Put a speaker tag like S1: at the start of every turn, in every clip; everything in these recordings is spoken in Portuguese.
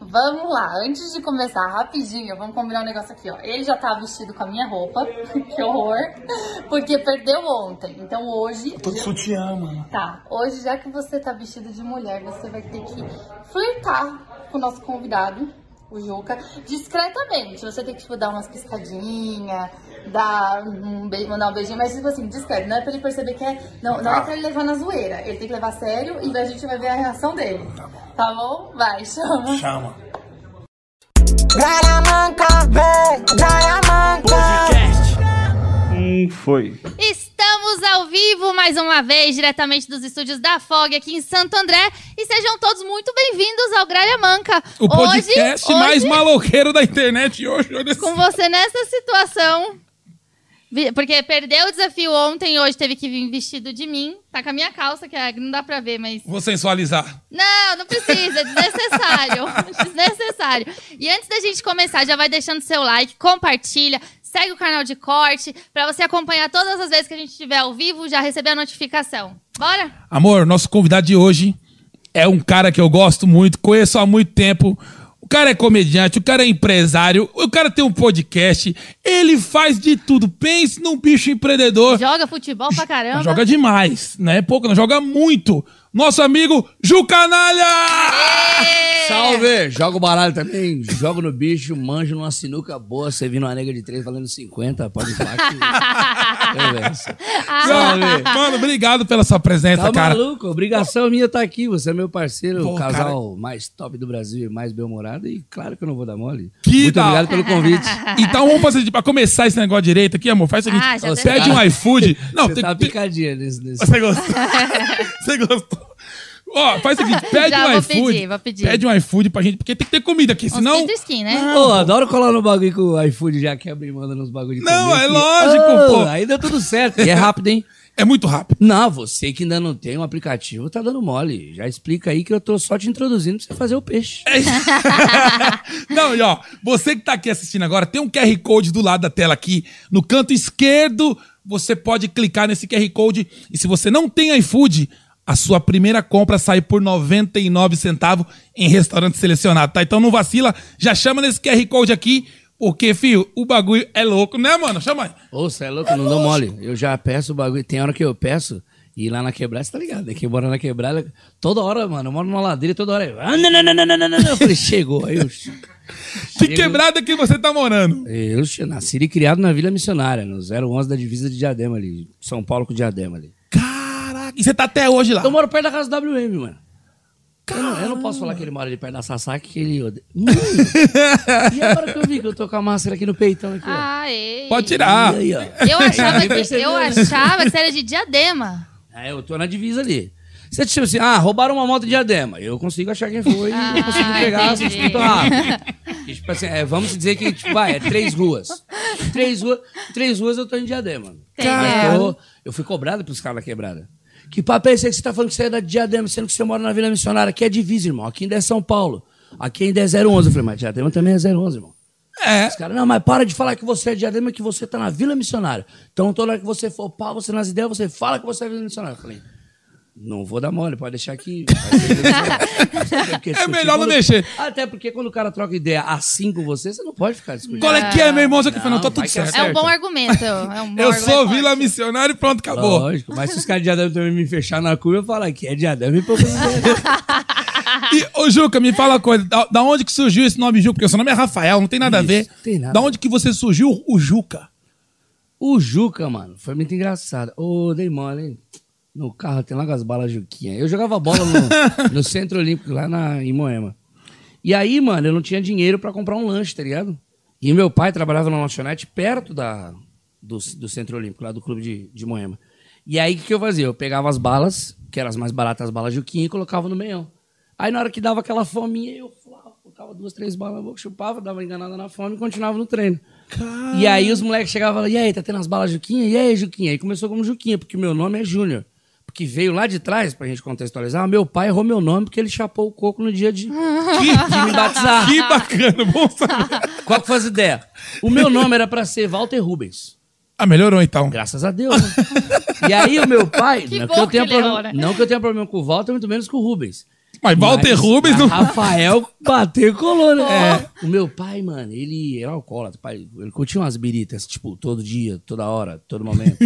S1: Vamos lá, antes de começar, rapidinho, vamos combinar um negócio aqui, ó. Ele já tá vestido com a minha roupa, que horror, porque perdeu ontem. Então hoje,
S2: Todo sutiã, mano.
S1: tá, hoje já que você tá vestido de mulher, você vai ter que flertar com o nosso convidado, o Juca, discretamente. Você tem que, tipo, dar umas piscadinhas, dar um beijo, mandar um beijinho, mas, tipo assim, discreto. Não é pra ele perceber que é... Não, não é pra ele levar na zoeira, ele tem que levar a sério e a gente vai ver a reação dele. Tá bom. Tá bom? Vai, chama.
S2: Chama.
S3: Garamanca, vem, Garamanca.
S4: Foi.
S5: Estamos ao vivo mais uma vez, diretamente dos estúdios da FOG aqui em Santo André. E sejam todos muito bem-vindos ao Gralha Manca.
S6: O podcast
S5: hoje,
S6: mais
S5: hoje,
S6: maloqueiro da internet. E hoje, olha
S5: Com você nessa situação. vi- Porque perdeu o desafio ontem, hoje teve que vir vestido de mim. Tá com a minha calça, que é- não dá pra ver, mas.
S6: Vou sensualizar.
S5: Não, não precisa, é desnecessário. desnecessário. E antes da gente começar, já vai deixando seu like, compartilha, segue o canal de corte, pra você acompanhar todas as vezes que a gente estiver ao vivo, já receber a notificação. Bora?
S6: Amor, nosso convidado de hoje é um cara que eu gosto muito, conheço há muito tempo. O cara é comediante, o cara é empresário, o cara tem um podcast, ele faz de tudo. Pense num bicho empreendedor.
S5: Joga futebol pra caramba.
S6: Mas joga demais, né? Pouco, não joga muito. Nosso amigo Ju Canalha! É.
S7: Salve! Jogo baralho também, jogo no bicho, manjo numa sinuca boa, você vindo uma nega de três valendo 50, pode falar que eu venço.
S5: Ah,
S7: Salve!
S6: Mano, obrigado pela sua presença,
S7: Tá
S6: cara.
S7: maluco? Obrigação minha tá aqui, você é meu parceiro,
S6: Pô,
S7: o casal mais top do Brasil e mais bem-humorado, e claro que eu não vou dar mole.
S6: Que
S7: Muito
S6: da-
S7: obrigado pelo convite.
S6: Então vamos fazer, pra começar esse negócio direito aqui, amor, faz o seguinte,
S5: Ah, já
S6: pede
S7: deu.
S6: um iFood. Não,
S7: você
S6: tem,
S7: tá
S6: tem-
S7: picadinha nesse... nesse-
S6: Você tá gostou? Você gostou? Ó, faz o seguinte, pede
S5: Já
S6: um
S5: vou
S6: iFood.
S5: pedir, vou pedir.
S6: Pede um iFood pra gente, porque tem que ter comida aqui,
S5: Uns
S6: senão.
S5: pinto skin, né?
S7: Pô, adoro colar no bagulho que é o iFood já quebra e manda nos bagulho de
S6: Não,
S7: comer
S6: é
S7: aqui.
S6: lógico,
S7: Ah,
S6: pô.
S7: Aí deu tudo certo. E é rápido, hein?
S6: É muito rápido.
S7: Não, você que ainda não tem um aplicativo, tá dando mole. Já explica aí que eu tô só te introduzindo pra você fazer o peixe.
S6: É Não, e ó, você que tá aqui assistindo agora, tem um QR Code do lado da tela aqui, no canto esquerdo, você pode clicar nesse QR Code. E se você não tem iFood, a sua primeira compra sai por 99 centavos em restaurante selecionado, tá? Então não vacila, já chama nesse QR Code aqui, porque, filho, o bagulho é louco, né, mano? Chama aí.
S7: Ô, você é louco, não dou mole. Eu já peço o bagulho. Tem hora que eu peço. E lá na quebrada, você tá ligado? né? Que mora na quebrada. Toda hora, mano. Eu moro numa ladeira toda hora. Eu, ah, não, não, não, não, não, não, não. Eu falei, chegou. Aí eu,
S6: Que quebrada que você tá morando.
S7: eu che- nasci e criado na Vila Missionária, no 011 da divisa de Diadema ali. São Paulo com Diadema ali.
S6: Caraca, e você tá até hoje lá.
S7: Eu moro perto da casa do WM, mano. Eu não, eu não posso falar que ele mora ali perto da Sasaki, que ele odeia. Mano, e agora que eu vi que eu tô com a máscara aqui no peitão aqui, ó.
S5: Ai.
S6: Pode tirar.
S7: E aí, ó.
S5: Ah. Eu achava,
S7: Aí
S5: que,
S7: percebeu,
S5: eu
S7: né?
S5: achava que era de diadema.
S7: Aí É, eu tô na divisa ali. Você te chama assim, ah, roubaram uma moto de diadema. Eu consigo achar quem foi,
S5: Ah,
S7: eu consigo pegar,
S5: entendi.
S7: suspeitar. E, Tipo assim, é, vamos dizer que, tipo, vai, é três ruas. Três, rua, três ruas eu tô em diadema.
S5: É.
S7: Mas tô- eu fui cobrado pelos caras da quebrada. Que papo é esse aí que você tá falando que você é da diadema, sendo que você mora na Vila Missionária? Aqui é divisa, irmão. Aqui ainda é São Paulo. Aqui ainda é 011. Eu falei, mas diadema também é 011, irmão.
S6: É.
S7: Os caras, não, mas para de falar que você é diadema, que você tá na Vila Missionária. Então, toda hora que você for pá, você nas ideias, você fala que você é Vila Missionária. Eu falei, não vou dar mole, pode deixar aqui. Vai ser Vila Missionária. Porque discutir
S6: É melhor não
S7: quando-
S6: mexer.
S7: Até porque quando o cara troca ideia assim com você, você não pode ficar discutindo.
S6: Qual é que é, meu irmão? Só que eu falei, não, tá
S7: Não,
S6: tudo
S7: vai que é
S6: certo.
S5: É um bom argumento. É um bom
S6: Eu
S5: argumento
S6: sou Vila
S5: forte.
S6: Missionário e pronto, acabou.
S7: Lógico, mas se os caras de diadema também me fechar na curva, eu falo que é diadema e pouco.
S6: E, ô, Juca, me fala uma coisa. Da, da onde que surgiu esse nome Juca? Porque o seu nome é Rafael, não tem nada a
S7: Isso,
S6: ver.
S7: tem nada.
S6: Da onde que você surgiu o Juca?
S7: O Juca, mano, foi muito engraçado. Ô, dei mole, hein? No carro tem logo as balas Juquinha. Eu jogava bola no, no Centro Olímpico, lá na, em Moema. E aí, mano, eu não tinha dinheiro pra comprar um lanche, tá ligado? E meu pai trabalhava na lanchonete perto da, do, do Centro Olímpico, lá do clube de, de Moema. E aí, o que, que eu fazia? Eu pegava as balas, que eram as mais baratas, as balas Juquinha, e colocava no meião. Aí, na hora que dava aquela fominha, eu falava, colocava duas, três balas na boca, chupava, dava enganada na fome e continuava no treino. E aí os moleques chegavam e falavam, e aí, tá tendo as balas Juquinha? E aí, Juquinha? Aí começou como Juquinha, porque o meu nome é Júnior. Porque veio lá de trás, pra gente contextualizar, meu pai errou meu nome porque ele chapou o coco no dia de, de me batizar.
S6: Que bacana, bom saber.
S7: Qual que foi as ideias? O meu nome era pra ser Walter Rubens.
S6: Ah, melhorou então.
S7: Graças a Deus. né? E aí o meu pai,
S5: Que
S7: não,
S5: bom
S7: que eu
S5: que
S7: tenha
S5: ele
S7: problema,
S5: errou, né?
S7: não que eu tenha problema com o Walter, muito menos com o Rubens.
S6: Mas Walter
S7: Mas
S6: Rubens
S7: a
S6: não.
S7: Rafael bateu e colou, né? O meu pai, mano, ele era alcoólatra. Pai, ele curtia umas biritas, tipo, todo dia, toda hora, todo momento.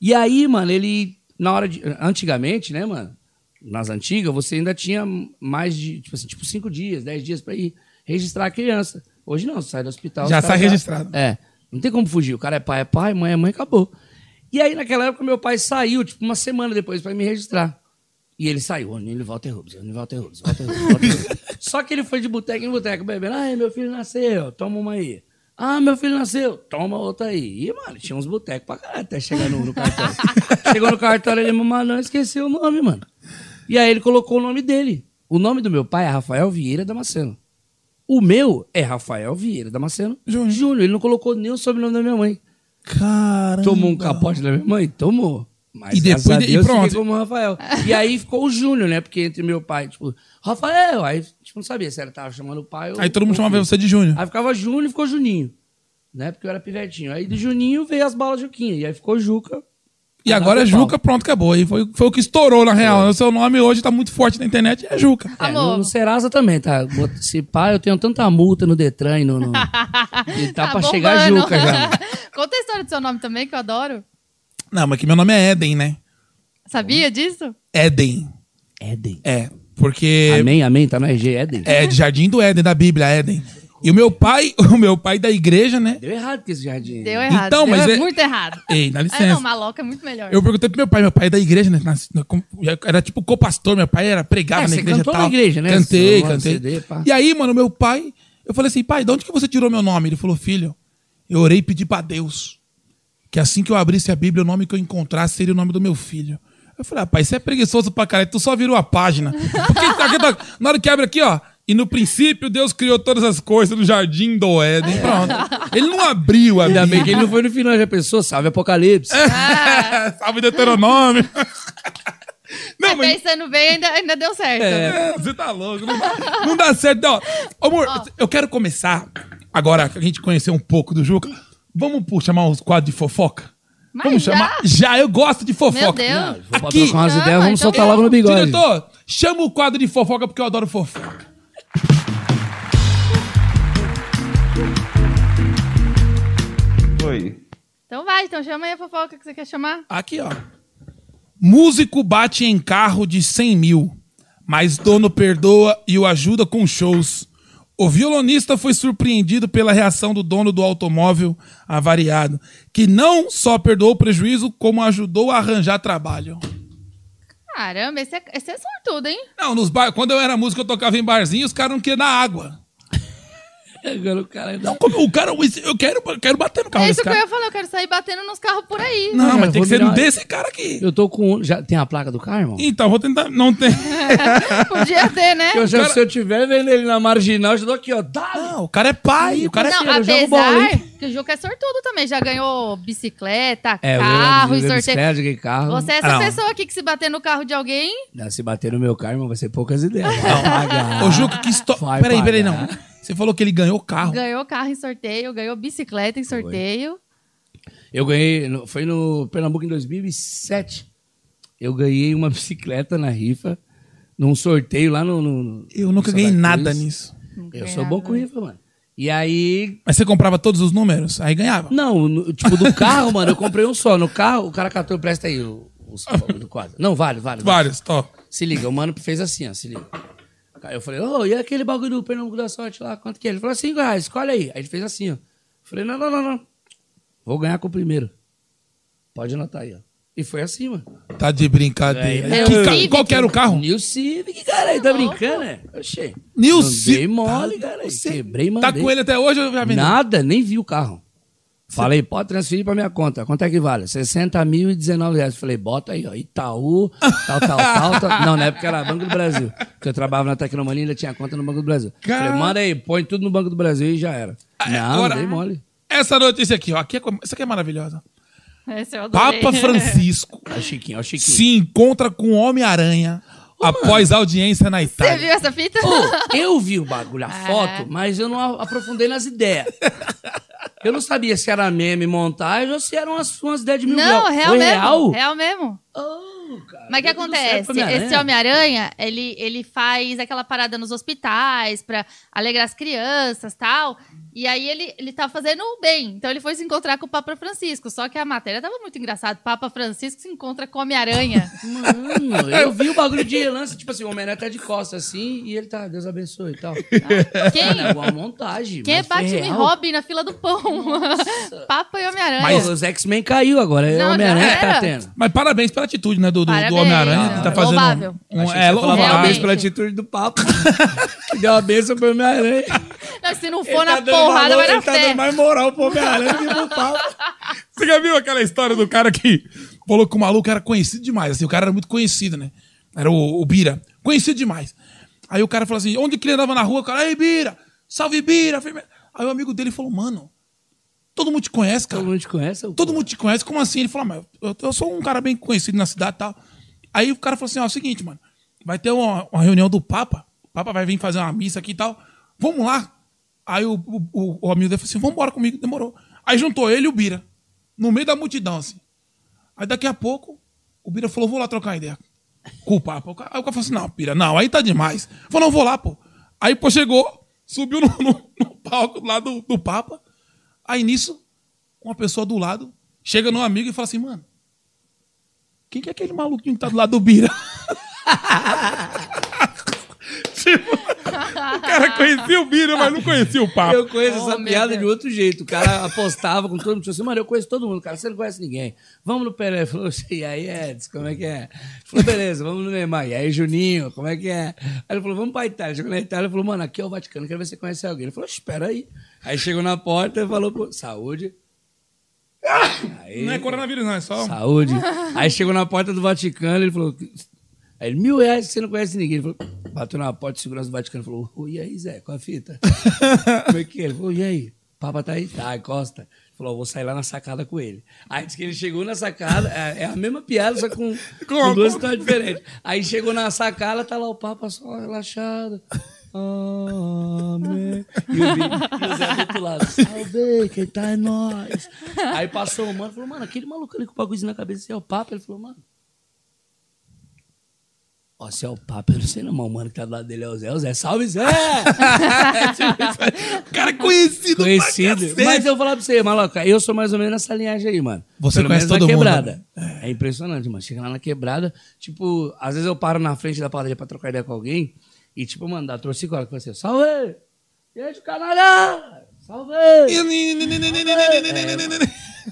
S7: e aí, mano, ele, na hora de. Antigamente, né, mano? Nas antigas, você ainda tinha mais de, tipo assim, tipo, cinco dias, dez dias pra ir registrar a criança. Hoje não, você sai do hospital.
S6: Já
S7: os caras
S6: sai registrado.
S7: É. Não tem como fugir. O cara é pai, é pai, mãe é mãe, acabou. E aí, naquela época, meu pai saiu, tipo, uma semana depois pra me registrar. E ele saiu, Onílio Walter Rubens, Onílio Walter Rubens, Walter Rubens, Walter Rubens. Só que ele foi de boteca em boteca, bebendo. Ai, meu filho nasceu, toma uma aí. Ah, meu filho nasceu, toma outra aí. E, mano, tinha uns botecos pra caralho até chegar no, no cartório. Chegou no cartório, ele, mas não esqueceu o nome, mano. E aí ele colocou o nome dele. O nome do meu pai é Rafael Vieira Damasceno. O meu é Rafael Vieira Damasceno
S6: Júnior.
S7: Júnior. Ele não colocou nem o sobrenome da minha mãe.
S6: Caramba.
S7: Tomou um capote da minha mãe? Tomou. Mas
S6: E depois-
S7: graças a
S6: e
S7: Deus,
S6: pronto.
S7: fiquei como o Rafael. E aí ficou o Júnior, né? Porque entre meu pai, tipo, Rafael, aí tipo, não sabia se era tava chamando o pai ou.
S6: Aí todo mundo
S7: ou o
S6: chamava
S7: filho.
S6: você de Júnior.
S7: Aí ficava Júnior e ficou Juninho. Né? Porque eu era pivetinho. Aí do Juninho veio as balas Juquinha. E aí ficou Juca.
S6: E agora é
S7: Pau.
S6: Juca, pronto, acabou. Aí foi, foi o que estourou, na real. O seu nome hoje tá muito forte na internet, é Juca.
S7: É,
S5: Amor.
S7: no, no Serasa também, tá? Bot- Se pá, eu tenho tanta multa no Detran e no. no... E tá, pra chegar
S5: bombando.
S7: Juca já.
S5: Conta a história do seu nome também, que eu adoro.
S6: Não, mas que meu nome é Eden, né?
S5: Sabia disso?
S6: Eden.
S7: Éden.
S6: É, porque
S7: Amém, amém, tá no RG, Éden.
S6: é de Jardim do Éden, da Bíblia, Éden. E o meu pai, o meu pai da igreja, né?
S7: Deu errado com esse jardim.
S5: Deu errado.
S6: Então,
S5: deu
S6: mas é-
S5: muito errado.
S6: Ei, dá
S5: Ah, não,
S6: licença.
S5: maloca é muito melhor.
S6: Eu perguntei pro meu pai, meu pai é da igreja, né? Nas- na- com- Era tipo copastor, meu pai era pregava
S7: É,
S6: na
S7: você
S6: igreja e
S7: cantou
S6: tal.
S7: na igreja, né?
S6: Cantei,
S7: Você
S6: cantei.
S7: CD, pá.
S6: e aí, mano, meu pai, eu falei assim, pai, de onde que você tirou meu nome? Ele falou, filho, eu orei e pedi pra Deus que assim que eu abrisse a Bíblia, o nome que eu encontrasse seria o nome do meu filho. Eu falei, ah, pai, você é preguiçoso pra caralho, tu só virou a página. Porque tá aqui, tá- na hora que abre aqui, ó. E no princípio, Deus criou todas as coisas no jardim do Éden. Pronto. Ele não abriu a
S7: Ainda bem que
S6: Bíblia.
S7: É. ele não foi no final, já pensou? Salve Apocalipse.
S6: Salve Deuteronômio. Não,
S5: Mas pensando bem, ainda, ainda deu certo.
S6: É, você tá louco. Não dá, não dá certo. Não. Amor, eu quero começar agora que a gente conhecer um pouco do Juca. Vamos pô, chamar os quadros de fofoca?
S5: Mas
S6: Vamos
S5: já?
S6: chamar? Já, eu gosto de fofoca.
S5: Meu Deus.
S7: Vou pra
S6: Aqui.
S7: trocar umas
S5: Não,
S7: ideias, vamos
S5: então
S7: soltar
S5: eu-
S7: logo no bigode.
S6: Diretor, chama o quadro de fofoca porque eu adoro fofoca.
S2: Oi.
S5: Então vai, então chama aí a fofoca que você quer chamar.
S6: Aqui, ó. Músico bate em carro de 100 mil, mas dono perdoa e o ajuda com shows. O violonista foi surpreendido pela reação do dono do automóvel avariado, que não só perdoou o prejuízo, como ajudou a arranjar trabalho.
S5: Caramba, esse é, esse é sortudo, hein?
S6: Não, nos bar... quando eu era músico, eu tocava em barzinho, os caras não queriam dar água.
S7: Agora o cara um- ainda...
S6: Como o cara, eu quero, eu quero bater no carro
S5: é
S6: desse
S5: isso que eu
S6: cara.
S5: ia falar, eu quero sair batendo nos carros por aí.
S6: Não, mas tem
S7: Cara,
S6: que
S7: É, vou
S6: ser
S7: virar-
S6: desse cara aqui.
S7: Eu tô com... um, Já tem a placa do carro, irmão?
S6: Então, vou tentar. Não tem.
S5: Podia ter, né?
S7: Eu já-
S6: cara-
S7: Se eu tiver vendo ele na marginal, eu já dou aqui, ó. Dá!
S6: Não, o cara é pai. O cara é
S5: não,
S6: filho, eu jogo
S5: apesar
S6: bola, hein?
S5: que o Juca é sortudo também. Já ganhou bicicleta,
S7: É, eu
S5: carro
S7: eu- eu-
S5: e
S7: eu-
S5: sorteio.
S7: bicicleta, eu- carro.
S5: Você é
S6: Ah,
S5: essa
S6: não.
S5: pessoa aqui que se bater no carro de alguém,
S7: Não, se bater no meu carro, irmão, vai ser poucas ideias.
S6: Ô, Juca, que história.
S7: Ah, Vai
S6: Peraí, peraí, não.
S7: pagar.
S6: Você falou que ele ganhou o carro.
S5: ganhou carro em sorteio, ganhou bicicleta em sorteio.
S7: Eu ganhei... no- Foi no Pernambuco em 2007. Eu ganhei uma bicicleta na rifa, num sorteio lá no... no- no-
S6: Eu
S7: em
S6: nunca
S7: Santa
S6: ganhei nada
S7: Cruz.
S6: nisso.
S7: Eu sou bom com rifa, mano. E aí,
S6: Mas você comprava todos os números? Aí ganhava.
S7: Não, no- tipo, do carro, mano, eu comprei um só. No carro, o cara catou, presta aí o- os bagulho do quadro. Não, vale, vale. vale.
S6: Vários, tô.
S7: Se liga, o mano fez assim, ó, se liga. Aí Eu falei, ô, e aquele bagulho do Pernambuco da Sorte lá, quanto que é? Ele falou, cinco reais, escolhe aí. Aí ele fez assim, ó. Eu falei, não, não, não, não. Vou ganhar com o primeiro. Pode anotar aí, ó. E foi assim, mano.
S6: Tá de brincadeira.
S5: É,
S6: Que
S5: é.
S6: ca-
S5: Civic.
S6: Qual que era o carro?
S7: New Civic, cara, aí tá brincando, né? Oxê.
S6: New
S7: Mandei
S6: Civic.
S7: mole, cara. aí. Quebrei, mandei.
S6: Tá com ele até hoje ou já vendeu?
S7: Nada, nem vi o carro. Falei, pode transferir pra minha conta. Quanto é que vale? 60 mil e 19 reais. Falei, bota aí, ó. Itaú, tal, tal, tal, tal. Não, na época era Banco do Brasil. Porque eu trabalhava na Tecnomania e ainda tinha conta no Banco do Brasil.
S6: Cara- Ah, é,
S7: Falei, manda aí, põe tudo no Banco do Brasil e já era. Não,
S6: Agora-
S7: dei mole.
S6: Essa notícia aqui, ó. Aqui é com- Essa aqui é maravilhosa.
S5: Esse eu adorei.
S6: Papa Francisco
S7: Ó, o Chiquinho, ó, o Chiquinho.
S6: se encontra com Homem-Aranha após audiência na
S5: Você
S6: Itália.
S5: viu essa fita?
S7: Pô, eu vi o bagulho, a
S5: É.
S7: foto, mas eu não a- aprofundei nas ideias. Eu não sabia se era meme, montagem ou se eram umas, umas ideias de mil
S5: Não,
S7: grau.
S5: real
S7: Foi
S5: mesmo.
S7: real?
S5: Real mesmo.
S7: tudo, cara.
S5: Mas o que
S7: Deu tudo certo
S5: acontece?
S7: pra minha
S5: Esse
S7: aranha.
S5: Homem-Aranha, ele, ele faz aquela parada nos hospitais pra alegrar as crianças tal. E aí ele, ele tá fazendo o bem. Então ele foi se encontrar com o Papa Francisco. Só que a matéria tava muito engraçada. Papa Francisco se encontra com o Homem-Aranha.
S7: Mano, Hum, eu vi o bagulho de relance, tipo assim, o Homem-Aranha tá de costas assim e ele tá, Deus abençoe e tal. Mano, é
S5: Tá. Quem?
S7: uma montagem.
S5: Quem é
S7: mas foi
S5: Batman e
S7: real.
S5: Robin na fila do pão? Papa e Homem-Aranha.
S7: Pô, os X-Men caiu agora, é
S5: Não,
S7: o Homem-Aranha
S5: já
S7: que tá
S5: era.
S7: tendo.
S6: Mas parabéns pela atitude, né, do, do, do
S5: Parabéns,
S6: Homem-Aranha,
S5: não,
S6: que tá
S5: é
S6: fazendo.
S5: louvável.
S6: Um, um, é,
S7: Achei que você falava
S6: louvável.
S7: parabéns
S5: Realmente.
S7: pela atitude do papo. que deu uma benção pro Homem-Aranha.
S5: Não, se não
S7: Ele
S5: for
S6: tá
S5: na
S7: dando
S5: porrada,
S7: valor,
S5: vai na
S7: ele tá
S5: fé.
S7: dando mais moral pro Homem-Aranha do que pro papo.
S6: Você já viu aquela história do cara que falou que o maluco era conhecido demais? Assim, o cara era muito conhecido, né? Era o, o Bira. Conhecido demais. Aí o cara falou assim: onde que ele andava na rua? O cara, aí, Bira! Salve, Bira! firme-" Aí o amigo dele falou: mano, todo mundo te conhece, cara.
S7: Todo mundo te conhece? ô?
S6: Todo mundo te conhece, como assim? Ele falou, mas eu, eu sou um cara bem conhecido na cidade e tal. Aí o cara falou assim, ó, é o seguinte, mano, vai ter uma, uma reunião do Papa, o Papa vai vir fazer uma missa aqui e tal, vamos lá. Aí o, o, o- o amigo dele falou assim, vamos embora comigo, demorou. Aí juntou ele e o Bira, no meio da multidão, assim. Aí daqui a pouco, o Bira falou, vou lá trocar ideia com o Papa. O cara, aí o cara falou assim, não, Bira, não, aí tá demais. Falou, não, vou lá, pô. Aí, pô, chegou, subiu no, no- no palco lá do, do Papa, aí nisso, uma pessoa do lado chega num amigo e fala assim, mano, quem que é aquele maluquinho que tá do lado do Bira? tipo, o cara conhecia o Bira, mas não conhecia o Papa.
S7: Eu conheço essa
S5: Oh, meu
S7: piada
S5: Deus.
S7: de outro jeito. O cara apostava com todo mundo. Tipo assim, mano, eu conheço todo mundo, cara. Você não conhece ninguém. Vamos no Pelé. Ele Falou, assim, e aí, Edson, como é que é? Ele Falou, beleza, vamos no Neymar. E aí, Juninho, como é que é? Aí ele falou, vamos pra Itália. Chegou na Itália, ele falou, mano, aqui é o Vaticano, quero ver se você conhece alguém. Ele falou, espera aí. Aí chegou na porta e falou, pô, saúde. Aí,
S6: Não é coronavírus, não, é só.
S7: Saúde. Aí chegou na porta do Vaticano, ele falou. Aí ele, mil reais que você não conhece ninguém. Ele falou, bateu na porta de segurança do Vaticano e falou: "Ô, e aí, Zé, com a fita? Como é que é? Ele falou, e aí? O Papa tá aí? Tá, encosta. Ele falou, "Ó, vou sair lá na sacada com ele. Aí disse que ele chegou na sacada, é, é a mesma piada, só com, com duas histórias diferentes. Aí chegou na sacada, tá lá o Papa só relaxado. Amém. E o, Bi- e o Zé do outro lado, salve, quem tá é nós. Aí passou o mano e falou, mano, aquele maluco ali com o bagulho na cabeça, esse é o Papa? Ele falou, mano, Ó, se é o Papa, eu não sei não, mas o mano que tá do lado dele é o Zé. O Zé, salve Zé! Tipo,
S6: O cara é conhecido, pra
S7: Conhecido.
S6: cacete.
S7: Mas eu vou falar pra você, maloca, eu sou mais ou menos nessa linhagem aí, mano.
S6: Você
S7: Pelo
S6: conhece
S7: menos
S6: todo
S7: na
S6: mundo, né?
S7: quebrada. É impressionante, mano. Chega lá na quebrada, tipo, às vezes eu paro na frente da padaria pra trocar ideia com alguém e, tipo, mano, dá torcicora que fala assim, salve! Gente, canalha! Salve!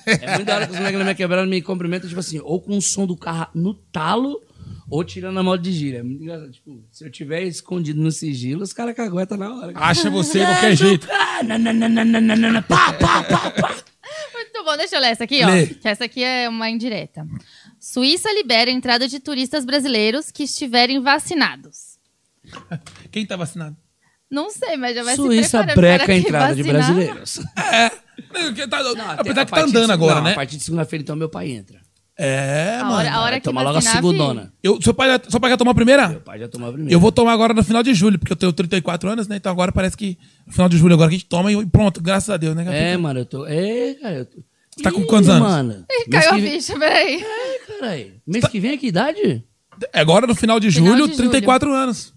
S7: É muito da hora que os moleques na minha quebrada me cumprimentam, tipo assim, ou com o som do carro no talo, ou tirando a moda de gira. É muito engraçado. Tipo, se eu tiver escondido no sigilo, os caras caguetam na hora.
S6: Acha você Ah, de qualquer jeito.
S7: Ah, nananana, pá, pá, pá, pá.
S5: Muito bom, deixa eu ler essa aqui, ó.
S6: Lê.
S5: Que essa aqui é uma indireta. Suíça libera a entrada de turistas brasileiros que estiverem vacinados.
S6: Quem tá vacinado?
S5: Não sei, mas já vai se
S7: Suíça
S5: preparando
S7: breca
S5: para
S7: a
S5: quem
S7: entrada de
S5: vacinar.
S7: brasileiros.
S6: É. Não, que tá- Apesar que tá andando agora,
S7: A
S6: né?
S7: partir de segunda-feira, então, meu pai entra.
S6: É,
S5: A
S6: mano.
S5: hora, a hora que
S7: Toma logo a
S5: vacinar, fi.
S7: segundona.
S6: Eu, seu, pai, já- seu pai quer tomar a primeira?
S7: Meu pai já tomou a primeira.
S6: Eu vou tomar agora no final de julho, porque eu tenho 34 anos, né? Então agora parece que no final de julho agora que a gente toma e pronto, graças a Deus, né?
S7: É, mano, eu tô... É, cara, eu tô...
S6: Você tá com
S7: Ih,
S6: quantos anos?
S7: Mano,
S5: Ih,
S7: mês
S5: Caiu a
S7: que vem-
S5: ficha, peraí.
S7: É, caralho. Mês que vem é que idade?
S6: É Agora no final de
S5: Final
S6: julho,
S5: de julho.
S6: 34 anos.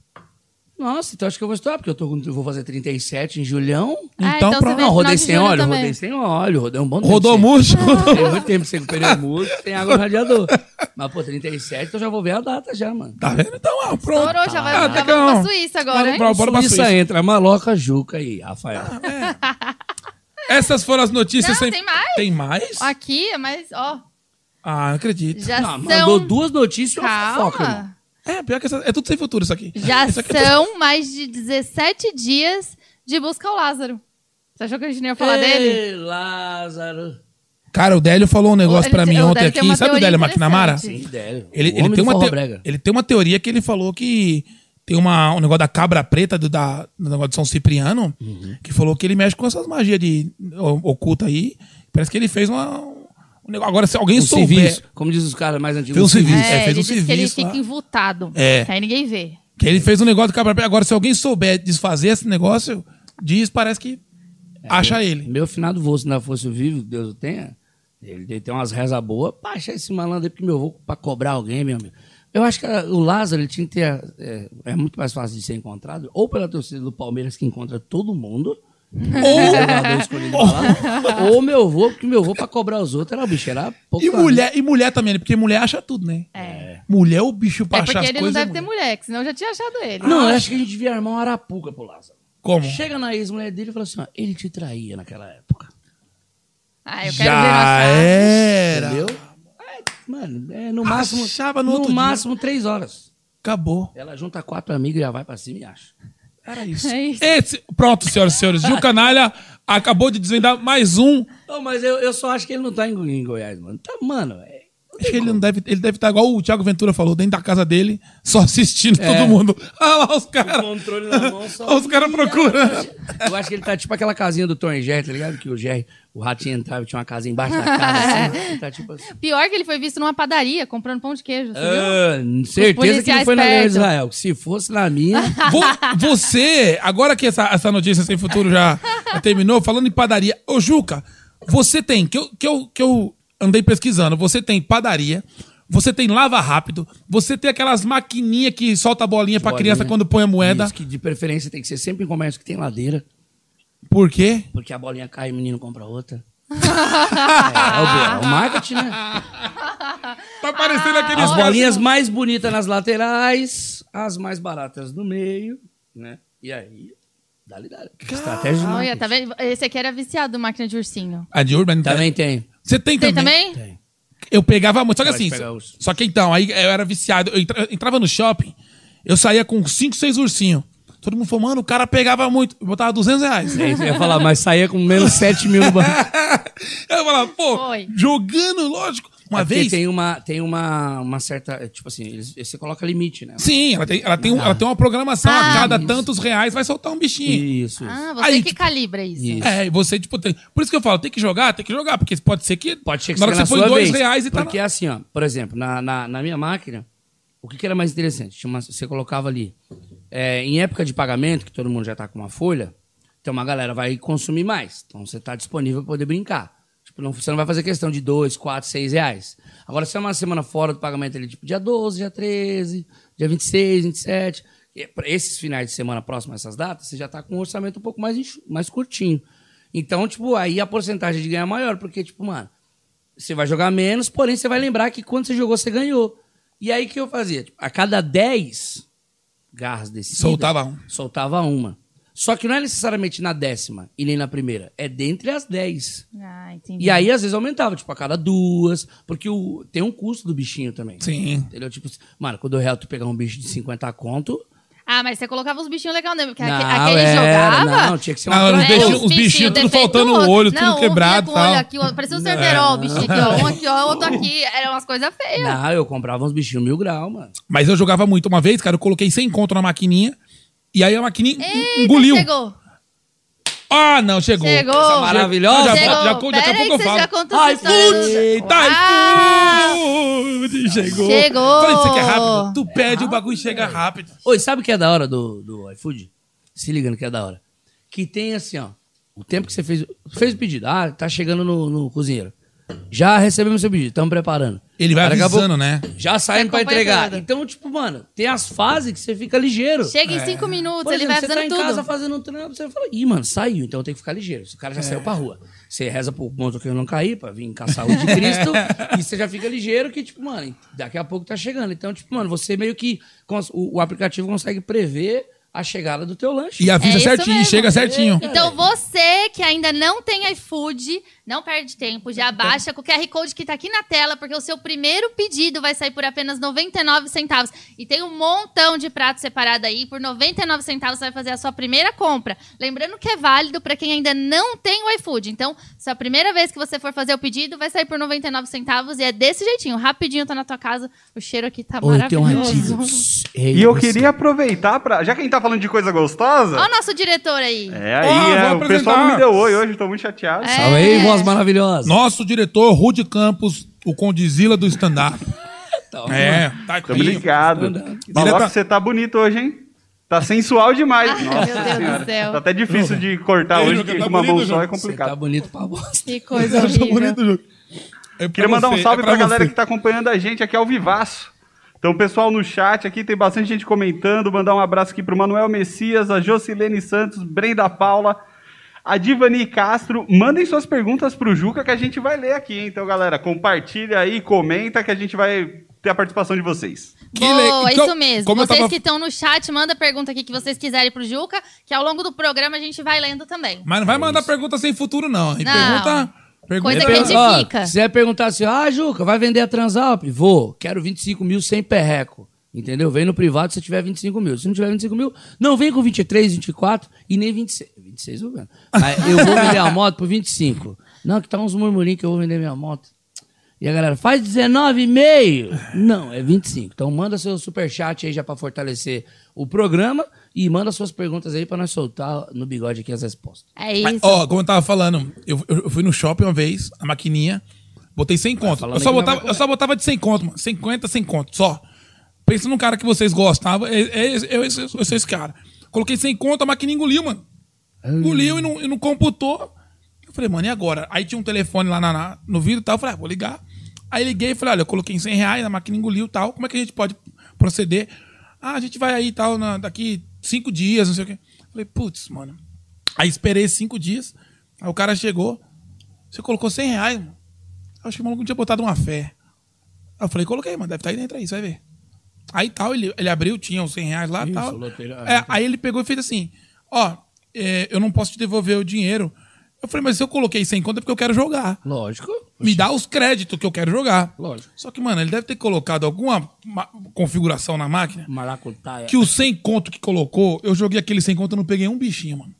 S7: Nossa, então acho que eu vou estourar, porque eu tô com- eu vou fazer 37 em julhão.
S5: Ah, então,
S6: Então,
S5: você vem no
S6: pronto.
S7: Não,
S5: final
S7: rodei
S5: de
S7: sem
S5: julho
S7: óleo,
S5: também.
S7: rodei sem óleo, rodei um bom tempo.
S6: Rodou
S7: sem-
S6: murcho?
S5: Ah.
S6: rodou-
S7: Tem muito tempo sem perder murcho, sem água no radiador. Mas, pô, 37, eu então já vou ver a data já, mano.
S6: Tá vendo? Então, ó, pronto.
S5: Estourou, já vai
S6: Ah,
S5: já
S6: tá
S5: vamos pra
S6: bom.
S5: Suíça agora, hein?
S6: Bora, bora pra
S7: Suíça
S6: Suíça.
S7: entra, maloca, Juca e Rafael.
S6: Essas foram as notícias.
S5: Não, tem mais.
S6: Tem mais?
S5: Aqui, é mais, ó,
S6: Ah, não acredito.
S5: já
S7: Ah, mandou
S5: são...
S7: duas notícias e uma
S5: Calma.
S7: fofoca, irmão.
S6: É, pior que essa, é tudo sem futuro isso aqui.
S5: Já
S6: isso aqui é
S5: são mais de 17 dias de busca ao Lázaro. Você achou que a gente não ia
S7: É.
S5: falar dele?
S7: Ei, Lázaro.
S6: tudo- Cara, o Délio falou um negócio
S5: Ele
S6: pra
S5: tem-
S6: mim
S5: o
S6: ontem
S5: Délio tem
S6: aqui.
S5: uma
S6: Sabe o
S5: teoria
S6: Délio McNamara?
S5: interessante.
S7: Sim, Délio.
S6: Ele,
S7: O
S6: ele
S7: homem
S6: tem
S7: do
S6: uma
S7: forró
S6: te-
S7: brega.
S6: ele tem uma teoria que ele falou que tem uma, um negócio da cabra preta, do, da, do negócio de São Cipriano,
S7: Uhum.
S6: que falou que ele mexe com essas magias de o- oculta aí. Parece que ele fez uma, um negócio. Agora, se alguém
S7: Um
S6: souber.
S7: serviço, como diz os caras mais antigos.
S6: Fez um serviço.
S5: É,
S6: É, fez
S5: ele
S6: um
S5: disse que ele
S6: serviço
S5: fica
S6: lá.
S5: invultado.
S6: É.
S5: Que aí ninguém vê.
S6: Que ele fez um negócio do cabra preta. Agora, se alguém souber desfazer esse negócio,
S7: É,
S6: diz, parece que acha ele.
S7: Meu finado vô, se não fosse vivo, Deus o tenha, Ele ele tem umas rezas boas. Pra achar esse malandro aí, porque meu avô, pra cobrar alguém, meu amigo. Eu acho que ah, o Lázaro, ele tinha que ter. É, é muito mais fácil de ser encontrado, ou pela torcida do Palmeiras, que encontra todo mundo. Ou, jogador escolhido pra lá, ou meu avô, porque meu avô, pra cobrar os outros, era o bicho, era pouco.
S6: E mulher, e mulher também, né? Porque mulher acha tudo, né? É. Mulher é o bicho pra
S5: É
S6: achar
S5: porque
S6: as
S5: ele não
S6: coisas. é
S5: deve ter
S6: mulher.
S5: mulher, que senão eu já tinha achado ele.
S7: Não, Ah, eu acho que a gente devia armar uma arapuca pro Lázaro.
S6: Como?
S7: Chega na ex-mulher dele e fala assim: ó, ele te traía naquela época.
S5: Ah, eu quero ver
S6: Já
S5: nossa...
S6: era.
S7: Entendeu? É, mano, é no máximo.
S6: Achava no outro dia.
S7: máximo três horas.
S6: Acabou.
S7: Ela junta quatro amigos e já vai pra cima e acha.
S6: Era isso.
S5: É isso.
S6: Esse- pronto, senhoras e senhores. Gil Canalha acabou de desvendar mais um.
S7: Não, mas eu, eu só acho que ele não tá em, Go- em Goiás, mano. Tá, mano. É,
S6: Acho que ele não deve. Ele deve estar igual o Thiago Ventura falou, dentro da casa dele, só assistindo todo mundo. Olha lá os caras.
S7: É. controle na mão só.
S6: Os caras procurando.
S7: Eu acho que ele tá tipo aquela casinha do Tom e Jerry, tá ligado? Que o Jerry, o ratinho entrava e tinha uma casa embaixo da casa. Assim, ele tá tipo assim.
S5: Pior que ele foi visto numa padaria comprando pão de queijo. Você viu?
S7: Ah, certeza que não
S5: policiais
S7: foi na Guerra de
S5: perto.
S7: Israel. Se fosse na minha.
S6: Vo- você, agora que essa, essa notícia sem futuro já, já terminou, falando em padaria. Ô, Juca, você tem, que eu, que, eu, que eu andei pesquisando, você tem padaria, você tem lava rápido, você tem aquelas maquininhas que solta a bolinha pra
S7: Bolinha.
S6: criança quando põe a moeda.
S7: Isso que de preferência tem que ser sempre em comércio que tem ladeira.
S6: Por quê?
S7: Porque a bolinha cai e o menino compra outra. é, é o, é o marketing, né?
S6: Tá parecendo aquele
S7: As bolinhas mais bonitas nas laterais, as mais baratas no meio, né? E aí, dá-lhe, dá-lhe. Estratégia
S6: Ah.
S7: de
S5: Olha,
S7: marketing.
S5: tá vendo? Esse aqui era viciado do máquina de ursinho.
S6: A é de Urban
S7: Também tem.
S6: Você tem
S5: Tem
S6: também?
S5: também?
S7: Tem.
S6: Eu pegava muito. Só que
S7: Pode
S6: assim.
S7: pegar
S6: só-
S7: urso.
S6: Só que então, aí eu era viciado. Eu entra- eu entrava no shopping, eu saía com 5, 6 ursinhos. Todo mundo falou, mano, o cara pegava muito. Eu botava 200 reais.
S7: É isso que eu ia falar, mas saía com menos 7 mil no banco.
S6: eu falava, pô,
S5: Foi.
S6: jogando, lógico. Uma
S7: É porque
S6: vez.
S7: Tem uma, tem uma, uma certa. é, Tipo assim, eles- você coloca limite, né?
S6: Sim, ela tem, ela, tem um- ela tem uma programação a cada tantos reais, vai soltar um bichinho.
S7: Isso, isso.
S5: Ah, você
S6: Aí,
S5: que
S6: tipo-
S5: calibra isso.
S7: Isso.
S6: É, e você, tipo, tem. Por isso que eu falo, tem que jogar, tem que jogar, porque pode ser que.
S7: Pode ser que
S6: na hora
S7: chegue
S6: que
S7: na
S6: você põe
S7: sua
S6: dois
S7: vez.
S6: reais e tá.
S7: Porque assim, ó, por exemplo, na, na, na minha máquina, o que, que era mais interessante? Tinha uma- você colocava ali, é, em época de pagamento, que todo mundo já tá com uma folha, então uma galera vai consumir mais. Então você tá disponível para poder brincar. Tipo, não, você não vai fazer questão de dois, quatro, seis reais. Agora, se é uma semana fora do pagamento ali, tipo dia 12, dia 13, dia 26, 27, e é pra esses finais de semana próximos a essas datas, você já tá com um orçamento um pouco mais, enxu- mais curtinho. Então, tipo, aí a porcentagem de ganho é maior, porque, tipo, mano, você vai jogar menos, porém você vai lembrar que quando você jogou, você ganhou. E aí o que eu fazia? Tipo, a cada 10 garras descidas,
S6: Soltava um.
S7: soltava uma. Só que não é necessariamente na décima e nem na primeira. É dentre as 10.
S5: Ah, entendi.
S7: E aí, às vezes, aumentava, tipo, a cada duas. Porque o, tem um custo do bichinho também.
S6: Sim.
S7: Entendeu? Tipo, mano, quando eu real tu pegar um bicho de 50 conto.
S5: Ah, mas você colocava os bichinhos legais nele, porque aque-
S7: não,
S5: aquele
S7: era,
S5: jogava.
S7: Não, tinha que ser
S6: Ah,
S7: uma
S6: os
S5: É,
S7: troca.
S6: bichinhos- os bichinhos tudo
S5: defeito
S6: faltando
S5: do
S6: o olho,
S5: outro.
S6: tudo
S5: Não, um vinha
S6: quebrado
S5: com o
S6: e
S5: olho
S6: tal. É.
S5: aqui, o outro- parecia um cerverol, o bichinho aqui, ó. Um aqui, ó, outro aqui. Eram umas coisas feias.
S7: Não, eu comprava uns bichinhos mil grau, mano.
S6: Mas eu jogava muito. Uma vez, cara, eu coloquei 100 conto na maquininha. E aí a maquininha
S5: Eita,
S6: engoliu.
S5: Chegou.
S6: Ah, não, chegou.
S5: Chegou.
S6: Essa
S7: maravilhosa.
S6: Já,
S5: Chegou.
S6: já, já, daqui
S5: Pera
S6: a
S5: aí
S6: pouco eu
S5: que você já
S6: falo.
S5: contou essa história.
S6: Eita,
S5: Ah!
S6: iFood! Chegou.
S5: Chegou.
S6: Falei, você que é rápido. Tu pede o bagulho e chega rápido.
S7: Oi, sabe o que é da hora do, do iFood? Se liga no que é da hora. Que tem assim, ó. O tempo que você fez, fez o pedido. Ah, tá chegando no, no cozinheiro. Já recebemos seu pedido, estamos preparando.
S6: Ele vai
S7: Daqui a pouco,
S6: avisando, né?
S7: Já saindo pra
S5: acompanha
S7: entregar.
S5: tudo.
S7: Então, tipo, mano, tem as fases que você fica ligeiro.
S5: Chega em cinco minutos,
S7: Por
S5: ele
S7: exemplo,
S5: vai
S7: você
S5: fazendo
S7: tá em
S5: tudo.
S7: casa fazendo um trampo, você fala, ih, mano, saiu, então tem que ficar ligeiro. Esse cara já saiu pra rua. Você reza pro ponto que eu não cair, pra vir caçar o de Cristo, e você já fica ligeiro que, tipo, mano, daqui a pouco tá chegando. Então, tipo, mano, você meio que. cons- O, o aplicativo consegue prever a chegada do teu lanche.
S6: E avisa
S5: É isso
S6: certinho,
S5: mesmo.
S6: chega certinho.
S5: Então você que ainda não tem iFood, não perde tempo, já baixa com o QR Code que tá aqui na tela, porque o seu primeiro pedido vai sair por apenas 99 centavos. E tem um montão de pratos separados aí, por 99 centavos você vai fazer a sua primeira compra. Lembrando que é válido para quem ainda não tem o iFood. Então, se é a primeira vez que você for fazer o pedido, vai sair por 99 centavos e é desse jeitinho, rapidinho tá na tua casa. O cheiro aqui tá
S7: Oi, tem um
S5: maravilhoso.
S7: ratinho.
S5: Olha
S2: E eu queria aproveitar pra. Já que a gente tá falando de coisa gostosa.
S5: o nosso diretor aí.
S2: É,
S6: Ó,
S2: aí é,
S6: vamos
S2: o pessoal não
S6: apresentar.
S2: me deu oi hoje, tô muito chateado.
S5: É.
S7: Salve aí, voz maravilhosa.
S6: Nosso diretor, Rude Campos, o condizila do stand-up.
S7: Então,
S6: é, tá
S2: Tô
S6: aqui.
S2: obrigado.
S6: Direta-
S2: Maloca, você tá bonito hoje, hein? Tá sensual demais. Nossa
S5: Meu Deus do
S2: senhora.
S5: céu.
S2: Tá até difícil de cortar
S6: Ei,
S2: hoje,
S6: Juca,
S2: porque
S6: tá
S2: com uma
S6: bonito,
S2: mão só
S6: Juca.
S2: é
S7: Você
S2: complicado.
S7: tá bonito pra bosta.
S5: Que coisa horrível.
S6: Juca. É pra
S2: Queria mandar
S6: você,
S2: um
S6: é
S2: salve
S6: pra
S2: pra, galera
S6: você.
S2: que tá acompanhando a gente aqui ao vivaço. Então, o pessoal no chat aqui, tem bastante gente comentando. Mandar um abraço aqui pro Manuel Messias, a Jocilene Santos, Brenda Paula, a Divani Castro. Mandem suas perguntas pro Juca que a gente vai ler aqui, hein? Então, galera, compartilha aí, comenta que a gente vai ter a participação de vocês.
S6: Que
S5: Boa,
S6: le-
S5: é
S6: co-
S5: isso mesmo.
S6: como eu
S5: vocês
S6: tava-
S5: que estão no chat, manda pergunta aqui que vocês quiserem pro Juca, que ao longo do programa a gente vai lendo também.
S6: Mas não vai mandar pergunta sem futuro, não. E
S5: Não.
S6: Pergunta, pergunta.
S5: Coisa que
S7: Pergunta- ó,
S5: edifica.
S7: Se você perguntar assim, ah, Juca, vai vender a Transalp? Vou, quero 25 mil sem perreco. Entendeu? Vem no privado se tiver 25 mil. Se não tiver 25 mil, não vem com 23, 24 e nem 26. 26 eu vendo. Aí eu vou vender a moto por 25. Não, que tá uns murmurinhos que eu vou vender minha moto. E a galera, faz 19,5. Não, é 25. Então manda seu superchat aí já pra fortalecer o programa e manda suas perguntas aí pra nós soltar no bigode aqui as respostas.
S5: É
S6: Mas,
S5: isso.
S6: ó, como eu tava falando, eu, eu- eu fui no shopping uma vez, a maquininha, botei 100 conto.
S7: falando
S6: Eu só,
S7: que não
S6: botava,
S7: vai
S6: eu só botava de 100 conto, mano. 50, 100 conto, só. Pensa num cara que vocês gostavam, é- é esse- eu, esse- eu, sou esse cara. Coloquei 100 conto, a maquininha engoliu, mano. Engoliu e não, e não computou. Eu falei, mano, e agora? Aí tinha um telefone lá na, na- no vidro e tal, eu falei, ah, vou ligar. Aí liguei e falei, olha, eu coloquei 100 reais, a máquina engoliu e tal, como é que a gente pode proceder? Ah, a gente vai aí e tal, na- daqui cinco dias, não sei o quê. Falei, putz, mano. Aí esperei cinco dias, aí o cara chegou, você colocou 100 reais, mano. Eu acho que o maluco tinha botado uma fé. Aí eu falei, coloquei, mano, deve estar aí dentro aí, você vai ver. Aí tal, ele, ele abriu, tinha uns 100 reais lá e tal.
S7: loteira-
S6: É, aí ele pegou e fez assim: Ó, é, eu não posso te devolver o dinheiro. Eu falei, mas se eu coloquei 100 conta é porque eu quero jogar.
S7: Lógico.
S6: Me dá os créditos que eu quero jogar.
S7: Lógico.
S6: Só que, mano, ele deve ter colocado alguma ma- configuração na máquina
S7: Maracutaia.
S6: que o 100 conto que colocou, eu joguei aquele 100 conto e não peguei um bichinho, mano.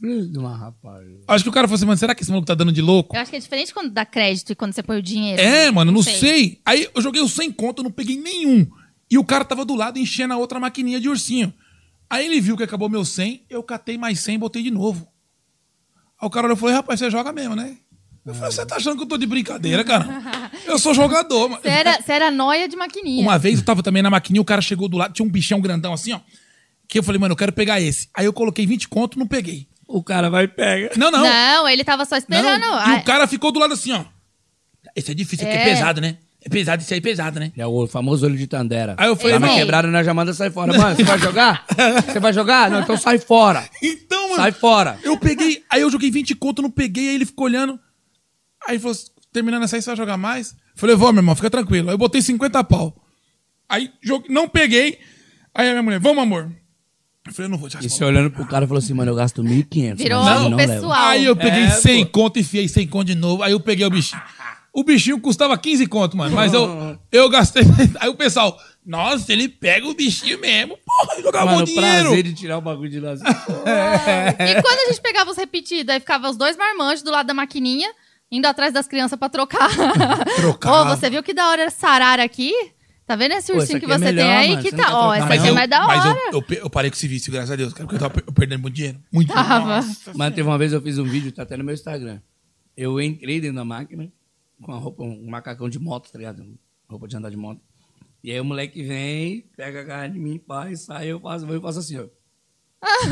S7: Filho de uma rapaz.
S6: Acho que o cara falou assim, mano, será que esse maluco tá dando de louco?
S5: Eu acho que é diferente quando dá crédito e quando você põe o dinheiro.
S6: É, mano, não sei. Aí eu joguei os 100 conto, eu não peguei nenhum. E o cara tava do lado enchendo a outra maquininha de ursinho. Aí ele viu que acabou meu 100, eu catei mais 100 e botei de novo. Aí o cara olhou e falou, rapaz, você joga mesmo, né? Eu falei, você tá achando que eu tô de brincadeira, cara? Eu sou jogador, mano.
S5: Você era, você era noia de maquininha.
S6: Uma vez eu tava também na maquininha, o cara chegou do lado, tinha um bichão grandão assim, ó. Que eu falei, mano, eu quero pegar esse. Aí eu coloquei 20 conto, não peguei.
S7: O cara vai e pega.
S6: Não, não.
S5: Não, ele tava só esperando.
S6: Não, E
S5: Ah,
S6: o cara ficou do lado assim, ó. Esse é difícil, aqui é
S5: É.
S6: pesado, né? É pesado, isso aí é pesado, né?
S7: É o famoso olho de Tandera.
S6: Aí eu falei,
S7: Tá na
S6: irmão-
S7: quebrada na chamada, sai fora. Mano, você vai jogar? Você vai jogar? Não, então sai fora.
S6: Então, mano.
S7: Sai fora.
S6: Eu peguei, aí eu joguei 20 conto, não peguei, aí ele ficou olhando. Aí ele falou: assim, terminando essa aí, você vai jogar mais? Eu Falei, vó, meu irmão, fica tranquilo. Aí eu botei 50 pau. Aí joguei, não peguei. Aí a minha mulher, vamos, amor. Eu falei, eu não vou te
S7: E você olhando pro cara falou assim, mano, eu gasto 1.500.
S5: Virou
S7: mas
S5: algo
S7: não
S5: pessoal.
S7: levo.
S6: Aí eu peguei
S7: É,
S6: 100 conto, enfiei 100 conto de novo. Aí eu peguei o bichinho. O bichinho custava 15 conto, mano. Mas eu, eu gastei. Aí o pessoal, nossa, ele pega o bichinho mesmo. Porra, jogava
S7: Mano,
S6: o
S7: o prazer
S6: Tá dinheiro.
S7: de tirar o bagulho de lá. assim.
S5: E quando a gente pegava os repetidos, aí ficava os dois marmanjos do lado da maquininha, indo atrás das crianças pra trocar.
S6: Trocar.
S5: Ô, você viu que da hora essa arara aqui? Tá vendo esse
S7: Pô,
S5: ursinho que
S7: essa aqui é
S5: você tem
S7: melhor,
S5: aí?
S7: mano,
S5: que
S7: você
S5: tá...
S7: não quer
S5: Ó,
S7: trocar,
S5: essa aqui é
S7: não.
S5: mais da
S6: mas eu,
S5: hora.
S6: eu, pe- eu parei com esse vício, graças a Deus, cara, porque eu tava per- eu perdendo muito dinheiro. Muito
S5: Tava.
S7: Mano, teve uma vez eu fiz um vídeo, tá até no meu Instagram. Eu entrei dentro da máquina com uma roupa, um macacão de moto, tá ligado? Roupa de andar de moto. E aí o moleque vem, pega a garra de mim, pá, e sai, eu faço, eu faço assim, ó.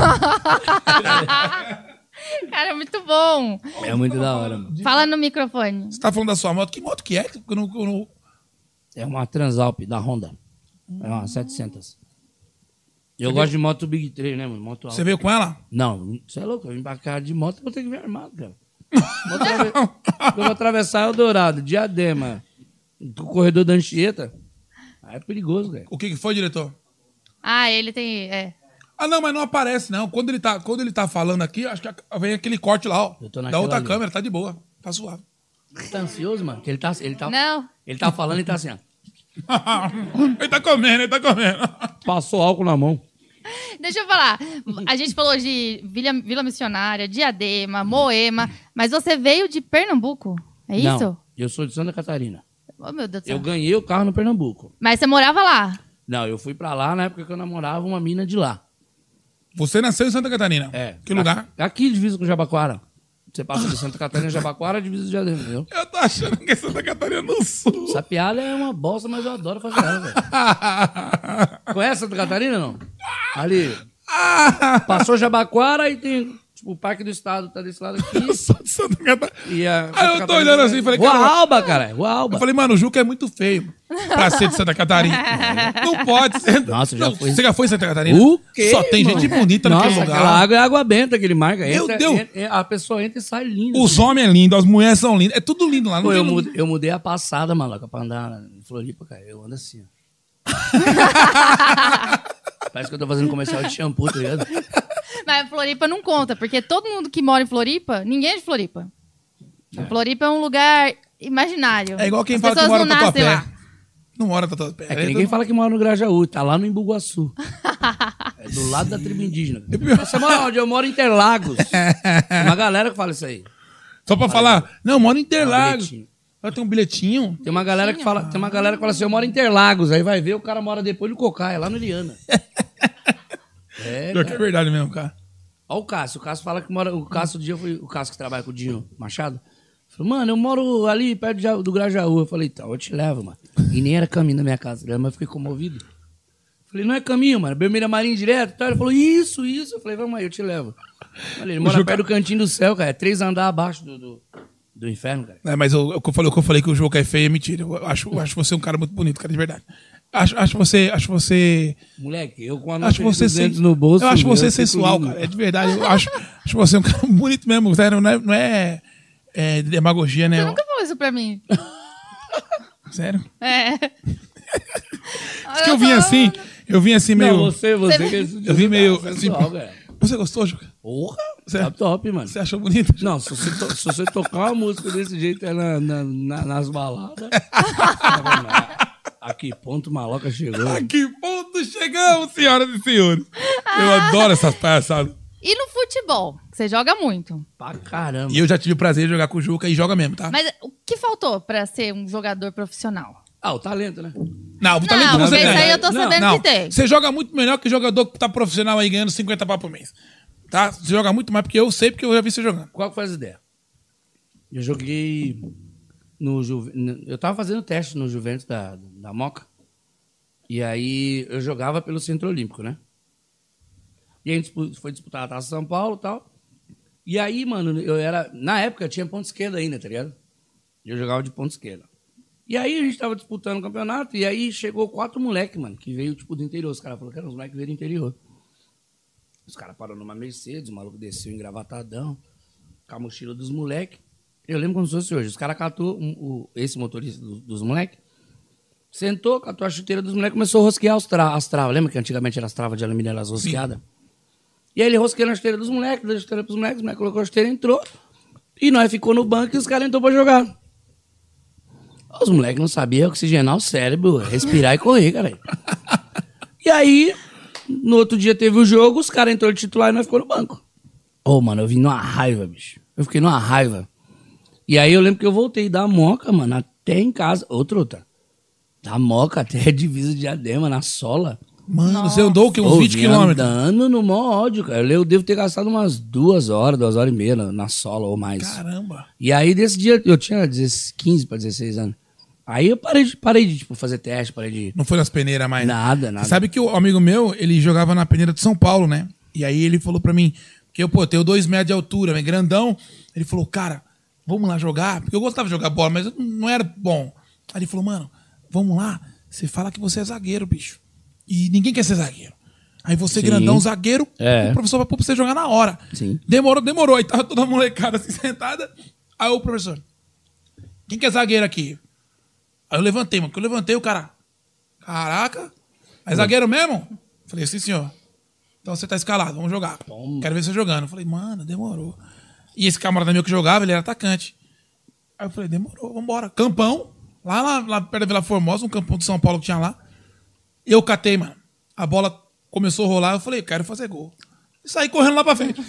S5: Cara, é muito bom.
S7: É muito da hora, mano.
S5: Fala no microfone.
S6: Você tá falando da sua moto? Que moto que é? Que Eu não, eu não-
S7: É uma Transalp da Honda. É uma 700. Eu gosto de moto Big 3, né, mano? Moto alta.
S6: Você veio com ela?
S7: Não, você é louco. Eu vim pra cá de moto, vou ter que vir armado, cara. Vou atrave- eu vou atravessar Eldorado, Diadema, o corredor da Anchieta. Aí é perigoso, cara.
S6: O que, que foi, diretor?
S5: Ah, ele tem... É.
S6: Ah, não, mas não aparece, não. Quando ele tá, quando ele tá falando aqui, acho que a- vem aquele corte lá, ó.
S7: Eu tô
S6: da
S7: naquela
S6: outra
S7: ali.
S6: câmera, tá de boa. Tá suave.
S7: Tá ansioso, mano? Que ele tá, ele tá,
S5: Não.
S7: ele tá falando e tá assim, ó.
S6: ele tá comendo, ele tá comendo.
S7: Passou álcool na mão.
S5: Deixa eu falar. A gente falou de Vila, Vila Missionária, Diadema, Moema, mas você veio de Pernambuco, é isso?
S7: Não, eu sou de Santa Catarina.
S5: Oh, meu Deus do céu.
S7: Eu ganhei o carro no Pernambuco.
S5: Mas você morava lá?
S7: Não, eu fui pra lá na época que eu namorava uma mina de lá.
S6: Você nasceu em Santa Catarina.
S7: É.
S6: Que lugar?
S7: A- Aqui, divisa com Jabaquara. Você passa de Santa Catarina, Jabaquara, divisa de Diadema, entendeu?
S6: Eu tô achando que é Santa Catarina no sul.
S7: Essa piada é uma bosta, mas eu adoro fazer ela, velho.
S6: Ah,
S7: Conhece Santa Catarina, não? Ali. Passou Jabaquara e tem Tipo, o Parque do Estado tá desse lado aqui.
S6: Eu sou de Santa Catarina.
S7: e a, é
S6: Aí eu tô olhando assim e falei,
S7: Rua
S6: cara.
S7: Alba, cara. Rua Alba.
S6: Eu falei, mano, o Juca é muito feio pra ser de Santa Catarina. Não pode ser.
S7: Nossa, já
S6: Não,
S7: foi.
S6: Você já foi em Santa Catarina?
S7: O quê,
S6: Só tem
S7: irmão?
S6: gente bonita naquele
S7: Nossa,
S6: lugar.
S7: aquela água é água benta que ele marca.
S6: Meu
S7: Entra-
S6: Deus.
S7: en- a pessoa entra e sai linda.
S6: Os homens é lindo, as mulheres são lindas. É tudo lindo lá. Não
S7: Pô,
S6: tem
S7: eu,
S6: lu-
S7: mudei, eu mudei a passada, maloca, pra andar em Floripa, cara. Eu ando assim, ó. Parece que eu tô fazendo comercial de shampoo, tá ligado?
S5: Mas Floripa não conta, porque todo mundo que mora em Floripa, ninguém é de Floripa. A Floripa é um lugar imaginário.
S6: É igual quem
S5: As
S6: fala que
S5: pessoas
S6: mora no
S5: não nascem
S6: Tatuapé.
S5: lá.
S6: Não mora no Tatuapé.
S7: É que ninguém fala que mora no Grajaú, tá lá no Imbuguaçu. É do lado da tribo indígena. Você mora onde? Eu moro em Interlagos. Tem uma galera que fala isso aí.
S6: Só pra falar, não, mora em Interlagos.
S7: bilhetinho.
S6: Ela tem um bilhetinho.
S7: Tem uma galera que fala, tem uma galera que fala assim, eu moro em Interlagos. Aí vai ver, o cara mora depois no Cocaia, lá no Eliana. É,
S6: Pior que é verdade mesmo, cara.
S7: Ó o Cássio, o Cássio fala que mora.
S6: Hum.
S7: O Cássio, do dia foi o Cássio que trabalha com o Dinho Machado. Falou, mano, eu moro ali perto de Ja- do Grajaú. Eu falei, então, eu te levo, mano. E nem era caminho da minha casa, né? mas eu fiquei comovido. Falei, não é caminho, mano. Bermeira Marinho direto. Então, ele falou, isso, isso. Eu falei, vamos aí, eu te levo. Falei, ele mora
S6: Juca-
S7: perto do cantinho do céu, cara. É três andar abaixo do, do, do inferno, cara.
S6: É, mas eu, eu, falei, o que eu falei que o jogo é feio é mentira. Eu acho, eu acho você um cara muito bonito, cara, de verdade. Acho, acho você. Acho você.
S7: Moleque, eu com a nota
S6: Acho
S7: de
S6: você
S7: 200
S6: sen-
S7: no bolso.
S6: Eu acho
S7: meu,
S6: você
S7: eu fico
S6: sensual,
S7: lindo.
S6: cara. É de verdade. Eu acho, acho você um cara bonito mesmo. sério, Não é, não é, é demagogia, né?
S5: Você nunca falou isso pra mim.
S6: Sério.
S5: É. Ah,
S6: Diz que eu vim assim. Eu vim assim meio.
S7: Não, você, você.
S5: Você-
S7: que é
S6: Eu vim meio. assim,
S7: sensual, cara.
S6: Você gostou, Juca?
S7: Porra,
S6: Você-
S7: tá top, mano.
S6: Você achou bonito?
S7: Não, se você, to- se você tocar uma música desse jeito é na- na- na- nas baladas. a que ponto maloca chegou?
S6: A Ah, que ponto chegamos, senhoras e senhores? Eu
S5: Ah.
S6: adoro essas palhaçadas.
S5: E no futebol? que Você joga muito.
S7: Pra caramba.
S6: E eu já tive o prazer de jogar com o Juca e joga mesmo, tá?
S5: Mas o que faltou pra ser um jogador profissional?
S7: Ah, o talento, né?
S6: Não, o talento
S5: não, mas
S6: você tem.
S5: aí eu tô
S7: Não,
S5: sabendo
S6: Não,
S5: que tem.
S6: você joga muito melhor que jogador que tá profissional aí ganhando 50 pau por mês. Tá? Você joga muito mais porque eu sei, porque eu já vi você jogando.
S7: Qual que foi as ideias? Eu joguei no Juve- no- Eu tava fazendo teste no Juventus da, da Moca. E aí eu jogava pelo Centro Olímpico, né? E aí dispu- foi disputar a Taça São Paulo e tal. E aí, mano, eu era. Na época eu tinha ponto esquerda ainda, tá ligado? E Eu jogava de ponto esquerda. E aí a gente tava disputando o campeonato, e aí chegou quatro moleques, mano, que veio, tipo, do interior. Os caras falaram, cara, os moleques veio do interior. Os caras pararam numa Mercedes, o maluco desceu engravatadão, com a mochila dos moleques. Eu lembro como se fosse hoje. Os caras catou um- o- esse motorista do- dos moleques, sentou, catou a chuteira dos moleques, começou a rosquear os tra- as travas. Lembra que antigamente era as travas de alumínio, elas rosqueadas? E aí ele rosqueou na chuteira dos moleques, deu a chuteira pros moleques, os moleques colocou a chuteira, entrou. E nós ficou no banco e os caras entrou pra jogar. Os moleques não sabiam oxigenar o cérebro, respirar e correr, cara. E aí, no outro dia teve o jogo, os caras entrou de titular e nós ficou no banco. Ô, mano, eu vim numa raiva, bicho. Eu fiquei numa raiva. E aí eu lembro que eu voltei da moca, mano, até em casa. Ô, truta. Da moca até a divisa de diadema, na sola.
S6: Mano, você andou o quê? Uns
S7: Ô,
S6: 20
S7: vim
S6: quilômetros.
S7: andando no maior ódio, cara. Eu devo ter gastado umas duas horas, duas horas e meia na, na sola ou mais.
S6: Caramba.
S7: E aí, desse dia, eu tinha 16, 15 pra 16 anos. Aí eu parei de, parei de tipo, fazer teste, parei de.
S6: Não foi nas peneiras mais.
S7: Nada, nada.
S6: Você sabe que o amigo meu, ele jogava na peneira de São Paulo, né? E aí ele falou pra mim, que eu, pô, eu tenho dois metros de altura, né? grandão. Ele falou, cara, vamos lá jogar. Porque eu gostava de jogar bola, mas eu não era bom. Aí ele falou, mano, vamos lá. Você fala que você é zagueiro, bicho. E ninguém quer ser zagueiro. Aí você, grandão, zagueiro,
S7: É.
S6: o professor vai pôr pra você jogar na hora.
S7: Sim.
S6: Demorou, demorou. Aí tava toda a molecada assim sentada. Aí o professor, quem que é zagueiro aqui? Aí eu levantei, mano. Quando eu levantei, o cara. Caraca! É zagueiro mesmo? Falei, sim, senhor. Então você tá escalado, vamos jogar. Quero ver você jogando. Eu Falei, mano, demorou. E esse camarada meu que jogava, ele era atacante. Aí eu falei, demorou, vambora. Campão, lá, lá, lá perto da Vila Formosa, um campão de São Paulo que tinha lá. Eu catei, mano. A bola começou a rolar, eu falei, quero fazer gol. E saí correndo lá pra frente.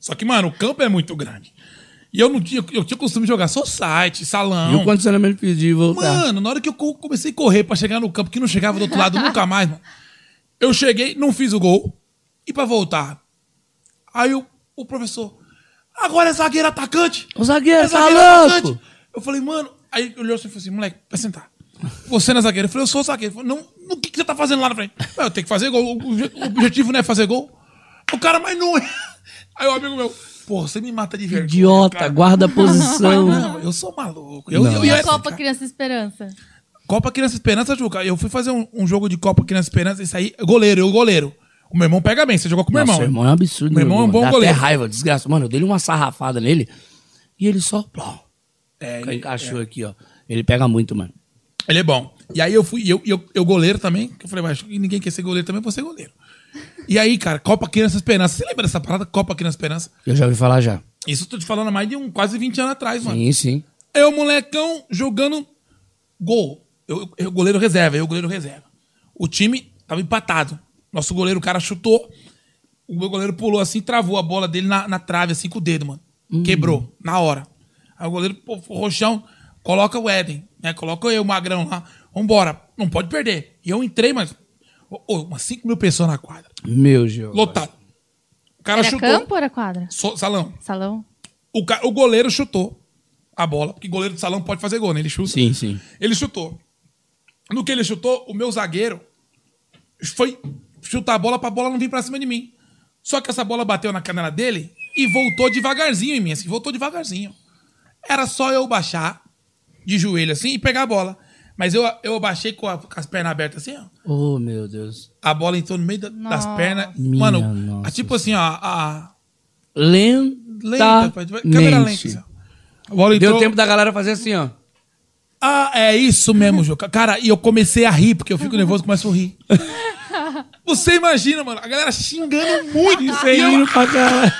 S6: Só que, mano, o campo é muito grande. E eu não tinha, eu tinha costume de jogar só site, salão.
S7: E o condicionamento pediu e voltar.
S6: Mano, na hora que eu co- comecei a correr pra chegar no campo, que não chegava do outro lado nunca mais, mano. Eu cheguei, não fiz o gol. E pra voltar? Aí o, o professor, agora é zagueiro atacante.
S7: O zagueiro,
S6: é
S7: tá louco?
S6: Eu falei, mano. Aí ele olhou assim e falou assim, moleque, vai sentar. Você não é zagueiro? Eu falei, eu sou zagueiro. Ele falou, não, o que, que você tá fazendo lá na frente? "Ué, Eu tenho que fazer gol. O, obje- o objetivo não é fazer gol. O cara, mas não é. Aí o amigo meu, porra, você me mata de vergonha.
S7: Idiota,
S6: cara."
S7: guarda a
S6: Mas
S7: posição.
S6: não, eu sou maluco. Eu,
S7: Não.
S6: eu,
S5: E
S6: eu,
S5: a Copa Criança Esperança?
S6: Copa Criança Esperança, Juca. Eu fui fazer um, um jogo de Copa Criança Esperança e saí goleiro, eu goleiro. O meu irmão pega bem, você jogou com o meu
S7: Nossa,
S6: irmão.
S7: Meu irmão é um absurdo.
S6: Meu irmão é um bom
S7: Dá
S6: goleiro.
S7: até raiva, desgraça. Mano, eu dei uma sarrafada nele e ele só... plom,
S6: É, ele,
S7: encaixou aqui, ó. Ele pega muito, mano.
S6: ele é bom. E aí eu fui, eu, eu, eu goleiro também. que Eu falei, mas ninguém quer ser goleiro também, eu vou ser goleiro. E aí, cara, Copa Criança Esperança. Você lembra dessa parada? Copa Criança Esperança?
S7: Eu já ouvi falar já.
S6: Isso eu tô te falando há mais de um, quase 20 anos atrás, mano.
S7: Sim, sim.
S6: É o molecão jogando gol. Eu, eu goleiro reserva, eu goleiro reserva. O time tava empatado. Nosso goleiro, o cara chutou. O meu goleiro pulou assim, travou a bola dele na, na trave, assim, com o dedo, mano. Quebrou, na hora. Aí o goleiro, pô, o Rochão, coloca o Éden, né? Coloca eu, o Magrão lá. Vambora, não pode perder. E eu entrei, mas... ô, ô, umas 5 mil pessoas na quadra.
S7: Meu Deus.
S6: Lotado. O cara
S5: Era
S6: chutou.
S5: É campo ou era quadra?
S6: So- salão.
S5: Salão?
S6: O, ca- o goleiro chutou a bola, porque goleiro de salão pode fazer gol, né? Ele chuta.
S7: Sim, sim.
S6: Ele chutou. No que ele chutou, o meu zagueiro foi chutar a bola pra bola não vir pra cima de mim. Só que essa bola bateu na canela dele e voltou devagarzinho em mim, assim, voltou devagarzinho. Era só eu baixar de joelho assim e pegar a bola. Mas eu, eu baixei com, a- com as pernas abertas assim, ó.
S7: Oh, meu Deus.
S6: A bola entrou no meio da- das pernas.
S7: Minha
S6: Mano, a-
S7: nossa
S6: tipo assim, ó, a, a lenta,
S7: Lenta.
S6: pai, câmera lenta. assim, ó. A bola
S7: Tá Deu
S6: entrou-
S7: tempo da galera fazer assim, ó.
S6: Ah, é isso mesmo, Juca. Cara, e eu comecei a rir, porque eu fico nervoso e começo a rir. Você imagina, mano, a galera xingando muito isso aí. Eu,
S7: pra caralho.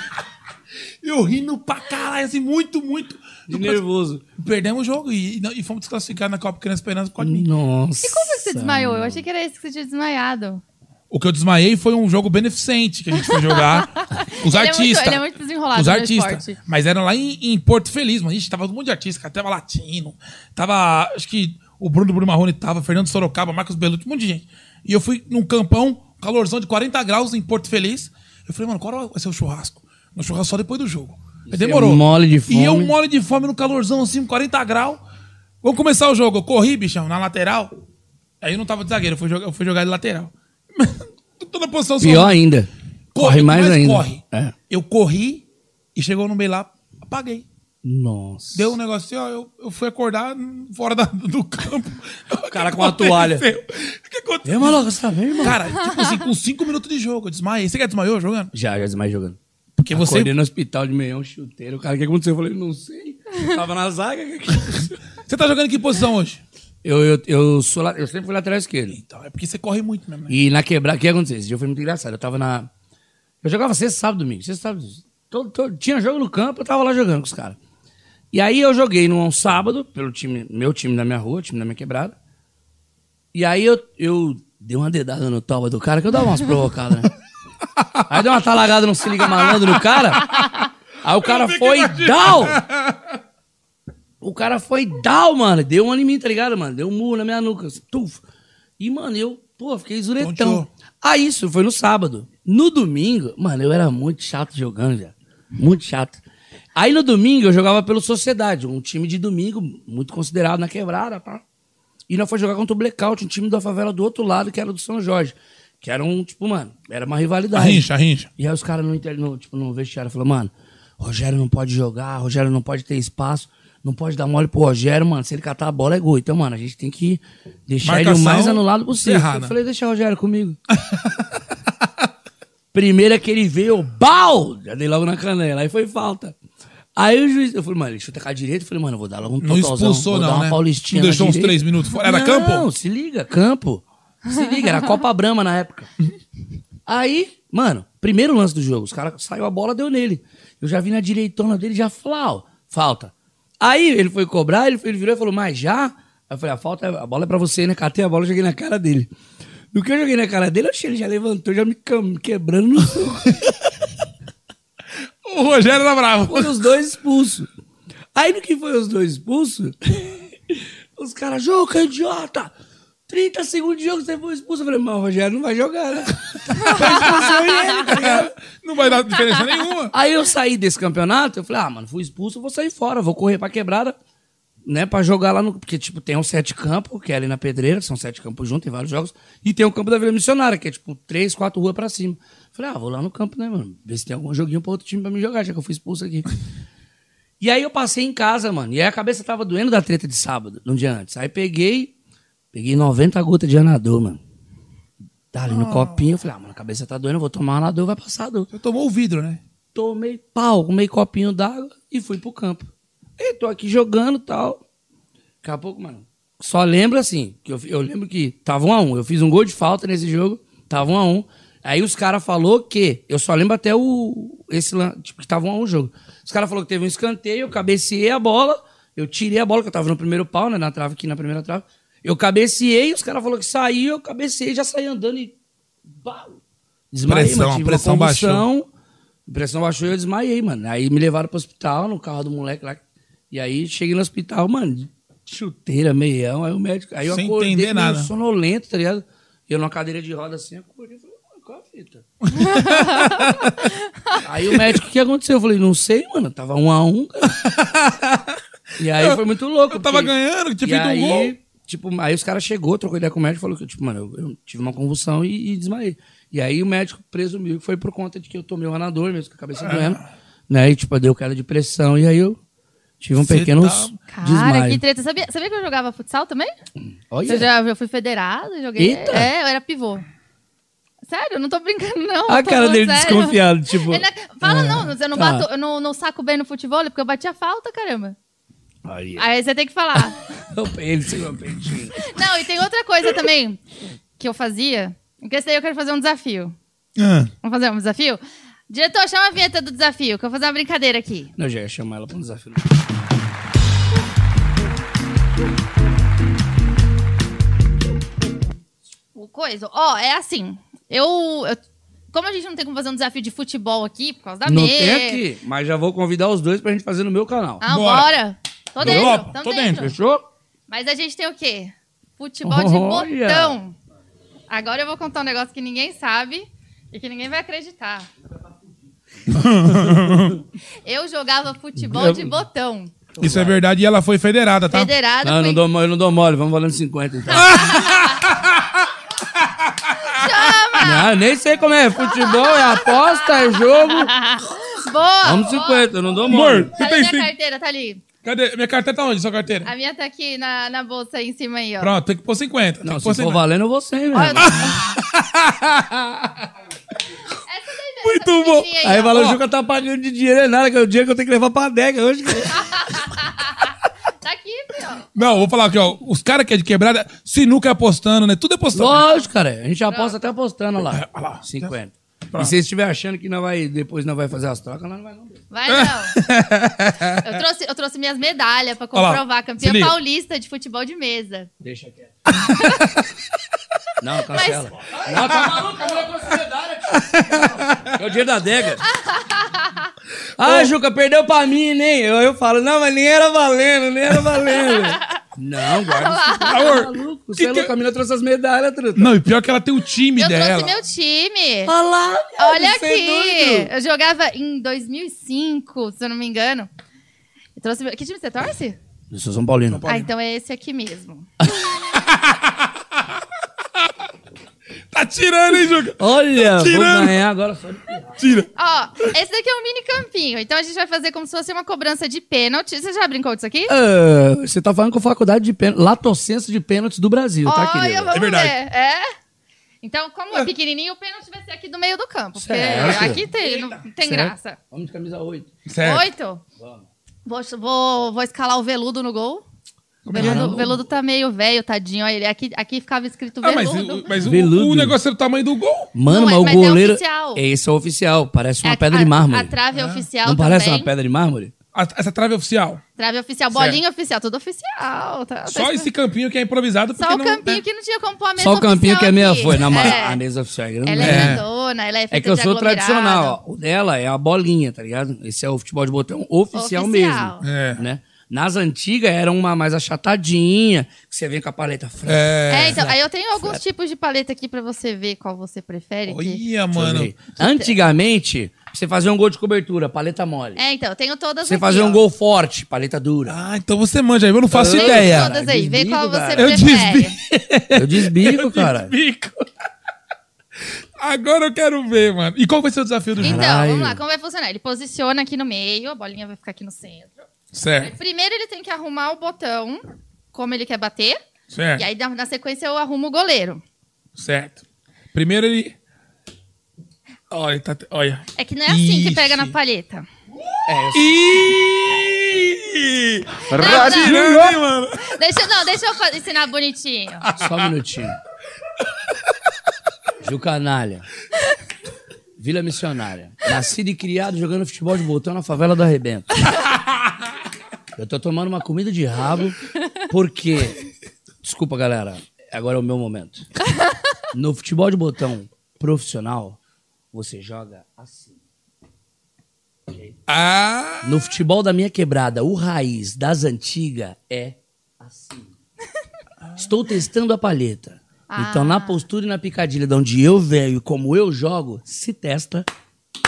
S6: eu rindo pra caralho, assim, muito, muito.
S7: De nervoso.
S6: Perdemos o jogo e, e não- e fomos desclassificados na Copa Criança Esperança por causa de mim.
S7: Nossa.
S5: E como é que você desmaiou? Eu achei que era esse que você tinha desmaiado.
S6: O que eu desmaiei foi um jogo beneficente que a gente foi jogar.
S5: Ele
S6: Os
S5: é muito-
S6: artistas.
S5: ele é muito desenrolado
S6: Os
S5: no
S6: artistas.
S5: esporte.
S6: Mas era lá em, em Porto Feliz, mano. Ixi, tava um monte de artista, cara. Tava latino. Tava. Acho que o Bruno Bruno Marrone tava, Fernando Sorocaba, Marcos Bellucci, um monte de gente. E eu fui num campão, calorzão de 40 graus em Porto Feliz. Eu falei, mano, qual vai ser o churrasco? No churrasco só depois do jogo. Aí demorou.
S7: é um mole de
S6: E eu
S7: fome.
S6: mole de fome no calorzão, assim, 40 graus. Vamos começar o jogo. Eu corri, bichão, na lateral. Aí eu não tava de zagueiro, eu fui jogar, eu fui jogar de lateral. Tô na posição
S7: Pior
S6: sozinho.
S7: ainda. Corre, mais
S6: mas
S7: ainda.
S6: Corre.
S7: É.
S6: Eu corri e chegou no meio lá, apaguei.
S7: Nossa.
S6: Deu um negócio assim, ó, eu, eu fui acordar fora da- do campo. O
S7: cara
S6: que
S7: com uma
S6: aconteceu?
S7: toalha.
S6: O que aconteceu?
S7: Vem, maluco, você tá bem, irmão?
S6: Cara, tipo assim, com cinco minutos de jogo, eu desmaiei. Você quer desmaiou jogando?
S7: Já, já mais jogando.
S6: né? Porque você...
S7: Acordei no hospital de meião, chuteiro. O cara, o que aconteceu? Eu falei, não sei. Eu tava na zaga. o que aconteceu?
S6: Você tá jogando em que posição hoje?
S7: eu, eu, eu, sou, la- eu sempre fui lateral esquerdo.
S6: Então, é porque você corre muito mesmo, né?
S7: E na quebrada, o que aconteceu? Esse dia foi muito engraçado. Eu tava na. Eu jogava sexta, sábado, domingo. Sexta, sábado, domingo. Todo- todo- Tinha jogo no campo, eu tava lá jogando com os caras. E aí eu joguei num sábado, pelo time, meu time da minha rua, time da minha quebrada. E aí eu, eu dei uma dedada no toba do cara, que eu dava umas provocadas, né? Aí deu uma talagada no se liga malandro no cara. Aí o cara foi down! O cara foi down, mano. Deu um em mim, tá ligado, mano? Deu um murro na minha nuca. assim, Tuf. E, mano, eu, pô, fiquei
S6: Tonteou.
S7: zuretão. Ah, isso foi no sábado. No domingo, mano, eu era muito chato jogando, já. Muito chato. Aí no domingo eu jogava pelo Sociedade, um time de domingo muito considerado na quebrada, tá? E nós foi jogar contra o Blackout, um time da favela do outro lado, que era do São Jorge. Que era um, tipo, mano, era uma
S6: A
S7: rivalidade.
S6: rincha, a rincha.
S7: E aí os caras no, inter- no, tipo, no vestiário falaram, mano, Rogério não pode jogar, Rogério não pode ter espaço, não pode dar mole pro Rogério, mano. Se ele catar a bola é gol. Então, mano, a gente tem que deixar ele
S6: Marcação
S7: o mais anulado possível.
S6: ferrada.
S7: Eu falei, deixa o Rogério comigo. Primeira que ele veio, bal! Já dei logo na canela, aí foi falta. Aí o juiz, eu falei, mano, ele chuta com a direita, eu falei, mano, eu vou dar logo um
S6: Não
S7: totalzão,
S6: expulsou,
S7: vou
S6: não,
S7: dar uma
S6: né?
S7: paulistinha
S6: Não
S7: na
S6: deixou uns
S7: direita.
S6: três minutos fora. Era
S7: não,
S6: campo?
S7: Não, se liga, campo. Se liga, era Copa Brama na época. Aí, mano, primeiro lance do jogo. Os caras saiu a bola, deu nele. Eu já vi na direitona dele, já flau, falta. Aí ele foi cobrar, ele, foi- ele virou e falou, mas já? Aí eu falei, a falta, é- a bola é pra você, né? Catei a bola, joguei na cara dele. No que eu joguei na cara dele, eu achei ele já levantou, já me cam- quebrando no soco.
S6: O Rogério tá bravo.
S7: Foi os dois expulsos. Aí no que foi os dois expulsos, os caras, Juca, idiota! 30 segundos de jogo, você foi expulso. Eu falei, mas o Rogério não vai jogar, né? Foi expulsão ele, tá ligado?
S6: Não vai dar diferença nenhuma.
S7: Aí eu saí desse campeonato, eu falei, ah, mano, fui expulso, eu vou sair fora, vou correr pra quebrada, né, pra jogar lá no... Porque, tipo, tem um sete campo, que é ali na Pedreira, que são sete campos juntos, tem vários jogos, e tem o campo da Vila Missionária, que é, tipo, três, quatro ruas pra cima. Falei, ah, vou lá no campo, né, mano? Ver se tem algum joguinho pra outro time pra me jogar, já que eu fui expulso aqui. E aí eu passei em casa, mano. E aí a cabeça tava doendo da treta de sábado, no dia antes. Aí peguei, peguei 90 gotas de anador, mano. Tá ali no copinho, eu falei, ah, mano, a cabeça tá doendo, eu vou tomar anador, vai passar a dor.
S6: Você tomou o vidro, né?
S7: Tomei pau, tomei copinho d'água e fui pro campo. E tô aqui jogando e tal. Daqui a pouco, mano, só lembro assim, que eu, eu lembro que tava 1 a 1 Eu fiz um gol de falta nesse jogo, tava 1 a 1 Aí os caras falou que, eu só lembro até o esse lan- tipo que tava 1 a 1 o jogo. Os caras falou que teve um escanteio, eu cabeceei a bola, eu tirei a bola que eu tava no primeiro pau, né, na trave aqui na primeira trave. Eu cabeceei, os caras falou que saiu, eu cabeceei, já saí andando e bau. Desmaiei,
S6: Pressão,
S7: mano, tive uma
S6: pressão baixou.
S7: convulsão. A pressão baixou e eu desmaiei, mano. Aí me levaram pro hospital, no carro do moleque lá. E aí cheguei no hospital, mano, de chuteira, meião. Aí o médico. Aí eu
S6: Sem
S7: acordei
S6: entender
S7: meio
S6: nada.
S7: sonolento, tá ligado? E eu numa cadeira de roda assim, acordei e falei, mano, qual a fita? aí o médico, o que aconteceu? Eu falei, não sei, mano. Tava um a um, cara. E aí foi muito louco.
S6: Eu tava
S7: porque-
S6: ganhando, que
S7: e
S6: tinha feito
S7: aí,
S6: um gol.
S7: Tipo, aí os caras chegou, trocou ideia com o médico e falou que, tipo, mano, eu, eu tive uma convulsão e, e desmaiei. E aí o médico presumiu que foi por conta de que eu tomei um anador mesmo, com a
S6: Ah.
S7: cabeça doendo. Né? E, tipo, deu queda de pressão e aí eu tive um
S6: Cê
S7: pequeno
S6: tá-
S5: Cara,
S7: desmaio.
S5: que treta. Sabia, sabia que eu jogava futsal também?
S7: Olha.
S5: Eu já eu fui federado, joguei.
S7: Eita.
S5: É, eu era pivô. Sério, eu não tô brincando, não.
S7: A
S5: tô Tá
S7: cara
S5: falando
S7: dele
S5: sério.
S7: desconfiado, tipo...
S5: Ele é- Fala, não, você não,
S7: tá.
S5: bato, eu não, não saco bem no futebol, porque eu bati a falta, caramba.
S7: Aí,
S5: Aí você tem que falar.
S7: ele segurou o peitinho.
S5: Não, e tem outra coisa também que eu fazia. Porque esse daí eu quero fazer um desafio.
S6: Ah,
S5: Vamos fazer um desafio? Diretor, chama a vinheta do desafio, que eu vou fazer uma brincadeira aqui.
S7: Não, eu já ia chamar ela pra um desafio.
S5: O coisa. Ó, é assim. Eu, eu- Como a gente não tem como fazer um desafio de futebol aqui, por causa da
S7: Não
S5: mesa.
S7: tem aqui, mas já vou convidar os dois pra gente fazer no meu canal.
S5: Ah,
S6: Bora.
S5: bora. Tô dentro.
S6: Opa,
S5: tamo
S6: tô dentro.
S7: Fechou?
S5: Mas a gente tem o quê? Futebol de
S7: Olha.
S5: botão. Agora eu vou contar um negócio que ninguém sabe e que ninguém vai acreditar. eu jogava futebol de botão.
S6: isso é verdade e ela foi federada, tá?
S5: Federado,
S7: Não, eu
S5: fui-
S7: Ah, não dou, mo- eu não dou mole, vamos valendo 50 então.
S5: Ah. Chama!
S7: Não, eu nem sei como é. Futebol é aposta, é jogo.
S5: Boa!
S7: Vamos
S5: boa.
S7: 50, eu não dou mole.
S6: Amor,
S5: Tá
S6: você
S5: na
S6: tem
S5: minha
S6: cinco.
S5: carteira, tá ali.
S6: Cadê? Minha carteira tá onde, sua carteira?
S5: A minha tá aqui na, na bolsa aí em cima aí, ó.
S6: Pronto, tem que pôr 50. tem
S7: Não,
S6: que
S7: se
S6: pôr
S7: for
S6: 50.
S7: valendo, eu vou sem, mesmo.
S5: Ó, eu- essa
S6: Muito bom.
S5: pequenininha
S7: Aí
S5: ó.
S7: fala, o Juca tá pagando de dinheiro, é nada, que é o dinheiro que eu tenho que levar pra adega hoje.
S5: Tá aqui, filho.
S6: Não, vou falar aqui, ó. Os caras que é de quebrada, sinuca é apostando, né? Tudo é apostando.
S7: Lógico, cara. A gente aposta até apostando lá. tá 50. E se você estiver achando que não vai, depois não vai fazer as trocas, nós não vai não.
S5: Vai não. Eu trouxe, eu trouxe minhas medalhas pra
S6: Ó lá,
S5: comprovar.
S6: se
S5: Campeã
S6: liga.
S5: paulista de futebol de mesa.
S7: Deixa quieto. Não, cancela. Não, tá maluco, a mulher trouxe medalha, tio. É o dinheiro da adega. Ah, Juca, perdeu pra mim, nem. Eu, eu falo, não, mas nem era valendo, nem era valendo. não, guarda. Tá maluco. Você é
S6: que-
S7: louco, a menina trouxe as medalhas, truta.
S6: Não, e pior que ela tem o time
S5: Eu
S6: dela.
S5: trouxe meu time.
S7: Olha lá. cara,
S5: Olha
S7: você é
S5: aqui.
S7: doido.
S5: eu jogava em 2005, se eu não me engano. Eu trouxe... meu- Que time você torce?
S7: Eu sou São Paulino.
S5: Ah, então é esse aqui mesmo.
S6: Tá tirando, hein, Juca?
S7: Olha, vou
S6: Tirando.
S7: ganhar agora só de
S6: Tira.
S5: Ó, esse daqui é um mini campinho. Então a gente vai fazer como se fosse uma cobrança de pênalti. Você já brincou disso aqui?
S7: Ah, Você tá falando com a faculdade de pênalti, Latocenso de pênaltis do Brasil, tá,
S5: Olha,
S7: querido?
S5: vamos
S6: É verdade.
S5: ver. É? Então, como é pequenininho, o pênalti vai ser aqui do meio do campo. Porque
S7: Certo.
S5: aqui tem, não não tem
S7: Certo.
S5: graça.
S7: Vamos de camisa 8.
S6: Certo.
S5: Oito? Vou, vou, vou escalar o veludo no gol. O
S7: é
S5: veludo, o veludo tá meio velho, tadinho. Aí ele, aqui, aqui ficava escrito
S6: Ah, mas,
S5: veludo.
S6: o- mas o,
S7: Veludo.
S6: o negócio é do tamanho do gol.
S7: Mano,
S5: Não, é- mas
S7: mas,
S5: é
S7: o goleiro.
S5: oficial.
S7: Esse é o oficial. Parece uma
S5: A-
S7: pedra de
S5: a-
S7: mármore. Ah.
S5: A trave é oficial
S7: Não
S5: também.
S7: parece uma pedra de mármore?
S6: A- essa trave é oficial.
S5: Trave oficial, bolinha oficial, tudo oficial. tá- tá
S6: Só
S5: escrito.
S6: esse campinho que é improvisado.
S5: Só
S6: porque
S5: o
S6: não-
S5: campinho
S6: né?
S5: que não tinha como pôr a mesa
S7: Só o campinho
S5: oficial
S7: que é meia
S5: aqui.
S7: foi. Na ma-
S5: É.
S7: A mesa oficial é grande.
S5: Ela
S7: né?
S5: é
S6: É.
S5: grandona, ela é feita
S7: É que eu
S5: de
S7: sou
S5: aglomerado.
S7: tradicional, ó. O dela é a bolinha, tá ligado? Esse é o futebol de botão oficial,
S5: Oficial.
S7: mesmo.
S6: É.
S7: Né? Nas antigas era uma mais achatadinha, que você vem com a paleta fresca.
S5: É,
S6: É.
S5: então, aí eu tenho alguns tipos de paleta aqui pra você ver qual você prefere. que-
S6: Olha,
S7: Deixa eu
S6: mano.
S7: ver. né? Antigamente, você fazia um gol de cobertura, paleta mole.
S5: É, então, eu tenho todas
S7: Você
S5: aqui,
S7: fazia
S5: ó.
S7: um gol forte, paleta dura.
S6: Ah, então você manja. Eu não faço
S5: Tem
S6: ideia.
S5: todas aí, vê
S7: Desligo,
S5: qual você
S7: cara.
S6: Eu
S5: prefere.
S6: desbi.
S7: Eu desbico, cara.
S6: Bico. Agora eu quero ver, mano. E qual vai ser o desafio do jogo?
S5: Então,
S7: Caralho.
S5: vamos lá, como vai funcionar? Ele posiciona aqui no meio, a bolinha vai ficar aqui no centro.
S6: Certo,
S5: Primeiro ele tem que arrumar o botão, como ele quer bater.
S6: certo,
S5: E
S7: É.
S5: aí, na- na sequência, eu arrumo o goleiro.
S6: certo. Primeiro ele... Olha, tá... Olha.
S5: É que não é assim
S6: Ixi.
S5: que pega na palheta.
S7: É,
S6: Ih!
S5: Não, não.
S6: Tirando, hein, mano?
S5: Deixa, não, deixa eu fa- ensinar bonitinho.
S7: Só um minutinho. Ju Canalha. Vila Missionária. Nascido e criado jogando futebol de botão na favela do Arrebento. Eu tô tomando uma comida de rabo porque. Desculpa, galera. Agora é o meu momento. No futebol de botão profissional, você joga assim.
S6: Ah!
S7: No futebol da minha quebrada, o raiz das antigas é assim. Estou testando a palheta.
S5: Ah.
S7: Então, na postura e na picadilha de onde eu venho e como eu jogo, se testa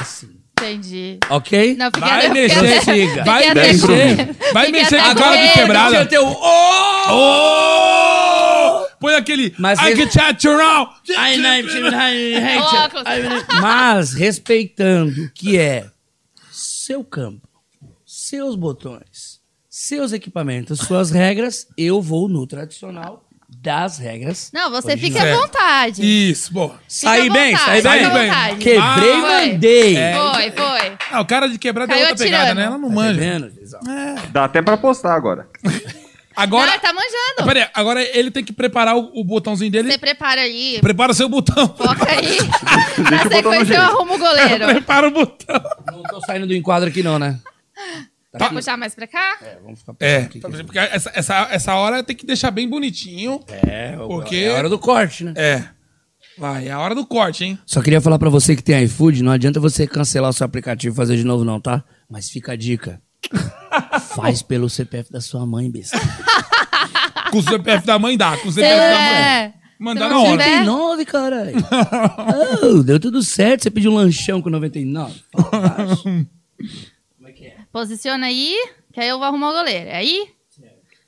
S7: assim.
S5: Entendi.
S7: Ok?
S5: Não, é fiquei
S6: Vai
S5: até- fiquei
S6: mexer,
S5: até-
S7: siga.
S5: fiquei
S6: Vai
S5: até-
S6: mexer. Vai
S5: Fiquei
S6: mexer
S5: até
S6: com a cara de
S5: com
S6: quebrada.
S7: Tinha teu-
S6: Oh! Põe aquele.
S7: Mas
S6: I
S7: esse-
S6: can chat you around.
S7: Ai, não, time, ai, ai,
S5: Óculos.
S7: ai. Mas respeitando o que é seu campo, seus botões, seus equipamentos, suas regras, eu vou no tradicional das regras.
S5: Não, você
S7: Pode
S5: fica
S6: jogar.
S5: à vontade.
S6: Isso, boa.
S5: Fica à
S7: Saí bem,
S5: vontade,
S7: saí
S5: fica
S6: bem.
S5: à vontade.
S7: Quebrei, Tá e
S5: Foi.
S7: mandei.
S6: É.
S5: Foi, foi.
S6: Ah, o cara de quebrada é
S5: Caiu
S6: outra pegada,
S5: atirando.
S6: né? Ela não
S7: Tá
S6: manja. É.
S7: vendo? Exato.
S2: Dá até pra postar agora.
S6: Agora.
S5: Não, tá manjando.
S6: Peraí, agora ele tem que preparar o, o botãozinho dele.
S5: Você prepara aí.
S6: Prepara seu botão.
S5: Foca aí.
S2: Deixa eu
S5: Na
S2: botar no
S5: sequência eu
S2: jeito.
S5: arrumo o goleiro.
S6: Prepara o botão.
S7: Não tô saindo do enquadro aqui não, né?
S6: Tá.
S5: Vou puxar mais pra cá?
S7: É, vamos ficar
S6: É,
S7: aqui.
S6: porque essa, essa, essa hora tem que deixar bem bonitinho.
S7: É, o-
S6: Porque-
S7: é a hora do corte, né?
S6: É. Vai, é a hora do corte, hein?
S7: Só queria falar pra você que tem iFood, não adianta você cancelar o seu aplicativo e fazer de novo não, tá? Mas fica a dica. Faz pelo CPF da sua mãe,
S5: É?
S7: besta.
S6: Com o CPF da mãe dá. Com o CPF da mãe.
S5: É.
S6: Mandar
S5: Se
S6: na
S5: não
S6: hora.
S5: tiver-
S7: Tem nove, caralho. Oh, deu tudo certo, você pediu um lanchão com 99. Fantástico. é
S5: Posiciona aí, que aí eu vou arrumar o goleiro. É Aí?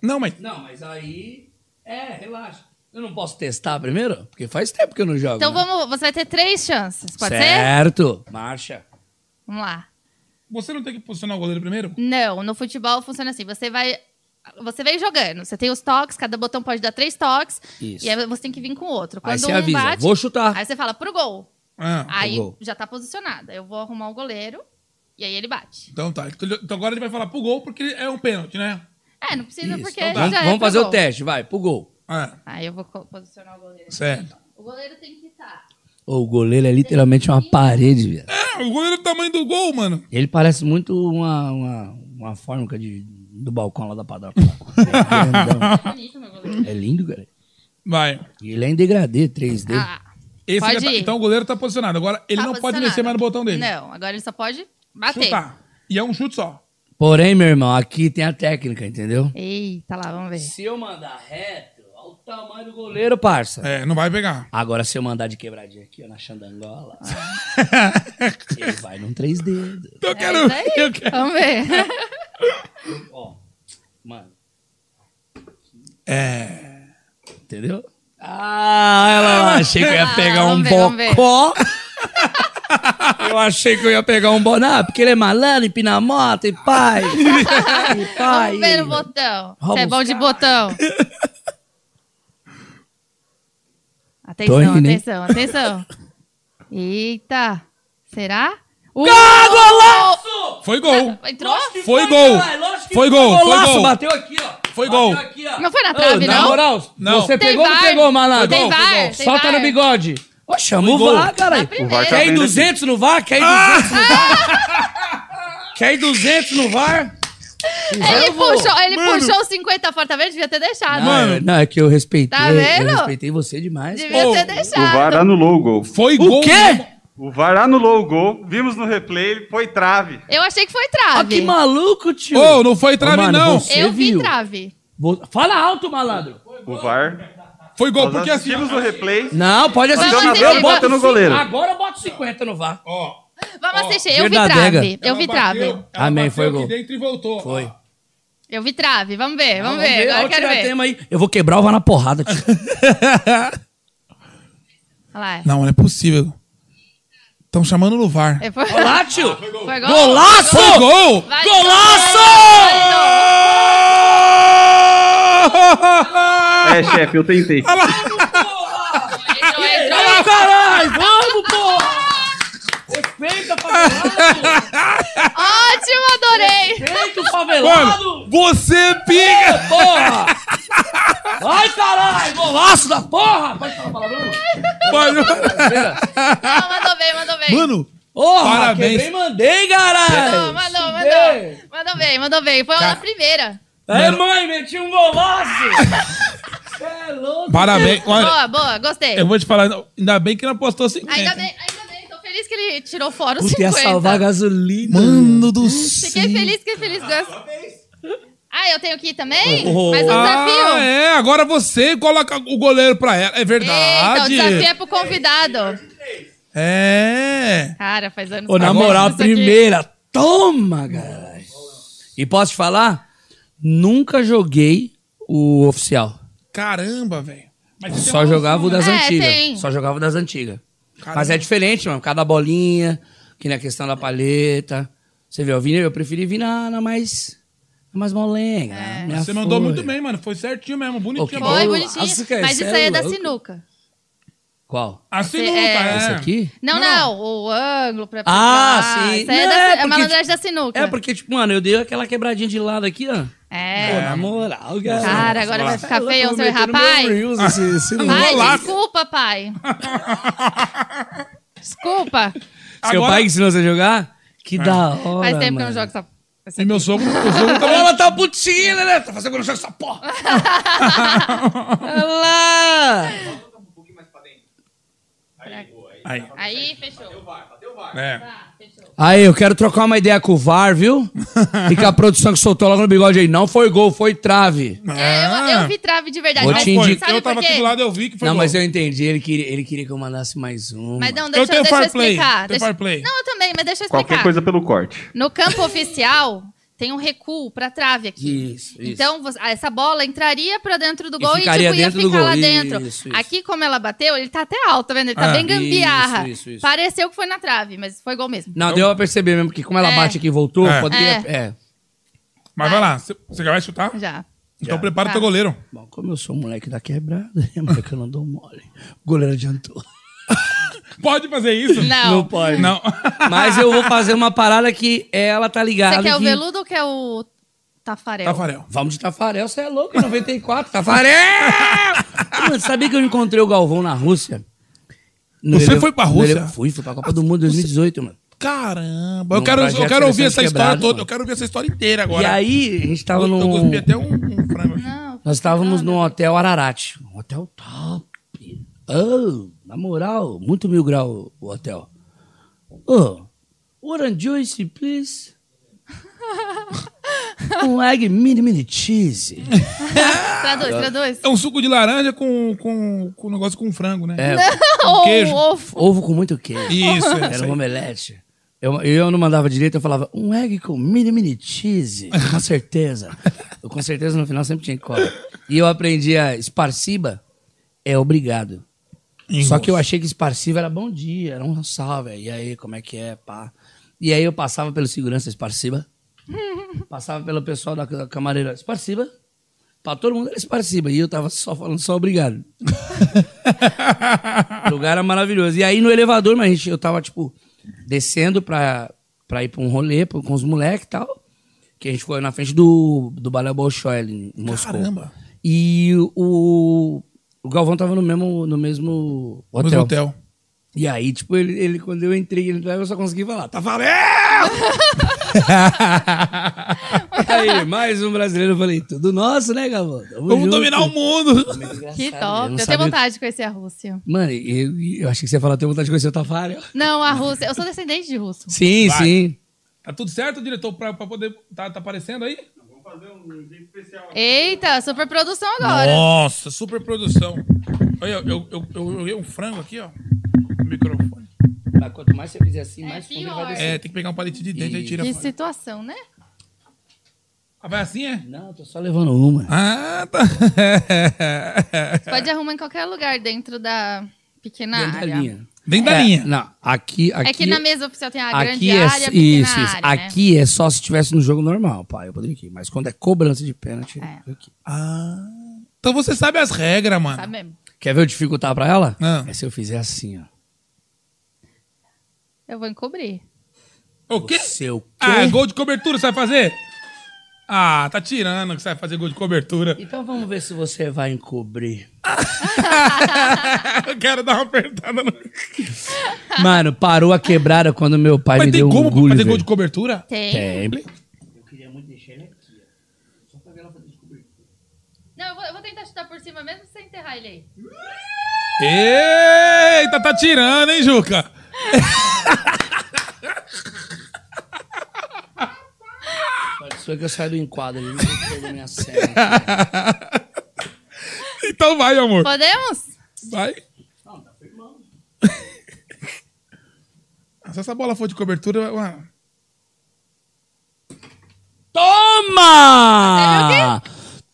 S6: Não, mas.
S7: Não, mas aí... É, relaxa. Eu não posso testar primeiro? Porque faz tempo que eu não jogo.
S5: Então
S7: né?
S5: vamos. Você vai ter três chances, pode ser?
S7: Certo. Marcha.
S5: Vamos lá.
S6: Você não tem que posicionar o goleiro primeiro?
S5: Não, no futebol funciona assim. Você vai. Você vem jogando. Você tem os toques, cada botão pode dar três toques.
S7: Isso.
S5: E aí você tem que vir com o outro. Quando
S7: Aí você
S5: um
S7: avisa,
S5: bate.
S7: vou chutar.
S5: Aí você fala pro gol.
S6: Ah.
S5: Aí
S7: gol.
S5: já tá posicionado. Eu vou arrumar o goleiro. E aí ele bate.
S6: Então tá. Então agora ele vai falar pro gol porque é um pênalti, né?
S5: É, não precisa
S7: Isso,
S5: porque
S7: então
S5: já
S7: vamos,
S5: é
S7: vamos
S5: pro
S7: fazer
S5: gol.
S7: o teste, vai, pro gol.
S6: Ah,
S5: Aí eu vou co- posicionar o goleiro.
S6: certo.
S5: O goleiro tem que tá. estar.
S7: Ô, o goleiro é literalmente uma parede, velho.
S6: É, o goleiro do tamanho do gol, mano.
S7: Ele parece muito uma, uma, uma fórmica de, do balcão lá da padaria.
S5: Tá bonito, meu goleiro.
S7: é lindo, cara.
S6: Vai.
S7: E ele é em degradê, 3D.
S5: Ah,
S6: Esse
S5: Pode
S6: já tá-
S5: ir.
S6: então o goleiro tá posicionado. Agora ele
S5: tá
S6: não pode
S5: posicionado.
S6: mexer mais no botão dele.
S5: Não, agora ele só pode bater.
S6: Chutar. E é um chute só.
S7: Porém, meu irmão, aqui tem a técnica, entendeu?
S5: Eita lá, vamos ver.
S7: Se eu mandar reto, olha o tamanho do goleiro, parça.
S6: É, não vai pegar.
S7: Agora, se eu mandar de quebradinha aqui, ó, na chandangola, ele vai num 3D.
S6: eu
S5: É
S6: quero.
S5: isso aí.
S6: eu quero-
S5: Vamos ver.
S7: Ó, mano,
S6: É.
S7: entendeu? Ah, ela lá, achei que eu ia
S5: Ah,
S7: pegar um
S5: vamos ver, vamos ver.
S7: bocó. Eu achei que eu ia pegar um boná, porque ele é malandro, empina a moto, e pai. E pai.
S5: Vamos ver o botão.
S7: Rouba
S5: Você é
S7: os
S5: bom de
S7: caras.
S5: botão.
S7: Tô
S5: Atenção,
S7: indo, hein?
S5: atenção, atenção. Eita. Será? Uh!
S6: Foi gol.
S5: Entrou?
S6: Foi gol. Foi gol. Foi
S7: Golaço,
S6: gol.
S7: bateu aqui, ó.
S6: Foi gol.
S7: Bateu aqui, ó.
S5: Não foi na trave,
S7: Na
S5: não?
S7: moral,
S6: Não.
S7: você
S5: Tem
S7: pegou ou não
S5: VAR?
S7: pegou, malandro?
S5: Tem
S7: Foi
S5: Var,
S7: gol.
S5: tem
S7: Solta
S5: Var.
S7: no bigode. Ô, chama
S6: Foi
S7: o
S6: gol.
S7: VAr,
S5: Na
S7: caralho.
S5: primeira.
S2: VAR tá
S7: Quer ir
S2: vendo
S7: 200 no VAR? Quer ir 200 no VAR? Ah! Quer ir 200 no VAR?
S5: Ele,
S7: Eu vou.
S5: puxou, ele
S6: Mano.
S5: puxou os 50 fora, talvez devia ter deixado.
S7: Não, é- não, é que eu respeitei.
S5: Tá vendo?
S7: Eu respeitei você demais.
S5: Devia
S6: Ô,
S5: ter
S2: O VAR
S5: deixado.
S2: anulou o gol.
S6: Foi
S7: O
S6: gol.
S7: quê?
S2: O VAR anulou o gol. Vimos no replay, foi trave.
S5: Eu achei que foi
S7: Ó,
S5: trave.
S7: que maluco, tio.
S6: Ô, não foi trave,
S7: Ô, mano,
S6: não.
S7: você
S5: Ah, eu vi
S7: viu.
S5: trave.
S7: Vou- Fala alto, malandro.
S2: O VAR.
S6: Foi gol,
S2: Nós
S6: porque assim.
S2: assistimos no replay.
S7: Não, pode
S5: Vamos
S7: assistir.
S2: Deu na
S5: assistir,
S2: deu, bota no
S7: Sim,
S2: goleiro.
S7: Agora eu boto 50 no VAR.
S6: Ó.
S5: Vamos
S6: Ó,
S5: assistir. Eu vi
S7: verdadega.
S5: trave. Eu
S6: ela
S5: vi
S6: bateu,
S5: trave.
S6: ela
S7: Amém,
S6: bateu
S7: foi
S6: aqui
S7: assim, gol.
S6: dentro e voltou.
S7: Foi.
S6: Ó.
S5: Eu vi trave. Vamos ver, vamos
S7: Vamos
S5: ver. Agora eu
S7: vamos
S5: quero
S7: tirar
S5: ver.
S7: tema aí. Eu vou quebrar o VAR na porrada, tio.
S5: Olha lá.
S6: Não, não é possível. Estão chamando no VAR.
S5: É, foi-
S7: Olá, tio!
S5: Foi gol.
S7: Golaço!
S6: Foi gol!
S5: Vai,
S7: Golaço!
S2: É, chefe, eu tentei.
S5: Entrou, entrou.
S7: Ei, caralho! Vamos, porra! Respeita o favelado!
S5: Ótimo, adorei.
S7: Respeita o
S6: Mano,
S7: favelado!
S6: você pica!
S7: Porra! Vai, caralho! Golaço da porra! Pode falar palavrão?
S6: Mano,
S5: Não, mandou bem, mandou bem.
S6: mano,
S7: Porra!
S6: Parabéns.
S7: Quebrei e mandei, caralho!
S5: Não, mandou,
S7: Ei.
S5: mandou. Mandou bem, mandou bem. Foi
S6: Cara.
S5: a primeira.
S7: É, mãe, meti um golaço! Cê é louco!
S6: parabéns. Olha,
S5: Boa, boa, gostei.
S6: eu vou te falar, não, ainda bem que não apostou assim. É. 50.
S5: Ainda bem, ainda bem. Tô feliz que ele tirou fora os
S7: Puta, ia
S5: 50.
S7: salvar a gasolina.
S6: Mano
S5: Hum,
S6: do céu.
S5: Fiquei feliz, fiquei feliz. Gosto. Ah, eu tenho que ir também? Mas o desafio.
S6: Oh, Ah, é, agora você coloca o goleiro pra ela. É
S5: Eita, o
S6: verdade.
S5: desafio é pro convidado.
S6: É.
S5: Cara, faz anos
S7: Ô,
S5: que
S7: na
S5: eu
S7: moral, a
S5: faço isso aqui.
S7: primeira. Toma, caralho. E posso te falar? Nunca joguei o oficial.
S6: Caramba, velho. Mas isso é
S7: Só
S6: uma
S7: jogava o
S6: noção,
S7: das
S5: né? É, tem.
S7: antigas. Só jogava o das antigas.
S6: Caramba.
S7: Mas é diferente, mano. Cada bolinha, que na questão da palheta. Você vê, eu, vim, eu preferi vir na, na mais. Na mais molenga.
S6: né? Você mandou muito bem, mano. Foi certinho mesmo, bonitinho.
S7: que
S5: Foi
S7: bom.
S5: É. bonitinho.
S7: Nossa, cara,
S5: Mas
S7: cê
S5: isso
S7: é
S5: aí é da
S7: louco.
S5: sinuca.
S7: Qual?
S6: Assim
S5: Você-
S6: não
S5: é.
S6: tá, é.
S7: Esse aqui?
S5: Não, não, o ângulo pra pra-
S7: Ah, sim.
S5: Isso aí é,
S7: Não,
S5: da,
S7: é
S5: é,
S7: porque,
S5: malandragem da
S7: tipo,
S5: sinuca.
S7: É, porque, tipo, mano, eu dei aquela quebradinha de lado aqui, ó.
S5: É.
S7: Pô, na moral, cara. é um
S5: Cara, agora vai ficar feio, seu
S7: Meu
S5: rapaz.
S7: Reels, esse- esse
S5: Pai,
S6: Golaço.
S5: desculpa, pai. Desculpa.
S7: Seu
S6: Agora-
S7: pai que ensinou você a jogar? Que da hora.
S5: Faz tempo que eu
S7: mano.
S5: não jogo essa. essa-
S6: E meu sogro, meu sogro também.
S7: Ela tá putinha, né? Tá fazendo jogo essa porra. Olha lá.
S6: Aí.
S5: Aí, fechou.
S6: É.
S7: Aí, eu quero trocar uma ideia com o VAR, viu? E com a produção que soltou logo no bigode aí. Não foi gol, foi trave.
S5: É, eu, eu vi trave de verdade.
S7: Ah. Vou
S5: mas
S7: te
S6: Foi,
S7: indicar-
S5: sabe
S6: Então, eu tava
S5: por quê?
S6: aqui do lado, eu vi que foi
S7: não,
S6: gol.
S7: mas eu entendi. Ele queria, ele queria que eu mandasse mais um.
S5: Mas não, deixa, deixa
S6: tenho
S5: eu
S6: fair play,
S5: explicar.
S6: tenho
S5: Deixa-
S6: fair play.
S5: Não, eu também, mas deixa eu explicar.
S2: Qualquer coisa pelo corte.
S5: No campo oficial, tem um recuo pra trave aqui.
S7: Isso, isso.
S5: Então, você- ah, essa bola entraria pra dentro do gol e,
S7: ficaria
S5: tipo, ia
S7: dentro do
S5: ficar
S7: gol.
S5: lá dentro.
S7: Isso, isso.
S5: Aqui, como ela bateu, ele tá até alto, tá vendo? Ele tá
S6: Ah,
S5: bem gambiarra.
S7: isso, isso, isso.
S5: Pareceu que foi na trave, mas foi gol mesmo.
S7: Não, deu pra perceber mesmo que como ela
S5: É.
S7: bate aqui e voltou,
S6: É.
S7: poderia...
S5: É.
S7: É.
S6: Mas vai lá, você- você já vai chutar?
S5: Já. Tá.
S6: Então prepara o teu goleiro.
S7: Bom, como eu sou um moleque da quebrada, é mano, que eu não dou mole. O goleiro adiantou.
S6: Pode fazer isso?
S5: Não.
S7: pode.
S6: Não.
S7: Mas eu vou fazer uma parada que ela tá ligada.
S5: Você quer o
S7: que-
S5: veludo ou quer o Tafarel?
S6: Tafarel.
S7: Vamos de Tafarel, você é louco, 94, Tafarel! Ah, Mano, sabia que eu encontrei o Galvão na Rússia? No
S6: Você foi pra
S7: no
S6: Rússia?
S7: ele- Fui, fui pra Copa do Mundo 2018, mano.
S6: Caramba, eu
S7: Num
S6: quero, eu
S7: projeto
S6: quero ouvir
S7: Seleções
S6: essa história
S7: Quebradas,
S6: toda.
S7: mano.
S6: Eu quero ouvir essa história inteira agora.
S7: E aí, a gente tava
S6: eu, eu
S7: num...
S6: cuspi até um, um frango aqui.
S5: Não.
S7: Nós estávamos num hotel Ararat. Um hotel top. Oh, na moral, muito mil grau o hotel. Oh, orange juice, please. Um egg mini mini cheese.
S5: Traduz, traduz.
S6: É um suco de laranja com, com, com um negócio com frango, né?
S7: É,
S5: Ou
S6: queijo.
S5: ovo.
S7: ovo com muito queijo.
S6: Isso, é isso
S7: Era
S6: aí.
S7: um omelete. Eu, eu não mandava direito, eu falava um egg com mini mini cheese. Com certeza. Eu, com certeza no final sempre tinha que cola. E eu aprendi a esparciba é obrigado.
S6: Em
S7: Só que eu
S6: russo.
S7: achei que esparciva era bom dia, era um salve. E aí, como é que é, pá? E aí eu passava pelo segurança esparciva, passava pelo pessoal da, da camareira esparciva, pra todo mundo era esparciva. E eu tava só falando só obrigado. o lugar era maravilhoso. E aí no elevador, mas a gente, eu tava, tipo, descendo pra, pra ir pra um rolê pra- com os moleques e tal. Que a gente foi na frente do, do Balé Bolshoi ali em Moscou.
S6: Caramba.
S7: E o, o Galvão tava no mesmo, no mesmo é hotel.
S6: Mas hotel.
S7: E aí, tipo, ele, ele- quando eu entrei, ele eu só consegui falar, tá valendo! aí, mais um brasileiro, eu falei, tudo nosso, né, Galvão? Tamo
S6: Vamos
S7: junto." né?
S6: dominar o mundo.
S5: Que
S7: Eu não
S5: top. Eu,
S7: sabia-
S5: tenho vontade de conhecer a Rússia.
S7: Mano, eu, eu achei que você ia falar, tenho vontade de conhecer o Tafarel.
S5: Não, a Rússia. Eu sou descendente de russo.
S7: Sim,
S6: Vai.
S7: sim.
S6: Tá tudo certo, diretor? Pra, pra poder. Tá, tá aparecendo aí?
S5: Eita, super produção agora.
S6: Nossa, super produção. Olha, eu, eu, eu, eu joguei um frango aqui, ó. No microfone.
S7: Mas quanto mais você fizer assim, mais fundo ele
S5: pior.
S7: vai descer.
S6: É, tem que pegar um palito de dente, aí tira
S5: Que
S6: fora.
S5: situação, né?
S6: Ah, vai assim, é?
S7: Não, tô só levando uma.
S6: Ah, tá.
S5: Pode arrumar em qualquer lugar dentro da pequena
S7: Dentro da
S5: área.
S7: linha.
S6: Dentro da
S7: É,
S6: linha.
S7: Não, aqui, aqui.
S5: Ah, é que na mesa oficial tem a
S7: Aqui
S5: grande
S7: é,
S5: área, a pequena
S7: isso, isso.
S5: área, né?
S7: Aqui é só se estivesse no jogo normal, pai. Eu poderia ir. Mas quando é cobrança de pênalti.
S5: É.
S7: eu aqui.
S6: Então você sabe as regras, mano.
S5: Sabe mesmo?
S7: Quer ver eu dificultar pra ela?
S6: Ah.
S7: É se eu fizer assim, ó.
S5: Eu vou encobrir.
S6: O quê?
S7: Seu quê?
S6: Ah, gol de cobertura você vai fazer? Ah, tá tirando que você vai fazer gol de cobertura.
S7: Então vamos ver se você vai encobrir.
S6: Eu quero dar uma apertada no.
S7: Mano, parou a quebrada quando meu pai
S6: Mas
S7: me
S6: tem
S7: deu um
S6: como
S7: orgulho,
S6: fazer gol
S7: velho.
S6: de cobertura?
S5: Tem.
S7: Tem.
S5: Não, eu vou, eu vou tentar chutar por cima mesmo sem enterrar ele aí.
S6: Eita, tá tirando, hein, Juca?
S7: Pode ser que eu saio do enquadro ali. não pego minha cena.
S6: Então vai, amor.
S5: Podemos?
S6: Vai. Ah, Se essa bola for de cobertura, ah. mano.
S5: é
S7: Toma!
S6: E o pior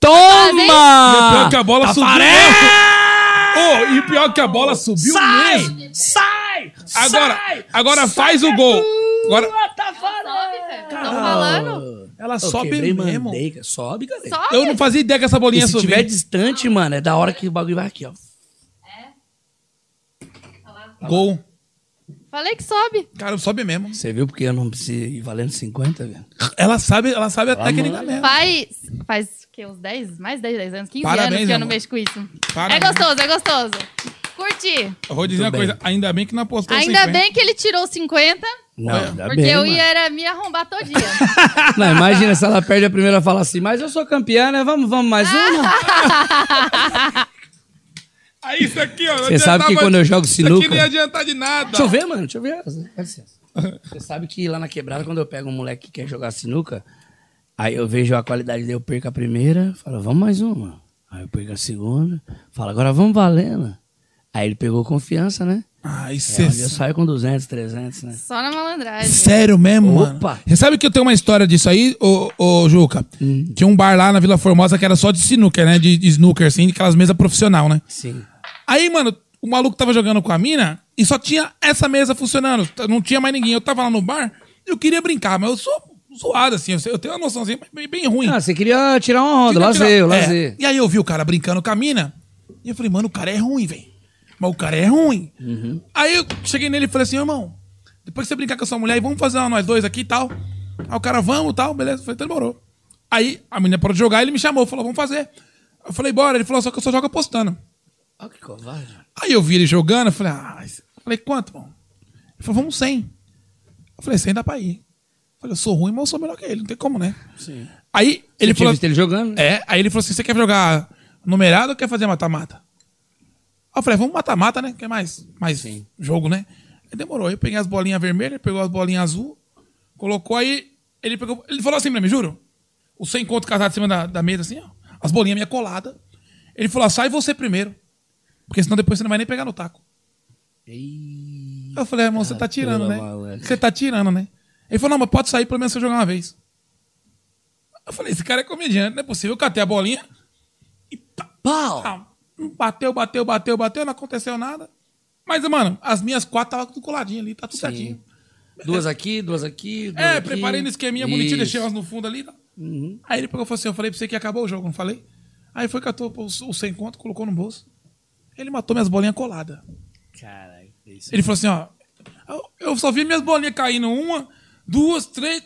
S5: Ah,
S6: é
S7: Toma!
S6: que a bola
S5: tá
S6: subiu. mesmo. Oh, e o pior que a bola subiu mesmo.
S7: Sai! Sai!
S6: Agora,
S7: Sai!
S6: agora
S7: Sai
S6: faz
S7: que
S6: o
S7: é
S6: gol.
S7: tua,
S6: Agora,
S5: Sobe, Fê. Tô falando.
S6: ela
S7: Eu
S6: sobe
S7: quebrei,
S6: mesmo.
S7: mandei, cara. Sobe, galera.
S5: Sobe.
S6: Eu não fazia ideia que essa
S7: E
S6: bolinha
S7: se
S6: subia.
S7: tiver distante, mano, é da hora que o bagulho vai aqui, ó.
S6: Gol.
S5: Falei que sobe.
S6: Cara, sobe mesmo.
S7: Você viu porque eu não preciso ir valendo 50, velho?
S6: Ela sabe, ela sabe a técnica mesmo.
S5: Faz, faz o quê? Uns 10, mais 10, 10 anos, 15
S6: Parabéns,
S5: anos que eu não
S6: amor.
S5: mexo com isso.
S6: Parabéns.
S5: É gostoso, é gostoso. Curti.
S6: Eu vou dizer uma
S7: Muito
S6: coisa, ainda bem que não apostou
S5: Ainda
S6: 50.
S5: bem que ele tirou 50,
S7: Não, ainda
S5: porque eu
S7: mano.
S5: ia era me arrombar todinha.
S7: Não, imagina se ela perde a primeira e fala assim, mas eu sou campeã, né? Vamos, vamos, mais
S6: Ah.
S7: uma?
S6: Aí Ah, isso aqui, ó. não
S7: Você sabe
S6: adiantava-
S7: que quando eu jogo
S6: Isso aqui não ia
S7: sinuca...
S6: adiantar de nada.
S7: Deixa eu ver, mano, deixa eu ver. Dá licença. Você sabe que lá na quebrada, quando eu pego um moleque que quer jogar sinuca, aí eu vejo a qualidade dele, eu perco a primeira, falo, vamos mais uma. Aí eu perco a segunda, falo, agora vamos valendo. Aí ele pegou confiança, né?
S6: Ai,
S7: É, onde
S6: cê...
S7: eu saio com 200, 300, né?
S5: Só na malandragem.
S6: Sério mesmo,
S7: Opa.
S6: mano? Você sabe que eu tenho uma história disso aí, ô, ô Juca? Tinha um bar lá na Vila Formosa que era só de snooker, né? De, de snooker, assim, aquelas mesas profissional, né?
S7: Sim.
S6: Aí, mano, o maluco tava jogando com a mina e só tinha essa mesa funcionando. t- Não tinha mais ninguém. Eu tava lá no bar, eu queria brincar, mas eu sou zoado, assim. eu sei- Eu tenho uma noção, assim, mas bem, bem ruim.
S7: Ah, você queria tirar uma onda,
S6: Fica
S7: lazer,
S6: tirando-
S7: lazer.
S6: É. E aí eu vi o cara brincando com a mina. E eu falei, mano, o cara é ruim, velho. Mas o cara é ruim. Aí eu cheguei nele e falei assim, irmão, depois que você brincar com a sua mulher, aí vamos fazer uma nós dois aqui e tal. Aí o cara, vamos e tal, beleza. Eu falei, então demorou. Aí a menina parou de jogar, ele me chamou, falou, vamos fazer. Eu falei, bora. Ele falou, só que eu só jogo apostando.
S7: Olha que covarde.
S6: Aí eu vi ele jogando, eu falei, ah, esse- eu falei, quanto, mano? Ele falou, vamos 100. Eu falei, 100 dá pra ir. Eu falei, eu sou ruim, mas eu sou melhor que ele, não tem como, né?
S7: Sim.
S6: Aí ele
S7: Ele
S6: falou.
S7: visto ele jogando, né?
S6: É, aí ele falou assim: você quer jogar numerado ou quer fazer mata-mata? Aí eu falei, vamos mata-mata, né? Que é mais, mais jogo, né? Aí demorou. Eu peguei as bolinhas vermelhas, ele pegou as bolinhas azul, colocou aí. Ele pegou. Ele falou assim pra mim, juro. O sem conto casado em cima da, da mesa, assim, ó. As bolinhas minha colada. Ele falou, ó, sai você primeiro. Porque senão depois você não vai nem pegar no taco. Eu falei, irmão, você tá tirando, né?
S7: malandro.
S6: Você tá tirando, né? Ele falou, não, mas pode sair pelo menos se eu jogar uma vez. Eu falei, esse cara é comediante, não é possível. Eu catei a bolinha. E pá,
S7: Pau!
S6: pá, bateu, bateu, bateu, bateu, não aconteceu nada. Mas, mano, as minhas quatro estavam tudo coladinho ali, tá tudo certinho.
S7: Duas aqui, duas aqui, duas
S6: É,
S7: aqui.
S6: preparei no esqueminha bonitinho,
S7: Isso.
S6: deixei elas no fundo ali. tá? Aí ele pegou e falou assim: eu falei pra você que acabou o jogo, não falei? Aí foi, catou o o sem conto, colocou no bolso. Ele matou minhas bolinhas coladas.
S7: Caralho, isso. é
S6: Ele falou assim, ó. eu- Eu só vi minhas bolinhas caindo. Uma, duas, três.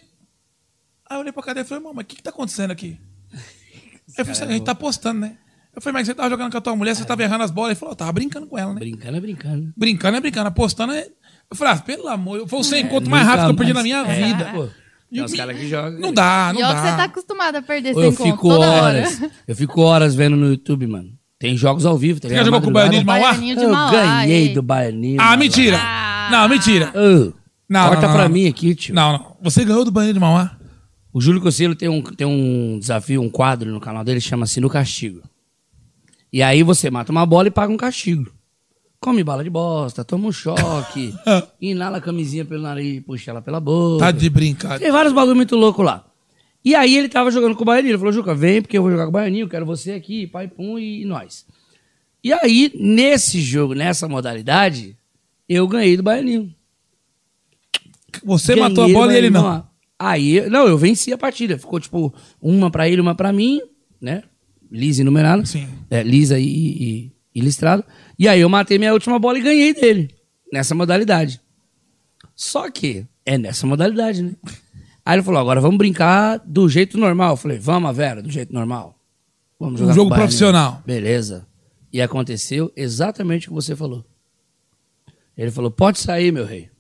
S6: Aí eu olhei pra cadeia e falei, irmão, mas o que, que tá acontecendo aqui? Ele falou assim, a gente tá apostando, né? Eu falei, mas você tava jogando com a tua mulher, você tava errando as bolas. Ele falou, eu tava brincando com ela, né?
S7: Brincando é brincando.
S6: Brincando é brincando, apostando é. Eu falei, ah, pelo amor, foi o sem encontro
S7: Nunca
S6: mais rápido que eu perdi na
S7: mais-
S6: minha
S7: É,
S6: vida.
S7: pô.
S6: E
S7: Tem uns
S6: me-
S7: caras que jogam.
S6: Não dá, não
S5: E ó, que você tá
S6: dá.
S5: acostumado a perder
S7: Ou eu
S5: sem conto
S7: fico
S5: toda
S7: horas.
S5: hora.
S7: Eu fico horas vendo no YouTube, mano. Tem jogos ao vivo, tá
S6: já
S7: ligado?
S6: jogou com o Baianinho de
S7: Madrugada.
S6: Mauá?
S5: Baianinho de
S7: Eu
S5: Mauá,
S7: ganhei
S5: e-
S7: do Baianinho.
S6: Ah,
S7: mano.
S6: mentira. Não, mentira.
S7: Ô,
S6: Não,
S7: corta
S6: não, não,
S7: pra
S6: não.
S7: mim aqui, tio.
S6: Não, não. Você ganhou do banheiro de Mauá?
S7: O Júlio Cocelo tem um, tem um desafio, um quadro no canal dele, chama No Castigo. E aí você mata uma bola e paga um castigo. Come bala de bosta, toma um choque, inala a camisinha pelo nariz e puxa ela pela boca.
S6: Tá de brincadeira.
S7: Tem vários bagulho muito louco lá. E aí ele tava jogando com o Baianinho. Ele falou, Juca, vem porque eu vou jogar com o Baianinho, quero você aqui, pai, pum e nós. E aí, nesse jogo, nessa modalidade, eu ganhei do Baianinho.
S6: Você
S7: Ganhei
S6: matou a
S7: do
S6: bola e ele
S7: Baianinho
S6: não.
S7: lá. Aí, eu- não, eu venci a partida. Ficou, tipo, uma pra ele, uma pra mim, né? Lisa e numerada.
S6: Sim.
S7: É, lisa e, e, e listrado. E aí eu matei minha última bola e ganhei dele. Nessa modalidade. Só que é nessa modalidade, né? Aí ele falou, agora vamos brincar do jeito normal. Eu falei, vamos, Vera, do jeito normal. Vamos
S6: Um
S7: jogar com
S6: jogo
S7: o Bahia, né?
S6: profissional.
S7: Beleza. E aconteceu exatamente o que você falou. Ele falou, pode sair, meu rei.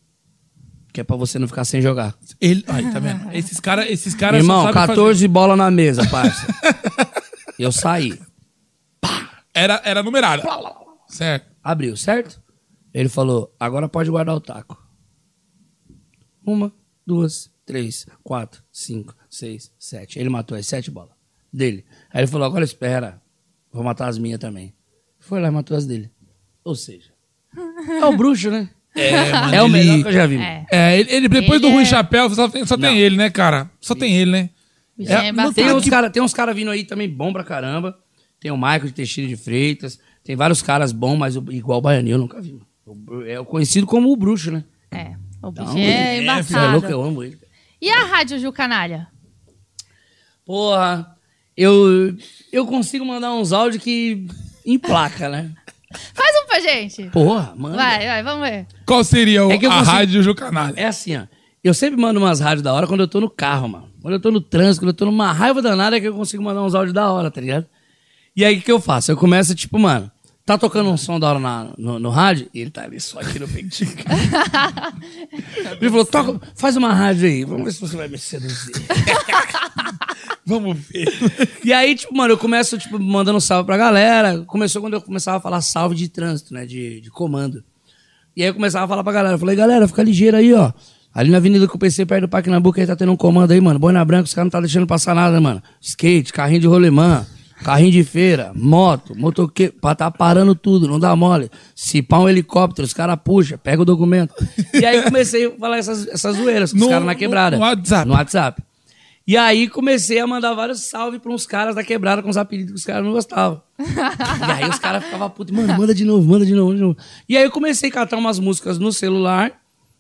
S7: Que é pra você não ficar sem jogar.
S6: Ele... Aí, tá vendo? Esses caras esses caras só
S7: Irmão,
S6: sabem fazer-
S7: 14 bola na mesa, parça. eu saí.
S6: Era, era numerada. Certo.
S7: Abriu, certo? Ele falou, agora pode guardar o taco. Uma, duas, três, quatro, cinco, seis, sete. Ele matou as sete bolas dele. Aí ele falou, agora espera. Vou matar as minhas também. Foi lá e matou as dele. Ou seja, é o bruxo, né?
S6: É, mano,
S7: É o
S6: ele-
S7: melhor que eu já vi.
S5: É.
S6: É, ele, ele- depois
S5: Ele
S6: do Rui
S5: é-
S6: Chapéu, só, tem, só tem ele, né, cara? Só tem ele, né?
S5: Bichinho é
S6: não
S5: embaçado.
S7: Tem
S6: tá
S7: uns
S6: que-
S7: caras cara vindo aí também bom pra caramba. Tem o Michael de Teixeira de Freitas. Tem vários caras bons, mas o- igual o Baianinho eu nunca vi. mano. O Bru- É o conhecido como o bruxo, né?
S5: É, o
S7: Não,
S5: bichinho é
S6: é,
S7: Você é
S5: embaçado.
S7: louco, eu amo ele.
S5: E a Rádio Ju Canalha?
S7: Porra, eu, eu consigo mandar uns áudios que emplaca, né?
S5: Faz um pra gente.
S7: Porra, manda.
S5: Vai, vai, vamos ver.
S6: Qual seria o,
S7: É que eu
S6: a
S7: consigo-
S6: rádio Ju Canalha?
S7: É assim, ó. Eu sempre mando umas rádios da hora quando eu tô no carro, mano. Quando eu tô no trânsito, quando eu tô numa raiva danada, é que eu consigo mandar uns áudios da hora, tá ligado? E aí o que, que eu faço? Eu começo, tipo, mano, tá tocando um som da hora na- no, no rádio? E ele tá ali só aqui no peitinho. ele falou, toca, faz uma rádio aí, vamos ver se você vai me seduzir.
S6: Vamos ver.
S7: E aí, tipo, mano, eu começo, tipo, mandando um salve pra galera. Começou quando eu começava a falar salve de trânsito, né? De, de comando. E aí eu começava a falar pra galera. Eu falei, galera, fica ligeiro aí, ó. Ali na avenida que eu pensei, perto do Parque Nabuco, aí tá tendo um comando aí, mano. Boina Branca, os caras não tá deixando passar nada, mano. Skate, carrinho de rolemã, carrinho de feira, moto, motoqueiro, pra tá parando tudo, não dá mole. Se pá um helicóptero, os caras puxam, pega o documento. E aí comecei a falar essas, essas zoeiras com os
S6: No-
S7: caras na quebrada.
S6: no WhatsApp.
S7: No WhatsApp. E aí comecei a mandar vários salve pra uns caras da quebrada com os apelidos que os caras não gostavam. e aí os caras ficavam putos, mano, manda de novo, manda de novo, de novo. E aí eu comecei a catar umas músicas no celular,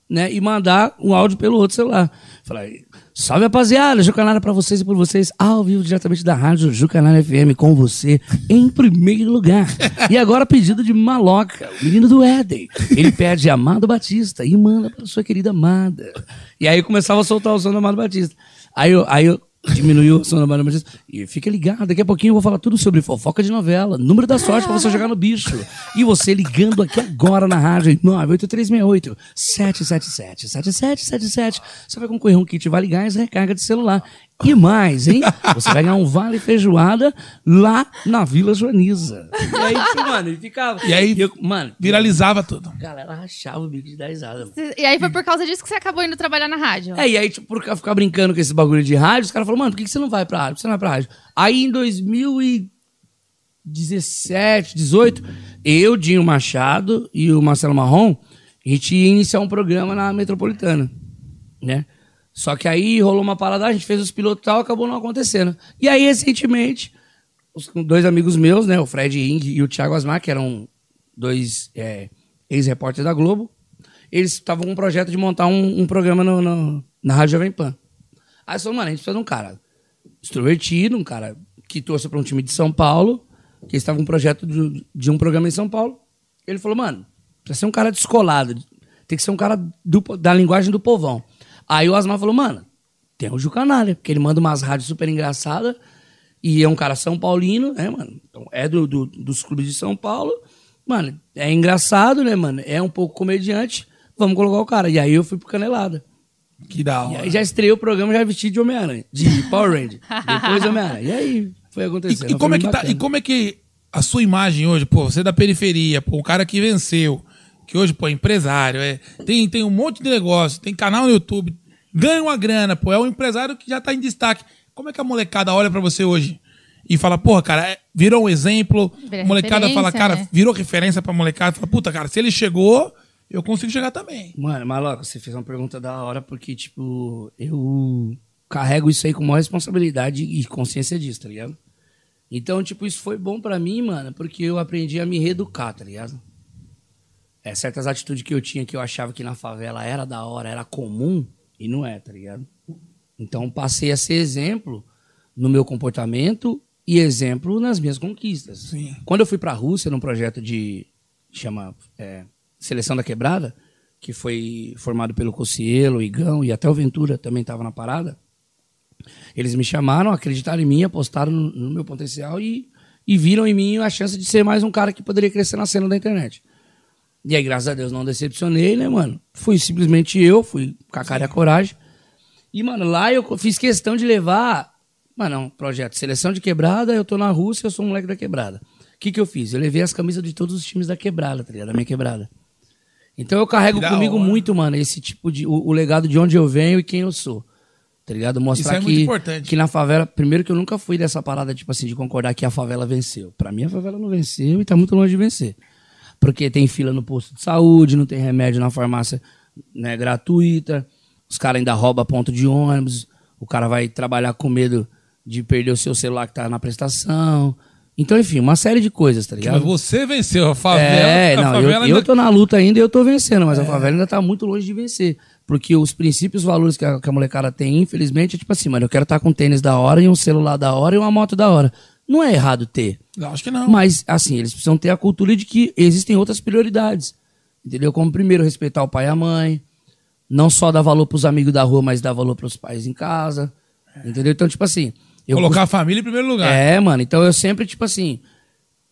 S7: né? E mandar um áudio pelo outro celular. Falei, salve rapaziada, Ju Canalha pra vocês e por vocês, ao vivo diretamente da rádio Ju Canalha FM com você em primeiro lugar. E agora pedido de maloca, o menino do Éden. Ele pede Amado Batista e manda pra sua querida amada. E aí eu começava a soltar o som do Amado Batista. Aí eu, aí eu diminuiu o som da Maria Batista. E fica ligado, daqui a pouquinho eu vou falar tudo sobre fofoca de novela, número da sorte pra você jogar no bicho. E você ligando aqui agora na rádio 98368 777 7777. Você vai concorrer a um kit Vale Gás, recarga de celular. E mais, hein? Você vai ganhar um Vale Feijoada lá na Vila Joaniza. E aí, tipo, mano, ele ficava.
S6: E aí,
S7: eu- mano,
S6: Viralizava tudo.
S7: a galera rachava o bico de 10 risada, mano.
S5: E aí foi por causa disso que você acabou indo trabalhar na rádio.
S7: É, e aí, tipo, por ca- ficar brincando com esse bagulho de rádio, os caras falaram, mano, por que que você não vai pra rádio? Por que você não vai pra rádio? Aí em 2017, 18, eu, Dinho Machado e o Marcelo Marrom, a gente ia iniciar um programa na metropolitana, né? Só que aí rolou uma parada, a gente fez os pilotos e tal, acabou não acontecendo. E aí, recentemente, os- dois amigos meus, né? O Fred Ing e o Thiago Asmar, que eram dois é, ex-repórteres da Globo, eles estavam com um projeto de montar um, um programa no- no- na Rádio Jovem Pan. Aí falou, mano, a gente precisa de um cara extrovertido, um cara que torce para um time de São Paulo, que eles estavam com um projeto de, de um programa em São Paulo. Ele falou, mano, precisa ser um cara descolado, tem que ser um cara do po- da linguagem do povão. Aí o Asmar falou, mano, tem o Ju Canalha, porque ele manda umas rádios super engraçadas, e é um cara São Paulino, né, mano? Então, é do, do- dos clubes de São Paulo. Mano, é engraçado, né, mano? É um pouco comediante. Vamos colocar o cara. E aí eu fui pro Canelada.
S6: Que da
S7: E
S6: hora.
S7: aí já estreou o programa já vestido de Homem-Aranha. De Power Ranger. Depois Homem-Aranha. E aí foi
S6: E-
S7: acontecendo.
S6: E, como é que tá, e como é que a sua imagem hoje, pô, você é da periferia, pô, um cara que venceu, que hoje, pô, é empresário, é, tem, tem um monte de negócio, tem canal no YouTube, ganha uma grana, pô, é um empresário que já tá em destaque. Como é que a molecada olha pra você hoje e fala, porra, cara, é- virou um exemplo,
S5: Vira
S6: a molecada fala,
S5: referência,
S6: cara,
S5: né?
S6: virou referência pra molecada, fala, puta, cara, se ele chegou, eu consigo chegar também.
S7: Mano, maloca, você fez uma pergunta da hora, porque, tipo, eu carrego isso aí com maior responsabilidade e consciência disso, tá ligado? Então, tipo, isso foi bom pra mim, mano, porque eu aprendi a me reeducar, tá ligado? é, certas atitudes que eu tinha que eu achava que na favela era da hora, era comum, e não é, tá ligado? Então passei a ser exemplo no meu comportamento e exemplo nas minhas conquistas.
S6: Sim.
S7: Quando eu fui para a Rússia num projeto de chama é, Seleção da Quebrada, que foi formado pelo Cocielo, Igão e até o Ventura também estava na parada, eles me chamaram, acreditaram em mim, apostaram no, no meu potencial e, e viram em mim a chance de ser mais um cara que poderia crescer na cena da internet. E aí, graças a Deus, não decepcionei, né, mano? Fui simplesmente eu, fui com a cara e a coragem. E, mano, lá eu co- fiz questão de levar. Mano, é um projeto Seleção de Quebrada, eu tô na Rússia, eu sou um moleque da quebrada. O que, que eu fiz? Eu levei as camisas de todos os times da quebrada, tá ligado? Da minha quebrada. Então eu carrego
S6: Que da
S7: comigo
S6: hora.
S7: muito, mano, esse tipo de. O, o legado de onde eu venho e quem eu sou. Tá ligado?
S6: Isso é
S7: Mostrar que,
S6: muito importante.
S7: que na favela. Primeiro que eu nunca fui dessa parada, tipo assim, de concordar que a favela venceu. Pra mim, a favela não venceu e tá muito longe de vencer. Porque tem fila no posto de saúde, não tem remédio na farmácia né, gratuita, os caras ainda roubam ponto de ônibus, o cara vai trabalhar com medo de perder o seu celular que tá na prestação. Então, enfim, uma série de coisas, tá ligado?
S6: Mas você venceu a favela.
S7: É,
S6: a
S7: não, eu,
S6: favela
S7: eu
S6: ainda- É.
S7: tô na luta ainda e eu tô vencendo, mas a favela ainda tá muito longe de vencer. Porque os princípios, valores que a, que a molecada tem, infelizmente, é tipo assim, mano, eu quero estar com um tênis da hora e um celular da hora e uma moto da hora. Não é errado ter.
S6: Não, Acho que não.
S7: Mas, assim, eles precisam ter a cultura de que existem outras prioridades. Entendeu? Como, primeiro, respeitar o pai e a mãe. Não só dar valor pros amigos da rua, mas dar valor pros pais em casa. Entendeu? Então, tipo assim. eu
S6: É. Colocar a família em primeiro lugar.
S7: é, mano. Então eu sempre, tipo assim,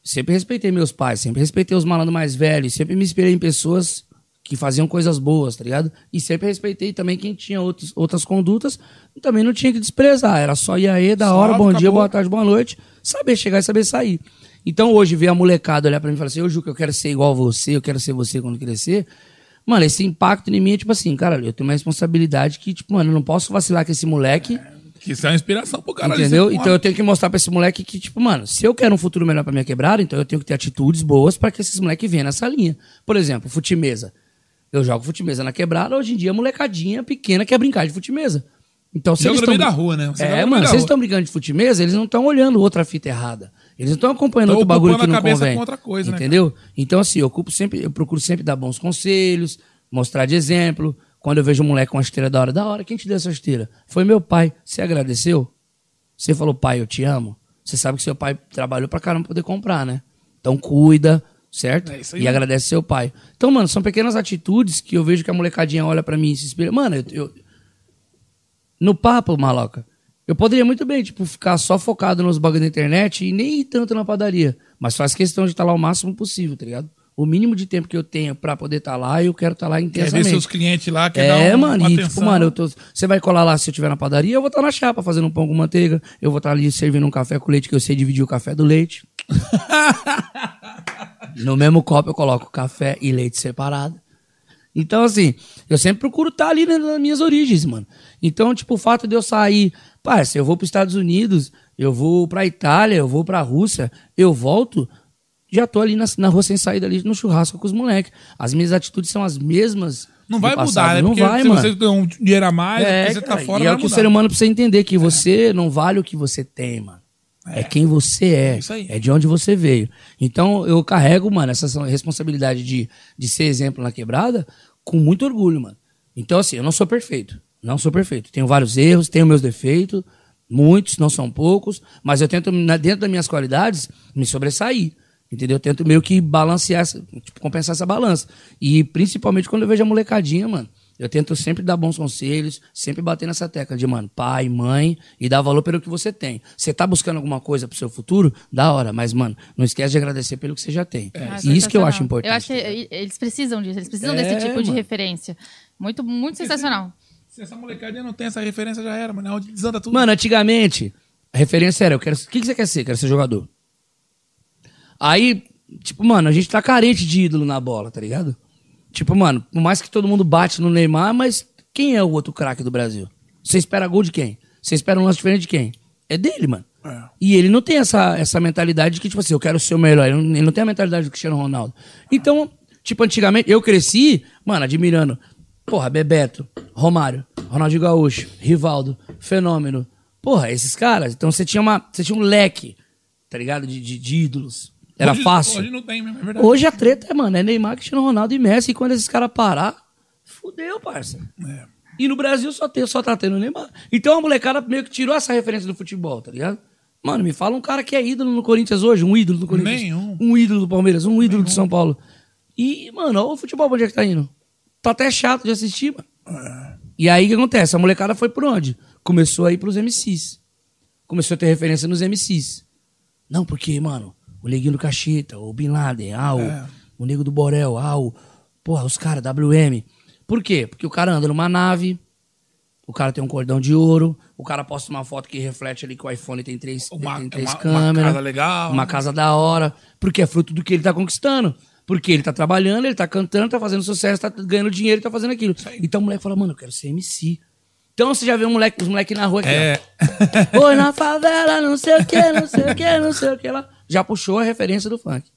S7: sempre respeitei meus pais, sempre respeitei os malandros mais velhos, sempre me inspirei em pessoas que faziam coisas boas, tá ligado? E sempre respeitei também quem tinha outros, outras condutas, e também não tinha que desprezar. Era só ir aí, da
S6: Só,
S7: hora, bom dia,
S6: acabou.
S7: boa tarde, boa noite, saber chegar e saber sair. Então hoje ver a molecada olhar pra mim e falar assim, eu Juca, eu quero ser igual a você, eu quero ser você quando crescer. Mano, esse impacto em mim é tipo assim, cara, eu tenho uma responsabilidade que, tipo, mano, eu não posso vacilar com esse moleque.
S6: Que isso é uma inspiração pro cara. é
S7: Entendeu? Então eu tenho que mostrar pra esse moleque que, tipo, mano, se eu quero um futuro melhor pra minha quebrada, então eu tenho que ter atitudes boas pra que esses moleques venham nessa linha. Por exemplo, futimesa. Eu jogo futimesa na quebrada, hoje em dia a molecadinha pequena quer brincar de futimesa. Então, se
S6: Joga
S7: eles
S6: no
S7: tão
S6: meio
S7: brin-
S6: da rua, né? Você joga no
S7: é,
S6: meio
S7: mano,
S6: da
S7: se eles
S6: rua.
S7: estão brincando de futimesa, eles não estão olhando outra fita errada. Eles não estão acompanhando
S6: Tão
S7: outro bagulho que
S6: Então ocupando a
S7: não
S6: cabeça
S7: convém.
S6: com outra coisa, né,
S7: entendeu? Então, assim, eu, ocupo sempre, eu procuro sempre dar bons conselhos, mostrar de exemplo. Quando eu vejo um moleque com uma esteira da hora, da hora, quem te deu essa esteira? Foi meu pai. Você agradeceu? Você falou, pai, eu te amo. Você sabe que seu pai trabalhou pra caramba pra poder comprar, né? Então cuida, certo?
S6: É isso aí.
S7: E agradece seu pai. Então, mano, são pequenas atitudes que eu vejo que a molecadinha olha pra mim e se espelha. Mano, eu, eu- no papo, maloca, eu poderia muito bem, tipo, ficar só focado nos bagulhos da internet e nem ir tanto na padaria. Mas faz questão de estar lá o máximo possível, tá ligado? O mínimo de tempo que eu tenho pra poder estar lá, eu quero estar lá
S6: Quer É, ver
S7: intensamente.
S6: seus clientes lá, quer
S7: É,
S6: dar um-
S7: mano,
S6: uma
S7: e
S6: atenção.
S7: tipo, mano, eu tô- você vai colar lá se eu tiver na padaria, eu vou estar na chapa fazendo um pão com manteiga, eu vou estar ali servindo um café com leite, que eu sei dividir o café do leite. no mesmo copo eu coloco café e leite separado. Então, assim, eu sempre procuro estar ali né, nas minhas origens, mano. Então, tipo, o fato de eu sair, parça, eu vou para os Estados Unidos, eu vou pra Itália, eu vou pra Rússia, eu volto, já tô ali na, na rua sem saída ali no churrasco com os moleques. As minhas atitudes são as mesmas.
S6: Não
S7: do
S6: vai
S7: passado.
S6: mudar, né?
S7: Não
S6: Porque
S7: vai,
S6: se
S7: mano.
S6: você ganhou um dinheiro a mais,
S7: É,
S6: porque você tá
S7: cara,
S6: fora,
S7: e é
S6: vai
S7: o que o
S6: mudar. É.
S7: ser humano precisa entender, que você não vale o que você tem, mano. É, quem você é.
S6: É isso aí.
S7: É de onde você veio. Então, eu carrego, mano, essa responsabilidade de, de ser exemplo na quebrada com muito orgulho, mano. Então, assim, eu não sou perfeito. Não sou perfeito. Tenho vários erros, tenho meus defeitos, muitos, não são poucos, mas eu tento, na- dentro das minhas qualidades, me sobressair. Entendeu? Eu tento meio que balancear, essa- tipo, compensar essa balança. E principalmente quando eu vejo a molecadinha, mano. Eu tento sempre dar bons conselhos, sempre bater nessa tecla de, mano, pai, mãe, e dar valor pelo que você tem. Você tá buscando alguma coisa pro seu futuro? Da hora, mas, mano, não esquece de agradecer pelo que você já tem.
S5: Ah,
S7: e isso que eu
S5: sensacional.
S7: acho importante.
S5: Eu acho que e- eles precisam disso, eles precisam
S7: É,
S5: desse tipo de
S7: mano.
S5: referência. Muito, muito sensacional.
S6: Se essa molecadinha não tem essa referência, já era, mano. É onde desanda tudo.
S7: Mano, antigamente, a referência era, eu quero. O que, que você quer ser? Quero ser jogador. Aí, tipo, mano, a gente tá carente de ídolo na bola, tá ligado? Tipo, mano, por mais que todo mundo bate no Neymar, mas quem é o outro craque do Brasil? Você espera gol de quem? Você espera um lance diferente de quem? É dele, mano. E ele não tem essa, essa mentalidade de que, tipo assim, eu quero ser o melhor. Ele não, ele não tem a mentalidade do Cristiano Ronaldo. Então, tipo, antigamente, eu cresci, mano, admirando. Porra, Bebeto, Romário, Ronaldinho Gaúcho, Rivaldo, Fenômeno. Porra, esses caras. Então você tinha, uma, você tinha um leque, tá ligado? De, de, de ídolos. Era
S6: Hoje-
S7: fácil.
S6: Hoje não tem mesmo, é verdade.
S7: Hoje a treta é, mano, é Neymar, Cristiano Ronaldo e Messi. E quando esses caras parar, fudeu, parça.
S6: É.
S7: E no Brasil só, tem, só tá tendo Neymar. Então a molecada meio que tirou essa referência do futebol, tá ligado? Mano, me fala um cara que é ídolo no Corinthians hoje, um ídolo do Corinthians.
S6: Nenhum.
S7: Um ídolo do Palmeiras, um ídolo do São Paulo. E, mano, olha o futebol pra onde é que tá indo. Tá até chato de assistir, mano.
S6: É.
S7: E aí o que acontece? A molecada foi por onde? Começou a ir pros MCs. Começou a ter referência nos MCs. Não, porque, mano, o Neguinho do Cacheta, o Bin Laden, ah, o,
S6: É.
S7: o Nego do Borel, ah, o, porra, os caras, WM. Por quê? Porque o cara anda numa nave, o cara tem um cordão de ouro, o cara posta uma foto que reflete ali que o iPhone tem três,
S6: Uma-
S7: tem três
S6: uma- uma
S7: câmeras.
S6: casa legal. né?
S7: Uma casa da hora. Porque é fruto do que ele tá conquistando. Porque ele tá trabalhando, ele tá cantando, tá fazendo sucesso, tá ganhando dinheiro, tá fazendo aquilo. Então o moleque fala, mano, eu quero ser MC. Então você já vê um moleque, os moleques na rua aqui,
S6: É.
S7: ó. Oi, na favela, não sei o que, não sei o que, não sei o que lá. Já puxou a referência do funk.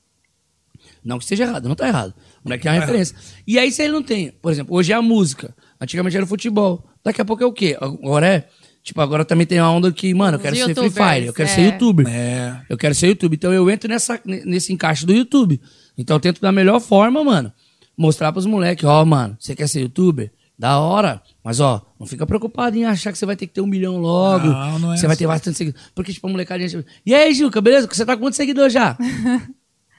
S7: Não que esteja errado, não tá errado. O moleque tem uma referência. E aí, se ele não tem, por exemplo, hoje é a música, antigamente era o futebol. Daqui a pouco é o quê? Agora é. Tipo, agora também tem uma onda que, mano, eu
S5: Os
S7: quero ser Free
S5: youtubers,
S7: Fire, eu quero
S5: é.
S7: ser youtuber.
S6: É.
S7: Eu quero ser YouTube. Então eu entro nessa, ne- nesse encaixe do YouTube. Então eu tento da melhor forma, mano, mostrar pros moleques, ó, mano, você quer ser youtuber? Da hora. Mas, ó, não fica preocupado em achar que você vai ter que ter um milhão logo.
S6: Não, não é
S7: Você vai ter bastante seguidor. Porque, tipo, a molecada... gente- E aí, Juca, beleza? Você tá com quantos seguidores já?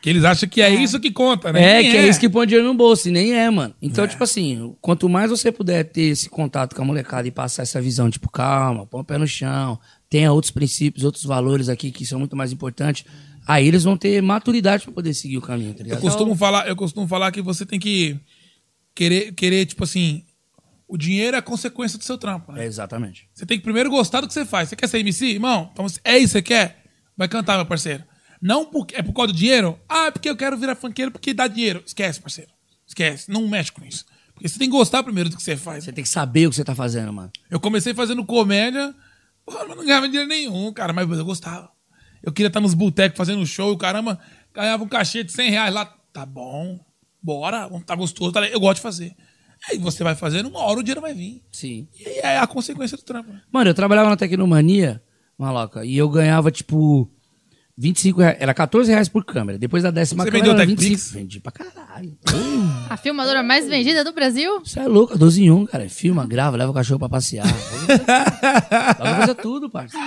S6: Que eles acham que é, isso que conta, né?
S7: É,
S6: Nem
S7: que é. isso que põe dinheiro no bolso, e nem é, mano. Então, tipo assim, quanto mais você puder ter esse contato com a molecada e passar essa visão, tipo, calma, põe o pé no chão, tenha outros princípios, outros valores aqui que são muito mais importantes, aí eles vão ter maturidade pra poder seguir o caminho, tá
S6: Eu
S7: ligado?
S6: costumo falar, eu costumo falar que você tem que querer, querer tipo assim, o dinheiro é a consequência do seu trampo, né?
S7: É, exatamente.
S6: Você tem que primeiro gostar do que você faz. Você quer ser MC, irmão? Então, é isso que você quer? Vai cantar, meu parceiro. Não porque é por causa do dinheiro? Ah, é porque eu quero virar funkeiro porque dá dinheiro. Esquece, parceiro. Esquece, não mexe com isso. Porque você tem que gostar primeiro do que você faz.
S7: Você tem que saber o que você tá fazendo, mano.
S6: Eu comecei fazendo comédia, porra, mas não ganhava dinheiro nenhum, cara, mas eu gostava. Eu queria estar nos botecos fazendo show, e o caramba, ganhava um cachê de 100 reais lá. Tá bom, bora, vamos- tá gostoso, tá le- eu gosto de fazer. Aí você vai fazendo, uma hora o dinheiro vai vir.
S7: Sim.
S6: E é a consequência do trampo. né?
S7: Mano, eu trabalhava na Tecnomania, maloca, e eu ganhava, tipo, 25 reais. Era 14 reais por câmera. Depois da décima
S6: Você
S7: câmera,
S6: vendeu
S7: era
S6: TechPix?
S7: 25. Vendi pra caralho.
S5: A filmadora mais vendida do Brasil?
S7: Você é louco, 12 em 1, cara. Filma, grava, leva o cachorro pra passear. Vai fazer tudo, parceiro.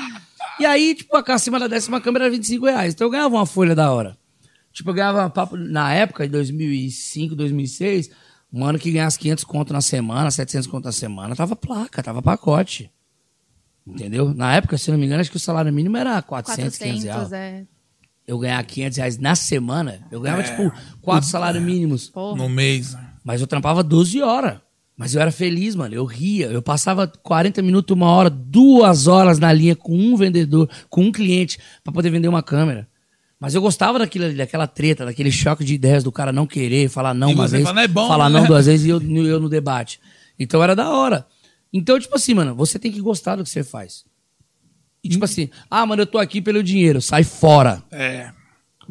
S7: E aí, tipo, a acima da décima câmera era 25 reais. Então eu ganhava uma folha da hora. Tipo, eu ganhava papo, na época, em 2005, 2006, um ano que ganhasse 500 conto na semana, 700 conto na semana, tava placa, tava pacote. Entendeu? Na época, se eu não me engano, acho que o salário mínimo era 400, 500 reais
S5: 400, é.
S7: eu ganhar 500 reais na semana, eu ganhava, tipo, quatro salários mínimos.
S5: Porra.
S6: No mês. né?
S7: Mas eu trampava 12 horas. Mas eu era feliz, mano. Eu ria. Eu passava 40 minutos, uma hora, duas horas na linha com um vendedor, com um cliente, pra poder vender uma câmera. Mas eu gostava daquilo, ali, daquela treta, daquele choque de ideias do cara não querer, falar não
S6: E
S7: uma
S6: você
S7: vez,
S6: fala, "Não é bom",
S7: falar
S6: né?
S7: não duas vezes e eu, eu no debate. Então era da hora. Então, tipo assim, mano, você tem que gostar do que você faz. E
S6: Hum.
S7: tipo assim, ah, mano, eu tô aqui pelo dinheiro. Sai fora.
S6: É.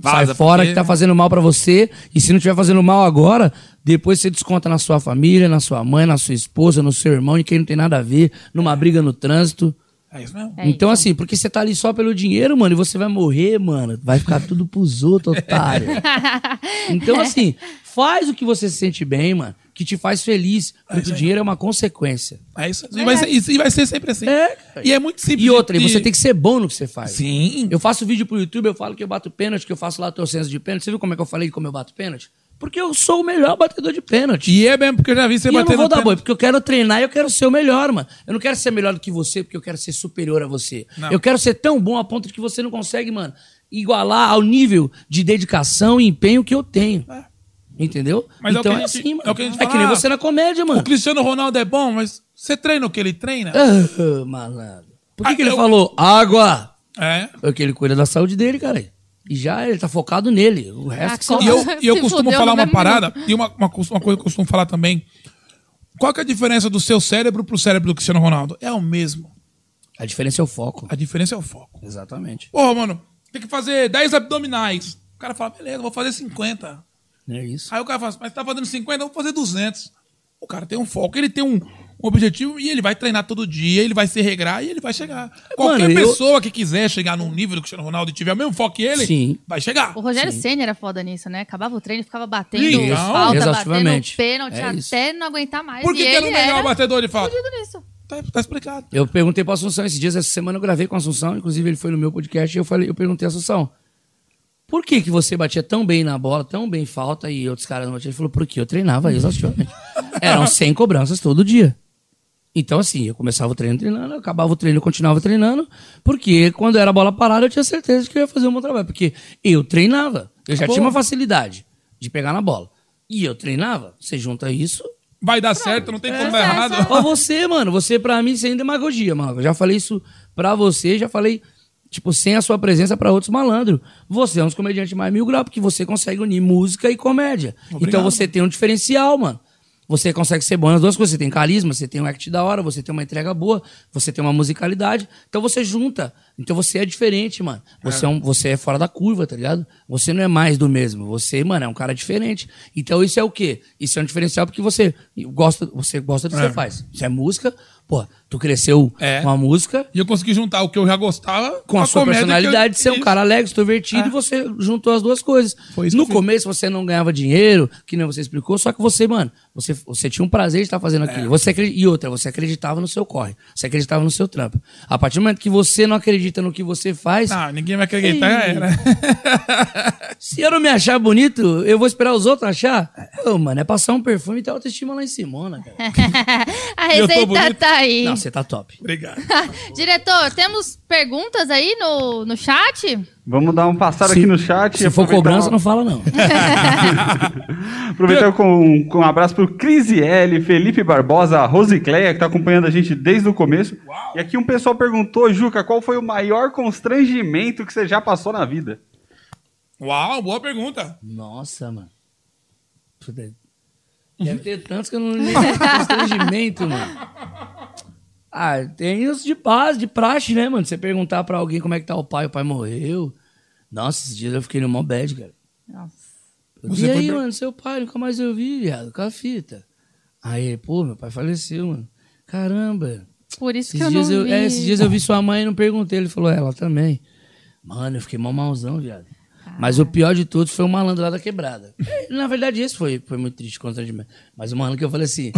S7: Sai fora que tá fazendo mal pra você. E se não estiver fazendo mal agora, depois você desconta na sua família, na sua mãe, na sua esposa, no seu irmão, em quem não tem nada a ver, numa briga no trânsito.
S6: É isso mesmo.
S5: É
S7: então, assim, porque você tá ali só pelo dinheiro, mano, e você vai morrer, mano. Vai ficar tudo pros outros, otário. Então, assim, faz o que você se sente bem, mano, que te faz feliz. Porque o dinheiro é uma consequência.
S6: É isso. E vai, ser, e vai ser sempre assim.
S7: É.
S6: E é muito simples.
S7: E outra, e
S6: de-
S7: você tem que ser bom no que você faz.
S6: Sim.
S7: Eu faço vídeo pro YouTube, eu falo que eu bato pênalti, que eu faço lá torcendo de pênalti. Você viu como é que eu falei de como eu bato pênalti? Porque eu sou o melhor batedor de pênalti.
S6: E é mesmo, porque eu já vi você
S7: E eu não
S6: batendo.
S7: vou dar
S6: pênalti.
S7: boi, porque eu quero treinar e eu quero ser o melhor, mano. Eu não quero ser melhor do que você, porque eu quero ser superior a você.
S6: Não.
S7: Eu quero ser tão bom a ponto de que você não consegue, mano, igualar ao nível de dedicação e empenho que eu tenho. Entendeu?
S6: É. Mas é o
S7: então
S6: que a
S7: é,
S6: gente-
S7: assim, mano.
S6: é o que a gente
S7: é que nem
S6: fala.
S7: você na comédia, mano.
S6: O Cristiano Ronaldo é bom, mas você treina o que ele treina?
S7: Ah, malandro. Por que,
S6: Ah,
S7: que ele
S6: eu-
S7: falou água?
S6: É.
S7: Porque ele cuida da saúde dele, cara. E já ele tá focado nele. O resto
S5: Ah,
S7: que você
S5: com-
S6: E eu,
S5: Se
S6: e eu costumo
S5: fudeu
S6: falar
S5: no
S6: uma
S5: mesmo
S6: parada, e uma, uma, cos- uma coisa que eu costumo falar também. Qual que é a diferença do seu cérebro pro cérebro do Cristiano Ronaldo? É o mesmo.
S7: A diferença é o foco.
S6: A diferença é o foco.
S7: Exatamente.
S6: Porra, mano, tem que fazer 10 abdominais. O cara fala, assim, beleza, vou fazer 50.
S7: É isso.
S6: Aí o cara fala, mas tá fazendo 50, eu vou fazer 200. O cara tem um foco, ele tem um, um objetivo e ele vai treinar todo dia, ele vai se regrar e ele vai chegar. Qualquer
S7: eu-
S6: pessoa que quiser chegar num nível do Cristiano Ronaldo e tiver o mesmo foco que ele,
S7: Sim.
S6: vai chegar.
S5: O Rogério Senna era foda nisso, né? Acabava o treino, ele ficava batendo
S6: Legal.
S5: falta, batendo um
S7: Exaustivamente.
S5: pênalti,
S7: É isso.
S5: até não aguentar mais.
S6: Por que,
S5: e
S6: que ele é o melhor batedor de falta?
S5: fudido nisso.
S6: Tá, tá explicado.
S7: Eu perguntei pra Assunção esses dias, essa semana eu gravei com a Assunção, inclusive ele foi no meu podcast e eu, falei, eu perguntei a Assunção, por que que você batia tão bem na bola, tão bem em falta e outros caras não batiam? Ele falou, porque eu treinava exaustivamente. Eram 100 cobranças todo dia. Então assim, eu começava o treino treinando, eu acabava o treino, eu continuava treinando, porque quando era bola parada eu tinha certeza que eu ia fazer um bom trabalho, porque eu treinava, eu já tinha uma facilidade de pegar na bola. E eu treinava, você junta isso,
S6: Vai dar certo, não tem
S5: É,
S6: como dar errado.
S7: Ó, você, mano, você pra mim sem demagogia, mano. Eu já falei isso pra você, já falei, tipo, sem a sua presença pra outros malandros. Você é um dos comediantes mais mil graus, porque você consegue unir música e comédia. Então você tem um diferencial, mano. Você consegue ser bom nas duas coisas. Você tem carisma, você tem um act da hora, você tem uma entrega boa, você tem uma musicalidade. Então você junta. Então você é diferente, mano. Você é, um- você é fora da curva, tá ligado? Você não é mais do mesmo. Você, mano, é um cara diferente. Então isso é o quê? Isso é um diferencial porque você gosta, você gosta do que
S6: É.
S7: você faz. Isso é música. Pô, tu cresceu
S6: É.
S7: com a música,
S6: E eu consegui juntar o que eu já gostava
S7: com a, sua
S6: comédia que eu-
S7: personalidade, de ser um
S6: Isso.
S7: cara alegre, extrovertido, e você juntou as duas coisas.
S6: Foi isso
S7: no
S6: que eu fiz.
S7: começo você não ganhava dinheiro, que nem você explicou, só que você, mano, você, você tinha um prazer de estar fazendo
S6: É.
S7: aquilo. Você acredi- e outra, você acreditava no seu corre, você acreditava no seu trampo. A partir do momento que você não acredita no que você faz,
S6: Não, ninguém vai acreditar, já era.
S7: se eu não me achar bonito, eu vou esperar os outros achar? Ô, mano, é passar um perfume e ter autoestima lá em cima, né, cara?
S5: A
S6: Eu tô
S5: receita
S6: bonito?
S5: tá aí.
S7: Não, você tá top.
S6: Obrigado.
S5: Diretor, temos perguntas aí no, no chat?
S2: Vamos dar um passar
S7: Se-
S2: aqui no chat.
S7: Se for
S2: aproveitar-
S7: cobrança, não fala não.
S2: Aproveitar com, com um abraço pro Crisiele, Felipe Barbosa, Rosicleia, que tá acompanhando a gente desde o começo. E aqui um pessoal perguntou, Juca, qual foi o maior constrangimento que você já passou na vida?
S6: Uau, boa pergunta.
S7: Nossa, mano. Puta.
S6: Uhum.
S7: Deve ter tantos que eu não lembro de constrangimento, mano. Ah, tem isso de paz, de praxe, né, mano? Você perguntar pra alguém como é que tá o pai, o pai morreu. Nossa, esses dias eu fiquei no mó bad, cara.
S6: Você
S7: e
S6: foi
S7: aí,
S6: per-
S7: mano, seu pai, nunca mais eu vi, viado, com a fita. Aí, pô, meu pai faleceu, mano. Caramba.
S5: Por isso que
S7: Esses
S5: eu
S7: dias
S5: não
S7: eu,
S5: vi.
S7: é, esses dias eu vi sua mãe e não perguntei. Ele falou, "É, ela também. Mano, eu fiquei mal malzão, viado.
S5: Ah.
S7: Mas o pior de todos foi o malandro lá da quebrada. Na verdade, esse foi, foi muito triste contra de mim. Mas o malandro que eu falei assim: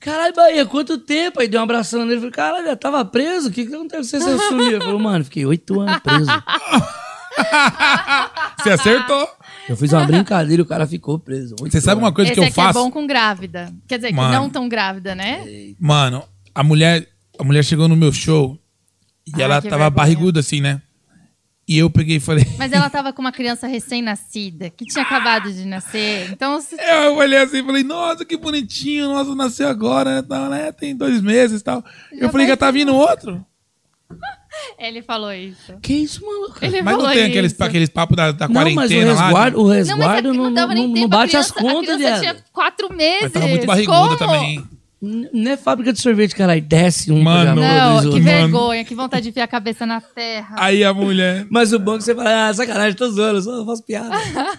S7: Caralho, Bahia, quanto tempo? Aí deu um abração nele. Falei, caralho, eu tava preso? O que, que aconteceu se eu sumir? Ele falou, mano, fiquei oito anos preso.
S6: Você acertou.
S7: Eu fiz uma brincadeira e o cara ficou preso. oito
S6: Você sabe
S7: anos.
S6: uma coisa
S5: Esse
S6: que eu
S5: aqui
S6: faço?
S5: é bom com grávida. Quer dizer, que
S6: Mano.
S5: não tão grávida, né?
S6: Mano, a mulher, a mulher chegou no meu show e
S5: Ai,
S6: ela
S5: Ah, que
S6: tava
S5: vergonha.
S6: barriguda assim, né? E eu peguei e falei.
S5: Mas ela tava com uma criança recém-nascida, que tinha acabado de nascer. Então, se-
S6: Eu olhei assim e falei, nossa, que bonitinho, nossa, nasceu agora, né? Tal, né? Tem dois meses e tal.
S5: Já
S6: Eu falei,
S5: vai
S6: já tá vindo outro.
S5: ele falou isso.
S7: Que isso, maluco?
S5: Ele
S6: Mas
S5: falou
S6: não tem
S5: isso.
S6: aqueles, aqueles papos da, da
S7: Não, mas o
S6: quarentena lá. né?
S7: resguardo, o
S5: Não, mas é
S7: resguardo
S5: que
S7: não,
S5: dava nem
S7: não- não
S5: tempo.
S7: bate
S5: a
S7: as
S5: criança,
S7: contas,
S5: a criança
S7: viado.
S5: tinha quatro meses.
S6: Mas tava muito barriguda
S5: Como?
S6: também. hein?
S7: N- Não é fábrica de sorvete, caralho. Desce um
S6: Mano.
S7: pra já
S5: Não,
S7: produz
S5: que
S7: outro.
S5: vergonha, que vontade de enfiar a cabeça na terra.
S6: Aí a mulher.
S7: Mas o banco você fala, ah, sacanagem, tô zoando, só faço piada.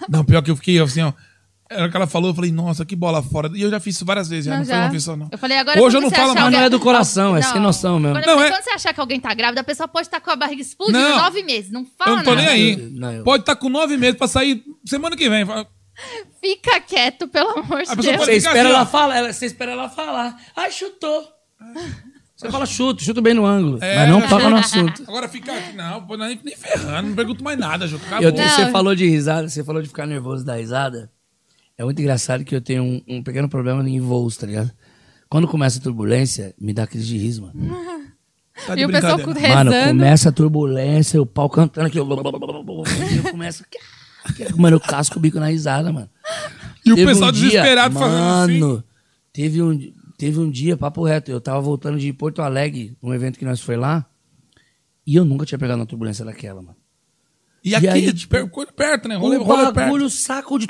S6: Não, pior que eu fiquei assim, ó. Era o que ela falou, eu falei, nossa, que bola fora. E eu já fiz isso várias vezes, já. Não, foi uma vez só, não.
S5: Eu falei, agora
S6: Hoje eu
S5: quando
S6: não
S5: você
S6: falo
S5: achar
S6: mais.
S7: Mas não
S5: alguém-
S7: é do coração, é sem noção mesmo.
S5: Quando,
S6: Não,
S5: você-
S6: é-
S5: quando você achar que alguém tá grávida, a pessoa pode estar com a barriga explodindo
S6: Não.
S5: nove meses. Não
S6: Eu
S5: fala
S6: não tô nem
S5: nada.
S6: aí.
S7: Não, eu-
S6: Pode estar com nove meses pra sair semana que vem. Fala,
S5: Fica quieto, pelo amor de
S6: pessoa
S5: Deus.
S6: pode-
S7: Você
S6: fica
S7: espera
S6: assim, ó.
S7: ela falar, ela- você espera ela falar. Ai, chutou. Você fala chuto, chuto bem no ângulo.
S6: É,
S7: mas não
S6: já
S7: toca
S6: sei.
S7: no assunto.
S6: Agora fica aqui. Não, pô, nem, nem ferrando, não pergunto mais nada, Ju. Acabou.
S7: Eu tenho-
S5: Não.
S7: você falou de risada, você falou de ficar nervoso da risada. É muito engraçado que eu tenho um, um pequeno problema em voos, tá ligado? Quando começa a turbulência, me dá crise de riso, mano.
S6: Tá de
S5: E o pessoal
S6: brincadeira.
S5: rezando.
S7: Mano, começa a turbulência, o pau cantando aqui. eu- e eu começo. Mano, eu casco o bico na risada, mano.
S6: E o
S7: Teve
S6: pessoal
S7: um dia-
S6: desesperado fazendo assim.
S7: Mano, teve um, teve um dia, papo reto, eu tava voltando de Porto Alegre, um evento que nós foi lá, e eu nunca tinha pegado uma turbulência daquela, mano.
S6: E aqui,
S7: aí,
S6: de per- coisa perto, né? Rolê,
S7: o
S6: rolê perto.
S7: Um bagulho saco de...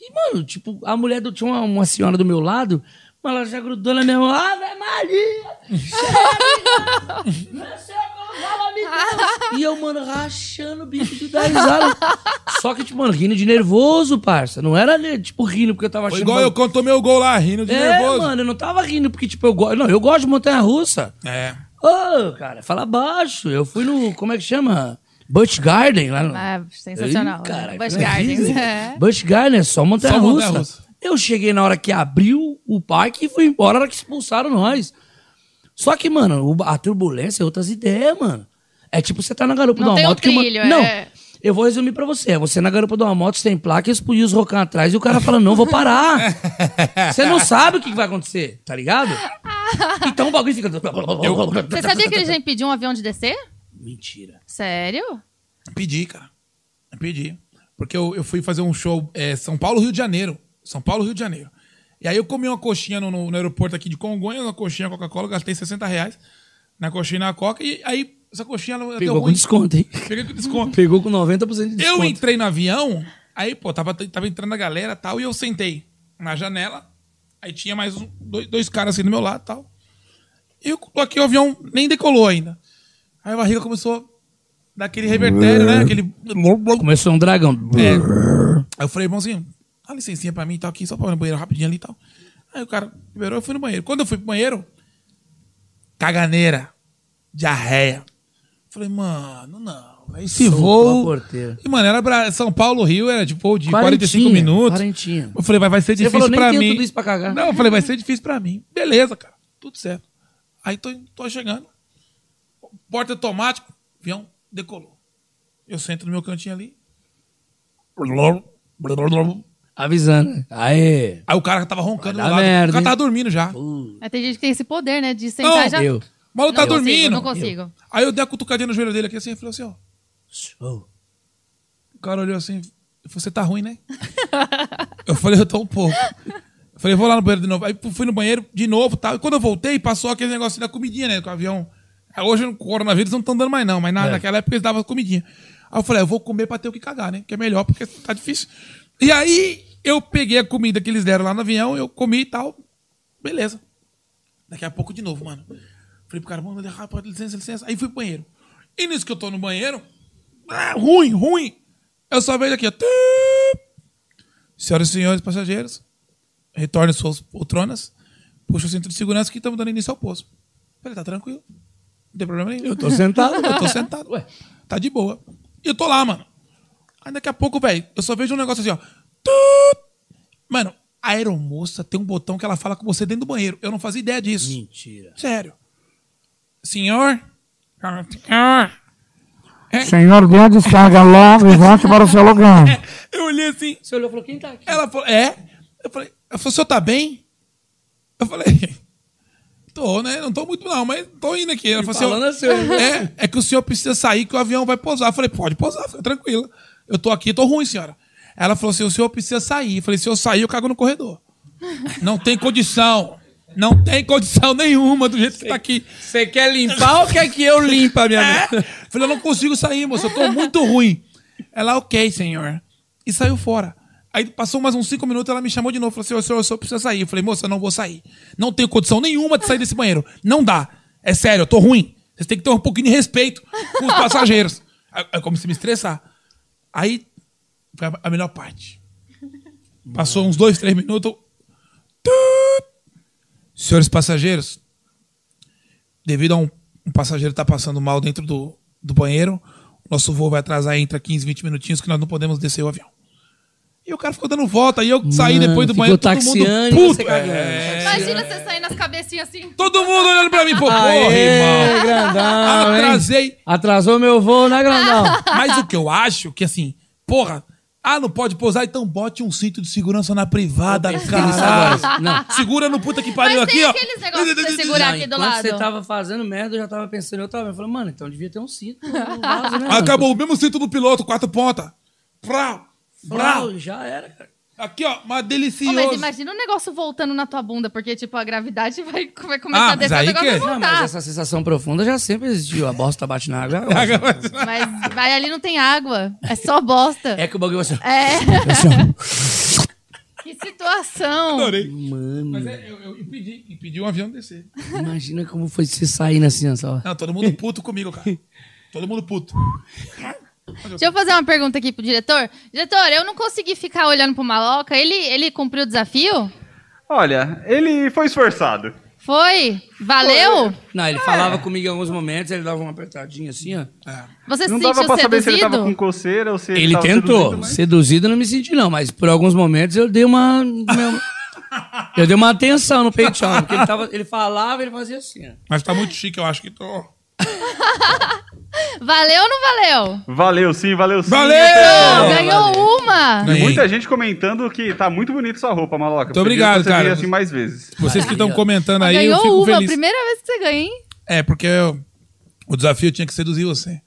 S7: E, mano, tipo, a mulher do... Tinha uma, uma senhora do meu lado, mas ela já grudou na minha mão. Ave Maria! é Chega, menina! Não sei como E eu, mano, rachando o bico de dar risada. Só que, tipo, mano, rindo de nervoso, parça. Não era, né, tipo, rindo porque eu tava
S4: Foi
S7: achando...
S4: igual eu quando tomei o gol lá, rindo de
S7: É,
S4: nervoso.
S7: mano, eu não tava rindo porque, tipo, eu gosto... Não, eu gosto de montanha-russa.
S4: É.
S7: Ô, cara, fala baixo. Eu fui no... Como é que chama? Busch Garden, lá no...
S5: Ah, sensacional.
S7: Ih, caralho,
S5: Bush
S7: que
S5: Gardens.
S7: horrível.
S5: é.
S7: Busch Garden é só montanha
S4: Só montanha-russa.
S7: russa. Eu cheguei na hora que abriu o parque e fui embora na hora que expulsaram nós. Só que, mano, o- a turbulência é outras ideias, mano. É tipo você tá na garupa
S5: Não
S7: de
S5: tem
S7: uma
S5: o
S7: moto que
S5: trilho,
S7: uma... Não,
S5: é.
S7: eu vou resumir pra você. É Você na garupa de uma moto sem placa, explodiu os rocão atrás e o cara fala, não, vou parar. você não sabe o que que vai acontecer, tá ligado? Então o bagulho fica...
S5: Você sabia que ele já impediu um avião de descer?
S7: Mentira.
S5: Sério?
S4: Pedi, cara. Pedi. Porque eu, eu fui fazer um show é, São Paulo, Rio de Janeiro. São Paulo, Rio de Janeiro. E aí eu comi uma coxinha no, no- no aeroporto aqui de Congonhas, uma coxinha Coca-Cola, gastei 60 reais na coxinha e na Coca. E aí essa coxinha ela deu
S7: Pegou com
S4: ruim.
S7: desconto, hein?
S4: Peguei com desconto.
S7: Pegou com 90% de desconto.
S4: Eu entrei no avião, aí, pô, tava, tava entrando a galera e tal, e eu sentei na janela, aí tinha mais um- dois, dois caras assim do meu lado e tal. E eu coloquei o avião, nem decolou ainda. Aí a barriga começou a dar aquele revertério, né? Aquele.
S7: Começou um dragão.
S4: É. Aí eu falei, irmãozinho, dá licencinha pra mim e tal, aqui, só pra ir no banheiro rapidinho ali e tal. Aí o cara liberou, eu fui no banheiro. Quando eu fui pro banheiro, caganeira, diarreia. Falei, mano, não. é Aí esse
S7: Soltou
S4: voo.
S7: a porteira.
S4: E, mano, era pra São Paulo, Rio, era tipo de
S7: Quarentinha,
S4: 45 minutos.
S7: quarentinha.
S4: Eu falei, vai, vai ser difícil
S7: falou, nem
S4: pra
S7: tenho
S4: mim.
S7: tudo isso pra cagar.
S4: Não, eu falei, vai ser difícil pra mim. Beleza, cara, tudo certo. Aí tô, tô chegando, porta automático, avião decolou. Eu sento no meu cantinho ali.
S7: Avisando. né? Aê!
S4: Aí o cara tava roncando do
S7: Vai dar
S4: lado.
S7: merda,
S4: o cara tava
S7: hein?
S4: dormindo já.
S5: Mas tem gente que tem esse poder, né? De sentar
S4: Não,
S5: já.
S7: Eu.
S4: O maluco tá
S5: não consigo,
S4: dormindo.
S5: Não consigo.
S4: Aí eu dei a cutucadinha no joelho dele aqui assim e falei assim, ó.
S7: Oh.
S4: O cara olhou assim, você tá ruim, né? eu falei, eu tô um pouco. Eu falei, vou lá no banheiro de novo. Aí fui no banheiro de novo tal. E quando eu voltei, passou aquele negócio da comidinha, né? Com o avião. Ah, Hoje no coronavírus não estão dando mais, não, mas
S7: É.
S4: na, naquela época eles davam comidinha. Aí eu falei, "Ah, eu vou comer pra ter o que cagar, né? Que é melhor, porque tá difícil. E aí eu peguei a comida que eles deram lá no avião, eu comi e tal. Beleza. Daqui a pouco de novo, mano. Falei pro cara, mano, é rapaz, licença, licença. Aí fui pro banheiro. E nisso que eu tô no banheiro, ah, ruim, ruim. Eu só vejo aqui, ó. tup. Senhoras e senhores passageiros, retornem suas poltronas, puxa o cinto de segurança que estamos dando início ao pouso. Falei, tá tranquilo. Não tem problema nenhum.
S7: Eu tô sentado.
S4: Eu tô sentado, ué. Tá de boa. E eu tô lá, mano. Aí daqui a pouco, velho, eu só vejo um negócio assim, ó. Tut. Mano, a aeromoça tem um botão que ela fala com você dentro do banheiro. Eu não fazia ideia disso.
S7: Mentira.
S4: Sério. Senhor? Senhor?
S3: Senhor Guedes, carga logo e volte é para o seu lugar.
S4: Eu olhei assim.
S7: Você olhou e falou, quem tá aqui?
S4: Ela falou, é? Eu falei, ela falou, o senhor tá bem? Eu falei, tô, né? Não tô muito não, mas tô indo aqui. Ela
S7: E
S4: falou
S7: falando
S4: assim,
S7: assim,
S4: ó,
S7: ó.
S4: é, é que o senhor precisa sair que o avião vai pousar. Eu falei, pode pousar, fica tranquila. Eu tô aqui, tô ruim, senhora. Ela falou assim, o senhor precisa sair. Eu falei, se eu sair, eu cago no corredor. Não tem condição. Não tem condição nenhuma do jeito que você tá aqui.
S7: Você quer limpar ou quer que eu limpa, minha
S4: É? Falei, eu não consigo sair, moço, eu tô muito ruim. Ela, ok, senhor. E saiu fora. Aí passou mais uns cinco minutos, ela me chamou de novo. Falou, assim, senhor, senhor, o senhor precisa sair. Eu falei, moça, eu não vou sair. Não tenho condição nenhuma de sair desse banheiro. Não dá. É sério, eu tô ruim. Vocês têm que ter um pouquinho de respeito com os passageiros. Aí Eu comecei a me estressar. Aí, foi a- a melhor parte. Passou uns dois, três minutos. Tut. Senhores passageiros, devido a um, um passageiro estar passando mal dentro do, do banheiro, nosso voo vai atrasar entre 15 e 20 minutinhos que nós não podemos descer o avião. E o cara ficou dando volta, e eu saí depois do
S7: ficou
S4: banheiro, todo
S7: taxiando
S4: mundo
S7: e
S4: puto.
S7: você cagando.
S4: É,
S5: Imagina você sair nas cabecinhas assim.
S4: todo mundo olhando pra mim, pô, porra,
S7: Aê,
S4: irmão.
S7: grandão, hein?
S4: Atrasei.
S7: Atrasou meu voo, né, grandão?
S4: Mas o que eu acho, que assim, porra, ah, não pode pousar, então bote um cinto de segurança na privada, cara.
S7: Não.
S4: Segura no puta que pariu
S5: Mas
S4: aqui,
S5: tem
S4: ó.
S5: aqueles negócios pra segurar aqui do
S7: Enquanto
S5: lado.
S7: você tava fazendo merda, eu já tava pensando, eu tava falando, mano, então devia ter um cinto. no vaso, né, mano?
S4: Acabou o mesmo cinto do piloto, quatro pontas. Prá, prá.
S7: Não, "Ah, já era, cara.
S4: Aqui, ó, mas
S5: Ô,
S4: delicioso.
S5: mas imagina o negócio voltando na tua bunda, porque, tipo, a gravidade vai, vai
S4: Ah,
S5: começar a
S4: mas
S5: descer,
S4: aí
S5: o negócio
S6: é.
S4: que-
S5: vai
S7: Não, mas
S5: voltar.
S7: essa sensação profunda já sempre existiu. A bosta bate na água. agora.
S5: Mas vai ali não tem água. É só bosta.
S7: É que o bagulho vai ser...
S5: É. que revelação.
S6: Adorei. Mas
S7: Mano,
S6: é, eu, eu impedi, impedi um avião descer.
S7: imagina como foi você saindo assim, ó. só.
S6: Não, todo mundo puto comigo, cara. Todo mundo puto.
S5: Deixa eu fazer uma pergunta aqui pro diretor. Diretor, eu não consegui ficar olhando pro Maloca. Ele, ele cumpriu o desafio?
S2: Olha, ele foi esforçado.
S5: Foi? Valeu?
S7: Não, ele falava comigo em alguns momentos, ele dava uma apertadinha assim, ó.
S5: Você se
S2: Não dava
S5: sentiu
S2: pra saber se ele
S5: seduzido?
S2: tava com coceira ou se ele,
S7: Ele
S2: tava
S7: tentou.
S2: seduzido, mas-
S7: Seduzido eu não me senti, não, mas por alguns momentos eu dei uma. meu- eu dei uma atenção no peitão, porque ele, tava, ele falava ele fazia assim, ó.
S6: Mas tá muito chique, eu acho que tô.
S5: Valeu ou não valeu?
S2: Valeu sim, valeu sim.
S6: Valeu!
S5: Ah,
S6: É, Não,
S5: ganhou uma!
S2: Tem
S6: Sim.
S2: muita gente comentando que tá muito bonita sua roupa, maloca.
S6: Muito
S2: Podia
S6: obrigado,
S2: você vir
S6: cara.
S2: assim mais vezes.
S6: Vocês que estão comentando aí, eu
S5: ganhou
S6: fico
S5: uma,
S6: feliz.
S5: primeira vez que você ganha, hein?
S6: É, porque eu- o desafio tinha que seduzir você.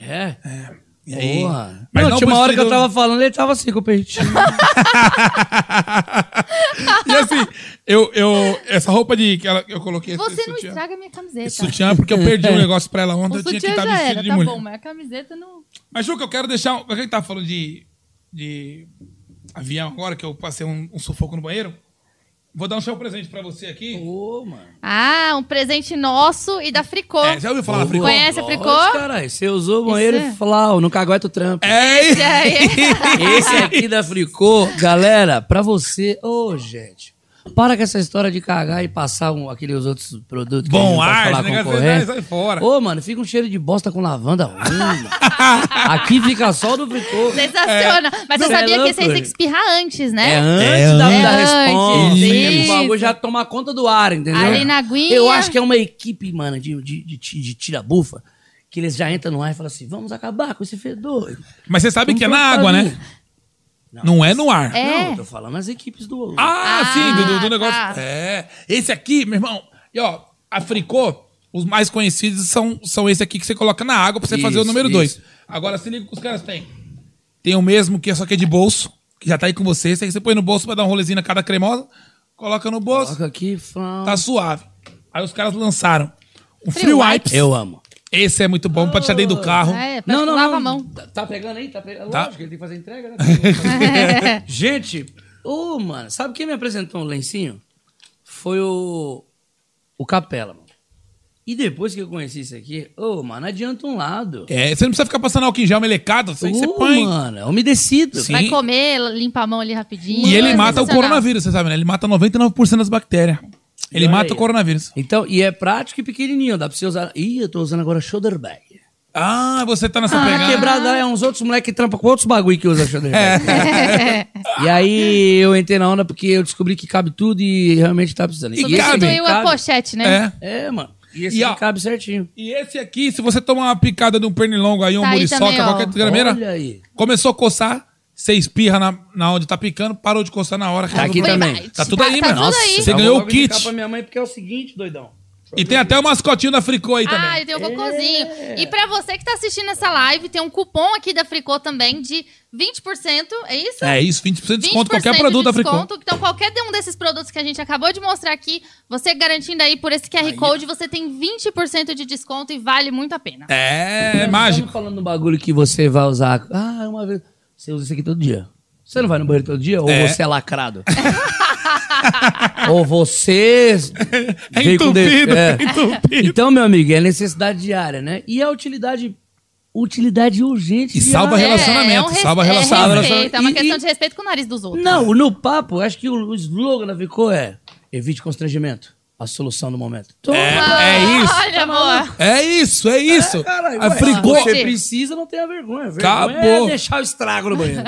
S7: É? É.
S6: E aí?
S7: Porra.
S6: Mas
S7: não,
S6: não
S7: tinha uma hora que eu
S6: possível.
S7: tava falando, ele tava assim com o peitinho.
S6: E assim, eu, eu, essa roupa de que ela, eu coloquei esse
S5: Você não
S6: sutiã-
S5: estraga minha camiseta.
S6: esse sutiã, porque eu perdi um negócio pra ela ontem,
S5: o
S6: eu tinha que
S5: sutiã
S6: estar
S5: já
S6: vestido
S5: era,
S6: de
S5: tá
S6: mulher.
S5: bom, mas a camiseta não.
S6: Mas, Juca, eu quero deixar. um- A gente tá falando de, de avião agora, que eu passei um, um sufoco no banheiro. Vou dar um seu presente pra você aqui.
S7: Ô, mano.
S5: Ah, um presente nosso e da Fricô.
S6: É, já ouviu falar da Fricô?
S5: Conhece a
S7: Nossa,
S5: Fricô?
S7: caralho, você usou o banheiro
S5: Isso é-
S7: e flau, no cagueta o trampo.
S6: É!
S7: Esse aqui da Fricô, galera, pra você, ô gente, para com essa história de cagar e passar um- aqueles outros produtos que
S6: Bom
S7: a gente não pode
S6: ar,
S7: falar
S6: esse negócio
S7: concorrente.
S6: sai- sai fora.
S7: Ô, mano, fica um cheiro de bosta com lavanda ruim. mano. aqui fica só do Fricô.
S5: Sensacional. Mas
S7: Não,
S5: você sabia
S7: é
S5: que vocês
S7: louco.
S5: têm que espirrar antes, né?
S7: É antes da,
S5: antes.
S7: da
S5: É
S7: resposta.
S5: antes,
S7: Sim,
S5: isso.
S7: O bagulho já tomar conta do ar, entendeu?
S5: Ali na aguinha.
S7: Eu acho que é uma equipe, mano, de, de, de, ti- de tira-bufa, que eles já entram no ar e falam assim, vamos acabar com esse fedor.
S6: Mas você sabe
S7: Vamos
S6: que é na
S7: pra
S6: água,
S7: mim.
S6: né? Não, é no ar.
S5: É.
S7: Não, eu tô falando as equipes do ouro.
S6: Ah,
S5: Ah,
S6: sim, do, do- do negócio.
S5: tá.
S6: É. Esse aqui, meu irmão. E ó, a Fricô, os mais conhecidos são, são esse aqui que você coloca na água pra você fazer o
S7: Isso,
S6: número
S7: isso.
S6: 2. Agora se liga que os caras têm. Tem o mesmo que é só que é de bolso, que já tá aí com você. Esse aí você põe no bolso pra dar um rolezinho na cada cremosa, coloca no bolso,
S7: Coloca aqui, flam.
S6: tá suave. Aí os caras lançaram o Free,
S5: Free
S6: Wipes.
S7: Eu amo.
S6: Esse é muito bom pra tirar dentro do carro.
S5: É, pra não, lava a mão.
S7: Tá, tá pegando aí? Tá pegando.
S6: Tá.
S7: Lógico, ele tem que fazer a entrega, né? Gente, ô, mano, sabe quem me apresentou um lencinho? Foi o. O Capela, mano. E depois que eu conheci isso aqui, ô, mano, não adianta um lado.
S6: É, você não precisa ficar passando álcool em gel melecado, você, você
S7: Ô,
S6: põe.
S7: mano, é umedecido.
S6: Sim.
S5: Vai comer, limpa a mão ali rapidinho.
S6: E ele
S5: É
S6: mata o
S5: sensacional.
S6: coronavírus, você sabe, né? Ele mata 99% das bactérias. Ele
S7: olha
S6: mata
S7: aí.
S6: o coronavírus.
S7: Então, e é prático e pequenininho, dá pra você usar. Ih, eu tô usando agora shoulder bag.
S6: Ah, É. você tá nessa
S7: Tá
S6: pegada.
S7: quebrado é uns outros moleques que trampam com outros bagulho que usa shoulder bag. É. E aí eu entrei na onda porque eu descobri que cabe tudo e realmente tá precisando. E esse aqui
S5: Substituiu a
S7: cabe.
S5: pochete, né?
S6: É.
S7: É, mano. E esse
S6: E, ó,
S7: aqui cabe certinho.
S6: E esse aqui, se você tomar uma picada de um pernilongo aí, um
S5: Tá aí
S6: muriçoca,
S5: também, ó.
S6: qualquer
S7: Olha
S6: desgrameira,
S7: aí.
S6: começou a coçar, você espirra na, na onde tá picando, parou de coçar na hora.
S7: Tá aqui
S6: resolveu.
S7: também. um
S5: Vai,
S6: Tá tudo aí,
S5: tá
S6: mano.
S5: tudo aí.
S6: Você
S7: Eu
S6: ganhou
S7: vou
S6: o
S7: logo indicar
S6: kit.
S7: pra minha mãe porque é o seguinte, doidão.
S6: E tem até o mascotinho da Fricô aí
S5: Ah,
S6: também.
S5: ele tem um cocôzinho. E pra você que tá assistindo essa live, tem um cupom aqui da Fricô também de 20%, é isso?
S6: É isso, 20% de
S5: 20%
S6: desconto, qualquer produto
S5: de
S6: da Fricô.
S5: desconto. Então, qualquer de um desses produtos que a gente acabou de mostrar aqui, você garantindo aí por esse QR Code, você tem 20% de desconto e vale muito a pena.
S6: É, mágico.
S7: Estamos falando do bagulho que você vai usar. Ah, uma vez. Você usa isso aqui todo dia. Você não vai no banheiro todo dia? Ou
S6: É.
S7: você é lacrado? ou você.
S6: É
S7: veio com de-
S6: entupido,
S7: é.
S6: é entupido.
S7: Então, meu amigo, é necessidade diária, né? E a utilidade. Utilidade urgente.
S6: E
S7: de
S6: salva
S7: água.
S5: É,
S6: relacionamento,
S5: res-
S6: salva relacionamento.
S5: respeito, é uma
S7: E-
S5: questão
S7: e-
S5: de respeito com o nariz dos outros.
S7: Não, no papo, acho que o o slogan da Vicô é evite constrangimento. A solução do momento. Então,
S6: É, é isso.
S5: Olha, amor.
S6: É isso, é isso.
S7: caralho,
S6: a
S7: ué,
S6: Fricô.
S7: se Você precisa, não tenha vergonha. vergonha
S6: Acabou.
S7: É deixar o estrago no banheiro.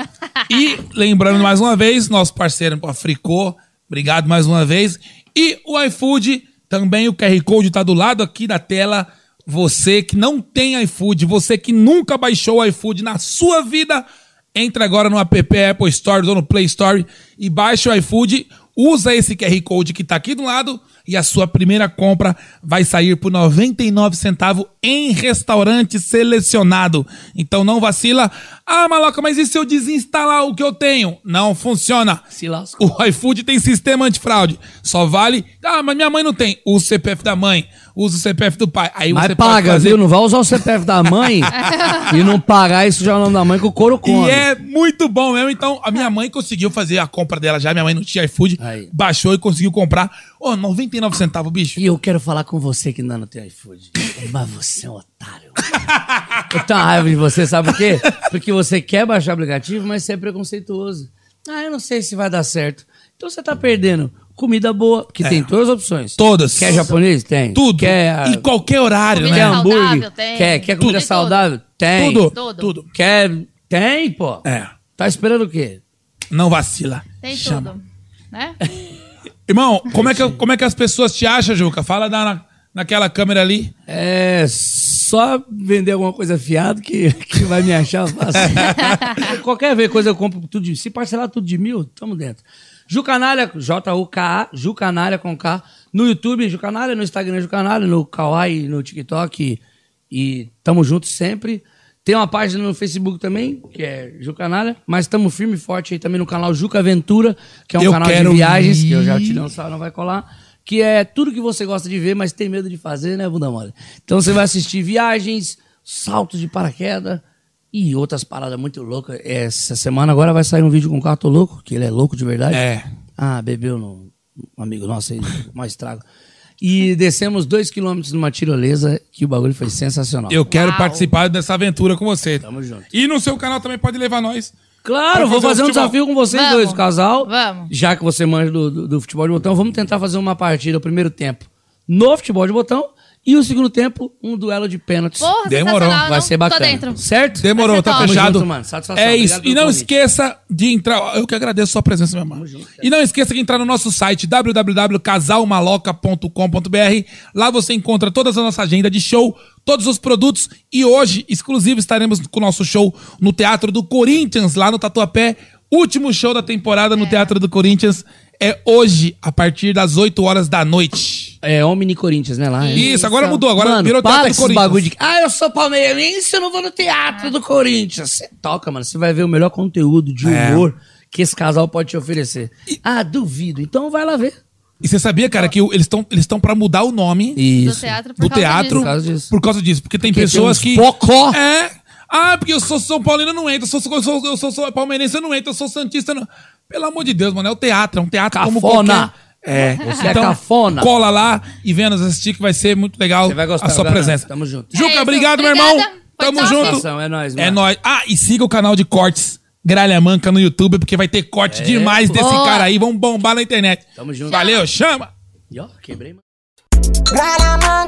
S6: E lembrando mais uma vez, nosso parceiro a Fricô, obrigado mais uma vez. E o iFood, também o QR Code tá do lado aqui da tela. Você que não tem iFood, você que nunca baixou o iFood na sua vida, entra agora no app Apple Store ou no Play Store e baixa o iFood, usa esse QR Code que tá aqui do lado e a sua primeira compra vai sair por 99 centavos em restaurante selecionado. Então não vacila. Ah, maloca, mas e se eu desinstalar o que eu tenho? Não funciona.
S7: Se lasca.
S6: O iFood tem sistema antifraude. Só vale. Ah, mas minha mãe não tem. Usa o CPF da mãe. Usa o CPF do pai. Aí
S7: Mas
S6: você pode
S7: paga,
S6: fazer.
S7: viu? Não vai usar o CPF da mãe e não pagar isso já é o nome da mãe que o couro come.
S6: E é muito bom mesmo. Então, a minha mãe conseguiu fazer a compra dela já. Minha mãe não tinha iFood.
S7: Aí.
S6: Baixou e conseguiu comprar. Ô, 99 centavos, bicho.
S7: E eu quero falar com você que ainda não tem iFood. Mas você é um otário. Eu tenho uma raiva de você, sabe por quê? Porque você quer baixar o aplicativo, mas você é preconceituoso. Ah, eu não sei se vai dar certo. Então você tá perdendo comida boa, que tem todas as opções.
S6: É. Todas.
S7: Quer japonês? Tem.
S6: Tudo.
S7: Quer, ah,
S6: Em qualquer horário,
S7: quer
S5: Comida
S6: né?
S7: hambúrguer?
S5: saudável? Tem.
S7: Quer, quer comida
S5: Tudo.
S7: saudável? Tem.
S6: Tudo.
S5: Tudo.
S6: Tudo.
S7: Quer... Tem, pô.
S6: É.
S7: Tá esperando o quê?
S6: Não vacila.
S5: Tem
S6: Chama.
S5: tudo. Né?
S6: Irmão, como é, que, como é que as pessoas te acham, Juca? Fala na, naquela câmera ali.
S7: É só vender alguma coisa fiado que, que vai me achar fácil. Qualquer vez, coisa eu compro tudo de Se parcelar tudo de mil, tamo dentro. Jucanalha, J-U-K-A, Jucanalha com K. No YouTube, Jucanalha, no Instagram, Jucanalha, no Kawaii, no TikTok. E tamo junto sempre. Tem uma página no Facebook também, que é Jucanalha. Mas tamo firme e forte aí também no canal Juca Aventura, que é um
S6: Eu
S7: canal de
S6: quero
S7: viagens, que eu já
S6: ir.
S7: te um não sabe, não vai colar. Que é tudo que você gosta de ver, mas tem medo de fazer, né, bunda mole? Então você vai assistir viagens, saltos de paraquedas e outras paradas muito loucas. É, Essa semana agora vai sair um vídeo com o Cato Louco, que ele é louco de verdade.
S6: É.
S7: Ah, bebeu no um amigo nosso aí, mais estrago. E descemos dois quilômetros numa tirolesa, que o bagulho foi sensacional.
S6: Eu quero
S5: Uau.
S6: participar dessa aventura com você.
S7: Tamo junto.
S6: E no seu canal também pode levar nós.
S7: Claro,
S6: Pra
S7: vou
S6: fazer
S7: fazer
S6: um
S7: um
S6: futebol.
S7: desafio com vocês
S5: Vamos.
S7: dois, casal.
S5: Vamos.
S7: Já que você manja do, do- do futebol de botão, vamos tentar fazer uma partida, o primeiro tempo, no futebol de botão. E o segundo tempo, um duelo de pênaltis.
S5: Porra,
S6: Demorou.
S5: sensacional,
S7: Vai
S5: não?
S7: ser bacana.
S5: Tô dentro.
S7: Certo?
S6: Demorou,
S5: Vai ser
S6: tá
S5: top.
S6: fechado.
S7: Tamo junto, mano. Satisfação.
S6: É
S7: Obrigado
S6: isso. E
S7: pelo
S6: não
S7: convite.
S6: esqueça de entrar. Eu que agradeço a sua presença, meu irmão. E não esqueça de entrar no nosso site www.casalmaloca.com.br. Lá você encontra toda a nossa agenda de show, todos os produtos. E hoje, exclusivo, estaremos com o nosso show no Teatro do Corinthians, lá no Tatuapé. Último show da temporada no Teatro do Corinthians é hoje, a partir das 8 horas da noite.
S7: É Omni Corinthians, né? Lá. é.
S6: Isso, agora mudou, agora
S7: mano,
S6: virou
S7: para
S6: Teatro do
S7: esse
S6: Corinthians.
S7: bagulho de. Ah, eu sou palmeirense, eu não vou no teatro do Corinthians. Você toca, mano. Você vai ver o melhor conteúdo de
S6: É.
S7: humor que esse casal pode te oferecer. Ah, duvido. Então vai lá ver.
S6: E você sabia, cara, que o- eles estão eles estão pra mudar o nome.
S5: Do
S7: Isso.
S5: teatro por
S6: do
S5: causa
S6: teatro
S5: disso.
S6: por causa disso. Por causa disso. Porque tem
S7: Porque
S6: pessoas
S7: tem
S6: que.
S7: uns bocó.
S6: É. Ah, porque eu sou São Paulino, eu não entro. Eu sou, eu sou, eu sou, sou palmeirense, eu não entro. Eu sou Santista, eu não. Pelo amor de Deus, mano. É o teatro. É um teatro como
S7: Cafona.
S6: qualquer. É.
S7: Você é cafona.
S6: Cola lá e venha nos assistir que vai ser muito legal
S7: Você vai gostar,
S6: a sua
S7: eu garanto.
S6: presença.
S7: Tamo junto.
S5: É
S6: Juca,
S5: isso,
S6: obrigado, meu
S5: obrigada.
S6: irmão.
S5: Foi
S6: Tamo
S5: top.
S6: junto.
S7: Satisfação, É nóis, mano.
S6: É nóis. Ah, e siga o canal de cortes Gralha Manca no YouTube, porque vai ter corte demais desse
S5: Boa.
S6: cara aí. Vamos bombar na internet.
S7: É. Tamo junto.
S6: Valeu, chama!
S7: Ih, ó, quebrei, mano.
S3: Graramanca.